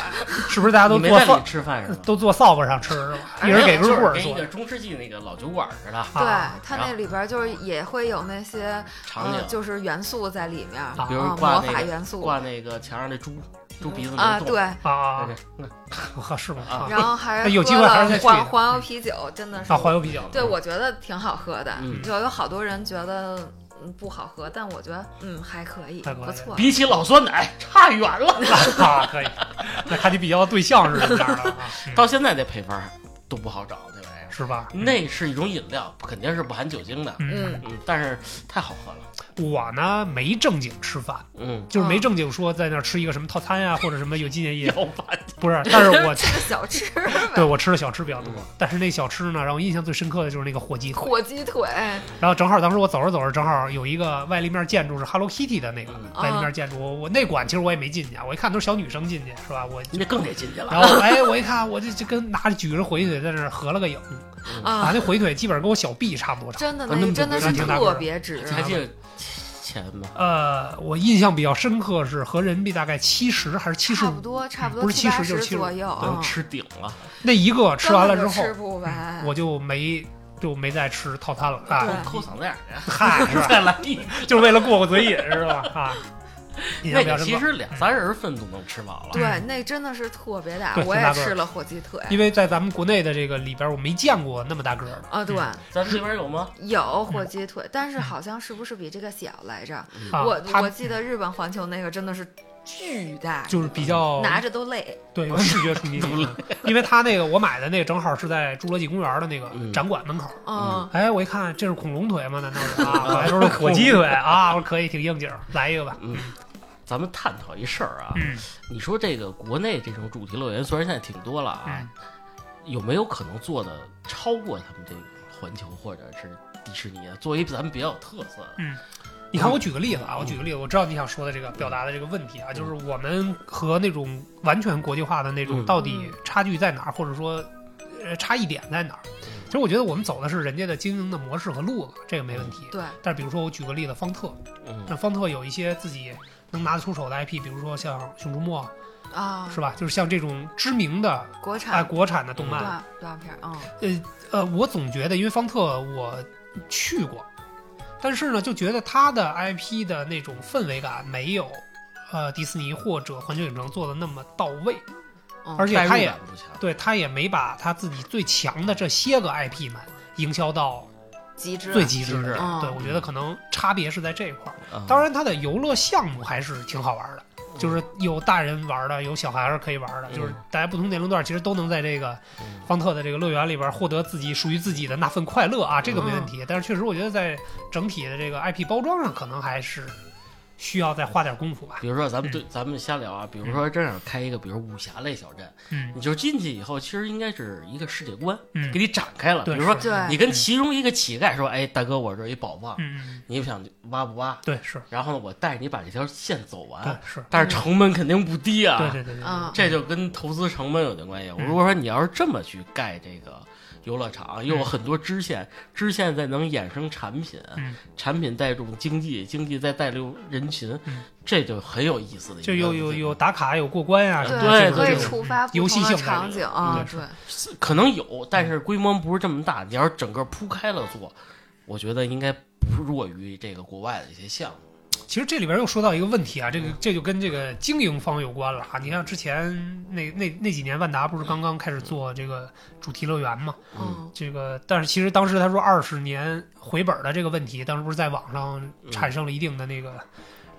[SPEAKER 2] 是不是大家都
[SPEAKER 3] 你没
[SPEAKER 2] 坐
[SPEAKER 3] 在里
[SPEAKER 2] 扫
[SPEAKER 3] 吃饭是吧？
[SPEAKER 2] 都坐扫把上吃是
[SPEAKER 1] 哎
[SPEAKER 2] 吧？一人给根棍儿
[SPEAKER 3] 就是跟
[SPEAKER 2] 坐
[SPEAKER 3] 一。个中世纪那个老酒馆似的，
[SPEAKER 1] 对
[SPEAKER 2] 啊，
[SPEAKER 1] 它那里边就是也会有那些
[SPEAKER 3] 场
[SPEAKER 1] 呃，
[SPEAKER 3] 景，
[SPEAKER 1] 就是元素在里面，啊
[SPEAKER 3] 比如挂
[SPEAKER 1] 魔
[SPEAKER 3] 那
[SPEAKER 1] 法
[SPEAKER 3] 个
[SPEAKER 1] 元素
[SPEAKER 3] 挂那个墙上那猪猪鼻子
[SPEAKER 1] 啊，
[SPEAKER 3] 能动。
[SPEAKER 1] 对，
[SPEAKER 2] 啊，
[SPEAKER 3] 对，对
[SPEAKER 2] (laughs) 我靠，是吗？
[SPEAKER 3] 啊
[SPEAKER 1] 然后还
[SPEAKER 2] 哎有机
[SPEAKER 1] 喝
[SPEAKER 2] 会还是
[SPEAKER 1] 了
[SPEAKER 2] 再去
[SPEAKER 1] 黄黄油啤酒，真的是
[SPEAKER 2] 啊，黄油啤酒，
[SPEAKER 1] 对，我觉得挺好喝的
[SPEAKER 3] 嗯，
[SPEAKER 1] 就有好多人觉得嗯不好喝，但我觉得嗯还可以，
[SPEAKER 2] 还可以
[SPEAKER 1] 不错。
[SPEAKER 3] 比起老酸奶差远
[SPEAKER 2] (laughs)
[SPEAKER 3] 了，
[SPEAKER 2] 啊，可以。那看你比较对象是什么样的
[SPEAKER 3] (laughs)
[SPEAKER 2] 啊？嗯
[SPEAKER 3] 到现在那配方都不好找那玩意儿。
[SPEAKER 2] 是吧？
[SPEAKER 3] 那是一种饮料，肯定是不含酒精的，
[SPEAKER 2] 嗯，
[SPEAKER 1] 嗯，
[SPEAKER 3] 嗯，但是太好喝了，
[SPEAKER 2] 我呢没正经吃饭，
[SPEAKER 3] 嗯，
[SPEAKER 2] 就是没正经说在那儿吃一个什么套餐呀，或者什么有纪念意义，
[SPEAKER 3] 要吧，
[SPEAKER 2] 不是。但是
[SPEAKER 1] (laughs)
[SPEAKER 2] 我
[SPEAKER 1] 这个小吃
[SPEAKER 2] (laughs) 对我吃的小吃比较多
[SPEAKER 3] 嗯，
[SPEAKER 2] 但是那小吃呢，让我印象最深刻的就是那个火鸡腿。
[SPEAKER 1] 火鸡腿，
[SPEAKER 2] 然后正好当时我走着走着，正好有一个外立面建筑是 Hello Kitty 的那个
[SPEAKER 3] 嗯
[SPEAKER 1] 哦
[SPEAKER 2] 外立面建筑，我我那馆其实我也没进去，啊，我一看都是小女生进去，是吧？
[SPEAKER 1] 嗯
[SPEAKER 2] 我
[SPEAKER 3] 你得更得进去了。
[SPEAKER 2] 然后哎，我一看我这这跟拿着举着火鸡腿在那儿合了个影
[SPEAKER 3] 嗯
[SPEAKER 1] 啊
[SPEAKER 2] 啊，那火鸡腿基本上跟我小臂差不多长。
[SPEAKER 1] 真的，
[SPEAKER 3] 那
[SPEAKER 1] 那
[SPEAKER 3] 么
[SPEAKER 1] 真的是
[SPEAKER 2] 挺大个
[SPEAKER 1] 特
[SPEAKER 2] 儿
[SPEAKER 1] 别值。
[SPEAKER 3] 还记得钱吗？
[SPEAKER 2] 呃，我印象比较深刻是合人民币大概七十还是七十
[SPEAKER 1] 差不
[SPEAKER 2] 五，
[SPEAKER 1] 多，差不
[SPEAKER 2] 不
[SPEAKER 1] 多
[SPEAKER 2] 是
[SPEAKER 1] 七八
[SPEAKER 2] 70就是
[SPEAKER 1] 十左右。
[SPEAKER 3] 都
[SPEAKER 1] 嗯
[SPEAKER 3] 吃顶了，
[SPEAKER 2] 那一个吃完了之
[SPEAKER 1] 根本就吃
[SPEAKER 2] 后，
[SPEAKER 1] 不完。
[SPEAKER 2] 我就没就没再吃套餐了啊，
[SPEAKER 1] 对
[SPEAKER 3] 抠嗓子眼儿
[SPEAKER 2] (laughs) 嗨，是
[SPEAKER 3] 去，
[SPEAKER 2] 吧？
[SPEAKER 3] 再来一
[SPEAKER 2] 就是为了过过嘴瘾是吧？啊，印象
[SPEAKER 3] 那
[SPEAKER 2] 比较
[SPEAKER 3] 个
[SPEAKER 2] 深
[SPEAKER 3] 其
[SPEAKER 2] 刻。
[SPEAKER 3] 实两三人份都能吃饱了。
[SPEAKER 1] 对，那真的是特别大
[SPEAKER 2] 对，
[SPEAKER 1] 我
[SPEAKER 2] 挺大
[SPEAKER 1] 也
[SPEAKER 2] 个儿
[SPEAKER 1] 吃了火鸡腿。
[SPEAKER 2] 因为在咱们国内的这个里边，我没见过那么大个儿的。
[SPEAKER 1] 啊，对，
[SPEAKER 2] 嗯
[SPEAKER 3] 咱们这边有吗？
[SPEAKER 1] 有火鸡腿，但是好像是不是比这个小来着？
[SPEAKER 2] 啊、
[SPEAKER 1] 我
[SPEAKER 2] 它
[SPEAKER 1] 我记得日本环球那个真的是巨大，
[SPEAKER 2] 就是比较
[SPEAKER 1] 拿着都累。
[SPEAKER 2] 对有视觉冲击 (laughs) 力，因为它那个我买的那个正好是在侏罗纪公园的那个
[SPEAKER 3] 嗯
[SPEAKER 2] 展馆门口。
[SPEAKER 1] 嗯，
[SPEAKER 2] 哎，我一看这是恐龙腿吗？难道是 (laughs) 啊？我还说是火鸡腿啊？我说可以，挺应景儿，来一个吧。
[SPEAKER 3] 嗯，咱们探讨一事儿啊。
[SPEAKER 2] 嗯
[SPEAKER 3] 你说这个国内这种主题乐园，虽然现在挺多了
[SPEAKER 2] 嗯哎
[SPEAKER 3] 啊，有没有可能做的超过他们这个环球或者是迪士尼啊？作为咱们比较有特色的，
[SPEAKER 2] 嗯，你看我举个例子啊，我举个例子，我知道你想说的这个表达的这个问题啊，就是我们和那种完全国际化的那种
[SPEAKER 3] 嗯
[SPEAKER 2] 到底差距在哪儿，或者说呃差异点在哪儿？其实我觉得我们走的是人家的经营的模式和路子，这个没问题。
[SPEAKER 1] 对，
[SPEAKER 2] 但是比如说我举个例子，方特，
[SPEAKER 3] 嗯
[SPEAKER 2] 那方特有一些自己能拿得出手的 IP，比如说像《熊出没
[SPEAKER 1] 啊》，
[SPEAKER 2] 是吧？就是像这种知名的
[SPEAKER 1] 国
[SPEAKER 2] 哎、
[SPEAKER 1] 产
[SPEAKER 2] 国产的动
[SPEAKER 1] 动
[SPEAKER 2] 漫，
[SPEAKER 1] 画动画片儿，嗯，
[SPEAKER 2] 呃，我总觉得因为方特我去过，但是呢，就觉得他的 IP 的那种氛围感没有。呃，迪士尼或者环球影城做的那么到位，
[SPEAKER 1] 嗯
[SPEAKER 2] 而且
[SPEAKER 3] 代入
[SPEAKER 2] 他也
[SPEAKER 3] 感不强。
[SPEAKER 2] 对他也没把他自己最强的这些个 IP 们营销到
[SPEAKER 1] 极致
[SPEAKER 2] 最极致的地
[SPEAKER 1] 嗯
[SPEAKER 2] 儿。对，我觉得可能差别是在这一块儿。
[SPEAKER 3] 嗯
[SPEAKER 2] 当然，它的游乐项目还是挺好玩的，就是有大人玩的，有小孩儿可以玩的，
[SPEAKER 3] 嗯
[SPEAKER 2] 就是大家不同年龄段其实都能在这个
[SPEAKER 3] 嗯
[SPEAKER 2] 方特的这个乐园里边获得自己属于自己的那份快乐啊，这个没问题。但是确实，我觉得在整体的这个 IP 包装上，可能还是需要再花点功夫吧。
[SPEAKER 3] 比如说咱们
[SPEAKER 2] 嗯
[SPEAKER 3] 对咱们瞎聊啊，比如说真想开一个，比如武侠类小镇，
[SPEAKER 2] 嗯
[SPEAKER 3] 你就进去以后，其实应该是一个世界观
[SPEAKER 2] 嗯
[SPEAKER 3] 给，你展开了。比
[SPEAKER 2] 对，
[SPEAKER 3] 如说
[SPEAKER 2] 是
[SPEAKER 1] 对
[SPEAKER 3] 你跟其中一个乞丐说：“哎，大哥，我这儿有一宝藏，
[SPEAKER 2] 嗯嗯，
[SPEAKER 3] 你想挖不挖
[SPEAKER 2] 对，是，？”
[SPEAKER 3] 然后呢，我带你把这条线走
[SPEAKER 2] 对
[SPEAKER 3] 完，，
[SPEAKER 2] 是，
[SPEAKER 3] 但是成本肯定不低啊。
[SPEAKER 2] 对对对对对，
[SPEAKER 1] 嗯，
[SPEAKER 3] 这就跟投资成本有点关系。我
[SPEAKER 2] 嗯
[SPEAKER 3] 如果说你要是这么去盖这个游乐场，又有很多支线，支线再能衍生产品，
[SPEAKER 2] 嗯
[SPEAKER 3] 产品带动经济，经济再带动人群，
[SPEAKER 2] 嗯
[SPEAKER 3] 这就很有意思的一个。
[SPEAKER 2] 就有有有，打卡，有过关呀，什么
[SPEAKER 3] 对
[SPEAKER 2] 的
[SPEAKER 1] 可
[SPEAKER 2] 这
[SPEAKER 1] 以
[SPEAKER 2] 种
[SPEAKER 1] 触发不
[SPEAKER 2] 游戏
[SPEAKER 1] 同的
[SPEAKER 2] 性在里
[SPEAKER 1] 场
[SPEAKER 2] 面
[SPEAKER 1] 景啊
[SPEAKER 2] 嗯，
[SPEAKER 1] 对，
[SPEAKER 3] 可能有，但是规模不是这么大。你要是整个铺开了做，我觉得应该不弱于这个国外的一些项目。
[SPEAKER 2] 其实这里边又说到一个问题啊，这
[SPEAKER 3] 嗯
[SPEAKER 2] 个这就跟这个经营方有关了啊。你像之前那那那几年，万达不是刚刚开始做这个主题乐园嘛？
[SPEAKER 3] 嗯
[SPEAKER 1] 嗯，
[SPEAKER 2] 这个，但是其实当时他说二十年回本的这个问题，当时不是在网上产生了一定的那个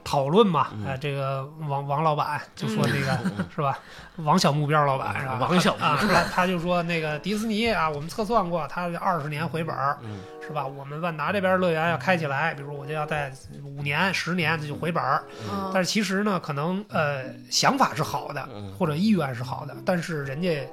[SPEAKER 2] 讨论嘛？
[SPEAKER 3] 嗯
[SPEAKER 2] 啊，这个王王老板就说那个、
[SPEAKER 3] (laughs) 嗯
[SPEAKER 2] 是吧？王小目标老板是吧？
[SPEAKER 3] 王小目 (laughs)
[SPEAKER 2] 啊，他他就说那个迪士尼啊，我们测算过，他二十年回本儿，
[SPEAKER 3] 嗯
[SPEAKER 2] 是吧？我们万达这边乐园要开起来，比如我就要在五年、十年这就回本儿。
[SPEAKER 1] 嗯
[SPEAKER 2] 但是其实呢，可能呃想法是好的，
[SPEAKER 3] 嗯
[SPEAKER 2] 或者意愿是好的，但是人家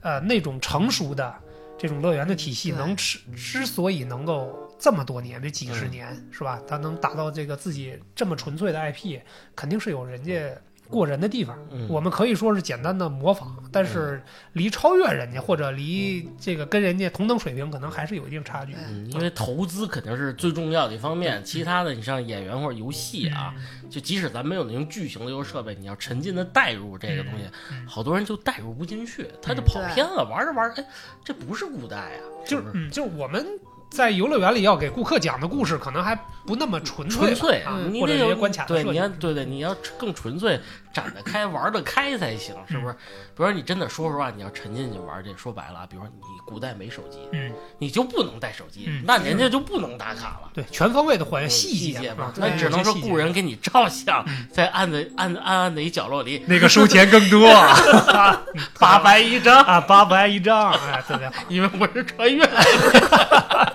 [SPEAKER 2] 呃那种成熟的这种乐园的体系
[SPEAKER 3] 嗯
[SPEAKER 1] 对
[SPEAKER 2] 能之之所以能够这么多年，这几十
[SPEAKER 3] 嗯
[SPEAKER 2] 年、是吧？他能达到这个自己这么纯粹的 IP，肯定是有人家过人的地方。
[SPEAKER 3] 嗯
[SPEAKER 2] 我们可以说是简单的模仿，但是离超越人家或者离这个跟人家同等水平，可能还是有一定差距。
[SPEAKER 1] 对
[SPEAKER 3] 嗯，因为投资肯定是最重要的一方
[SPEAKER 2] 嗯
[SPEAKER 3] 面，其他的你像演员或者游戏啊，就即使咱没有那种巨型的游设备，你要沉浸的带入这个东西，
[SPEAKER 2] 嗯
[SPEAKER 3] 好多人就带入不进去，他就跑偏了，玩着玩着，哎，这不是古代啊，
[SPEAKER 2] 就是
[SPEAKER 3] 不是
[SPEAKER 2] 嗯，就是我们。在游乐园里要给顾客讲的故事，可能还不那么纯粹
[SPEAKER 3] 嗯纯
[SPEAKER 2] 了，
[SPEAKER 3] 粹嗯
[SPEAKER 2] 啊，
[SPEAKER 3] 你
[SPEAKER 2] 或者
[SPEAKER 3] 得
[SPEAKER 2] 一些
[SPEAKER 3] 有
[SPEAKER 2] 关卡的
[SPEAKER 3] 对，
[SPEAKER 2] 设
[SPEAKER 3] 你
[SPEAKER 2] 计
[SPEAKER 3] 要对对，你要更纯粹，展得开，玩得开才行，是
[SPEAKER 2] 嗯
[SPEAKER 3] 不是？比如说你真的说实话，你要沉浸去玩这，说白了啊，比如说你古代没手机，
[SPEAKER 2] 嗯，
[SPEAKER 3] 你就不能带手机
[SPEAKER 2] 嗯，
[SPEAKER 3] 那人家就不能打卡了。
[SPEAKER 2] 对，全方位的还
[SPEAKER 3] 有
[SPEAKER 2] 原
[SPEAKER 3] 细
[SPEAKER 2] 细
[SPEAKER 3] 节嘛
[SPEAKER 2] 嘛，，
[SPEAKER 1] 对
[SPEAKER 3] 那只能说雇人给你照相
[SPEAKER 2] 嗯，
[SPEAKER 3] 在暗的暗暗暗的一角落里，
[SPEAKER 2] (laughs) 那个收钱更多，
[SPEAKER 3] (laughs) 八百一张，
[SPEAKER 2] 啊，八百一张，哎，特别好，
[SPEAKER 3] 因为我是穿越。
[SPEAKER 2] (laughs)
[SPEAKER 3] 哎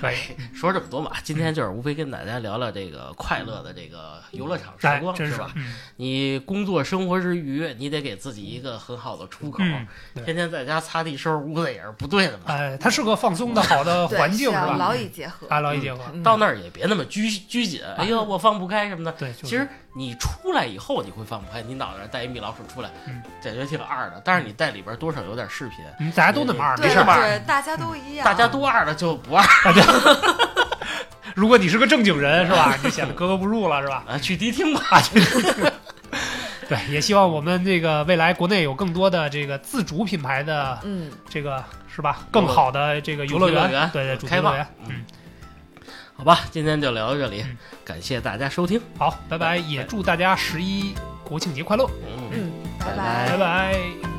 [SPEAKER 2] 可以。哎
[SPEAKER 3] 说这么多嘛，今
[SPEAKER 2] 嗯
[SPEAKER 3] 天就是无非跟大家聊聊这个快乐的这个游乐场时
[SPEAKER 2] 哎
[SPEAKER 3] 光，，
[SPEAKER 2] 真
[SPEAKER 3] 是
[SPEAKER 2] 是
[SPEAKER 3] 吧，？
[SPEAKER 2] 嗯
[SPEAKER 3] 你工作生活之余，你得给自己一个很好的出口。
[SPEAKER 2] 嗯，对
[SPEAKER 3] 天天在家擦地收拾屋子也是不对的嘛。
[SPEAKER 2] 哎，它是个放松的好的
[SPEAKER 1] 对
[SPEAKER 2] 环境，
[SPEAKER 1] 是
[SPEAKER 2] 是
[SPEAKER 1] 要劳
[SPEAKER 2] 吧？
[SPEAKER 1] 逸结合，
[SPEAKER 2] 啊，劳逸结合，
[SPEAKER 1] 嗯
[SPEAKER 3] 到那儿也别那么拘拘谨，哎呦，我放不开什么的。
[SPEAKER 2] 对，就是
[SPEAKER 3] 其实你出来以后你会放不开，你脑袋上带一米老鼠出来
[SPEAKER 2] 嗯，
[SPEAKER 3] 感觉挺二的。但是你在里边多少有点视频，
[SPEAKER 2] 嗯大家都那么二，
[SPEAKER 1] 对
[SPEAKER 2] 没事儿吧？
[SPEAKER 1] 对，啊大家都一样，
[SPEAKER 3] 大家都二了就不二
[SPEAKER 2] 如果你是个正经人，是吧？你就显得格格不入了，是吧？
[SPEAKER 3] 了，去迪厅吧。
[SPEAKER 2] 对，也希望我们这个未来国内有更多的这个自主品牌的
[SPEAKER 1] 嗯，
[SPEAKER 2] 这个是吧？更好的这个游
[SPEAKER 3] 主题乐
[SPEAKER 2] 园
[SPEAKER 3] 园，
[SPEAKER 2] 对对，主题
[SPEAKER 3] 开放
[SPEAKER 2] 乐园。 (laughs) 嗯
[SPEAKER 3] 嗯，好吧，今天就聊到这里
[SPEAKER 2] 嗯，
[SPEAKER 3] 感谢大家收听，
[SPEAKER 2] 好，拜拜，也祝大家十一国庆节快乐，
[SPEAKER 3] 嗯。
[SPEAKER 1] 嗯，
[SPEAKER 3] 拜
[SPEAKER 1] 拜
[SPEAKER 2] 拜拜。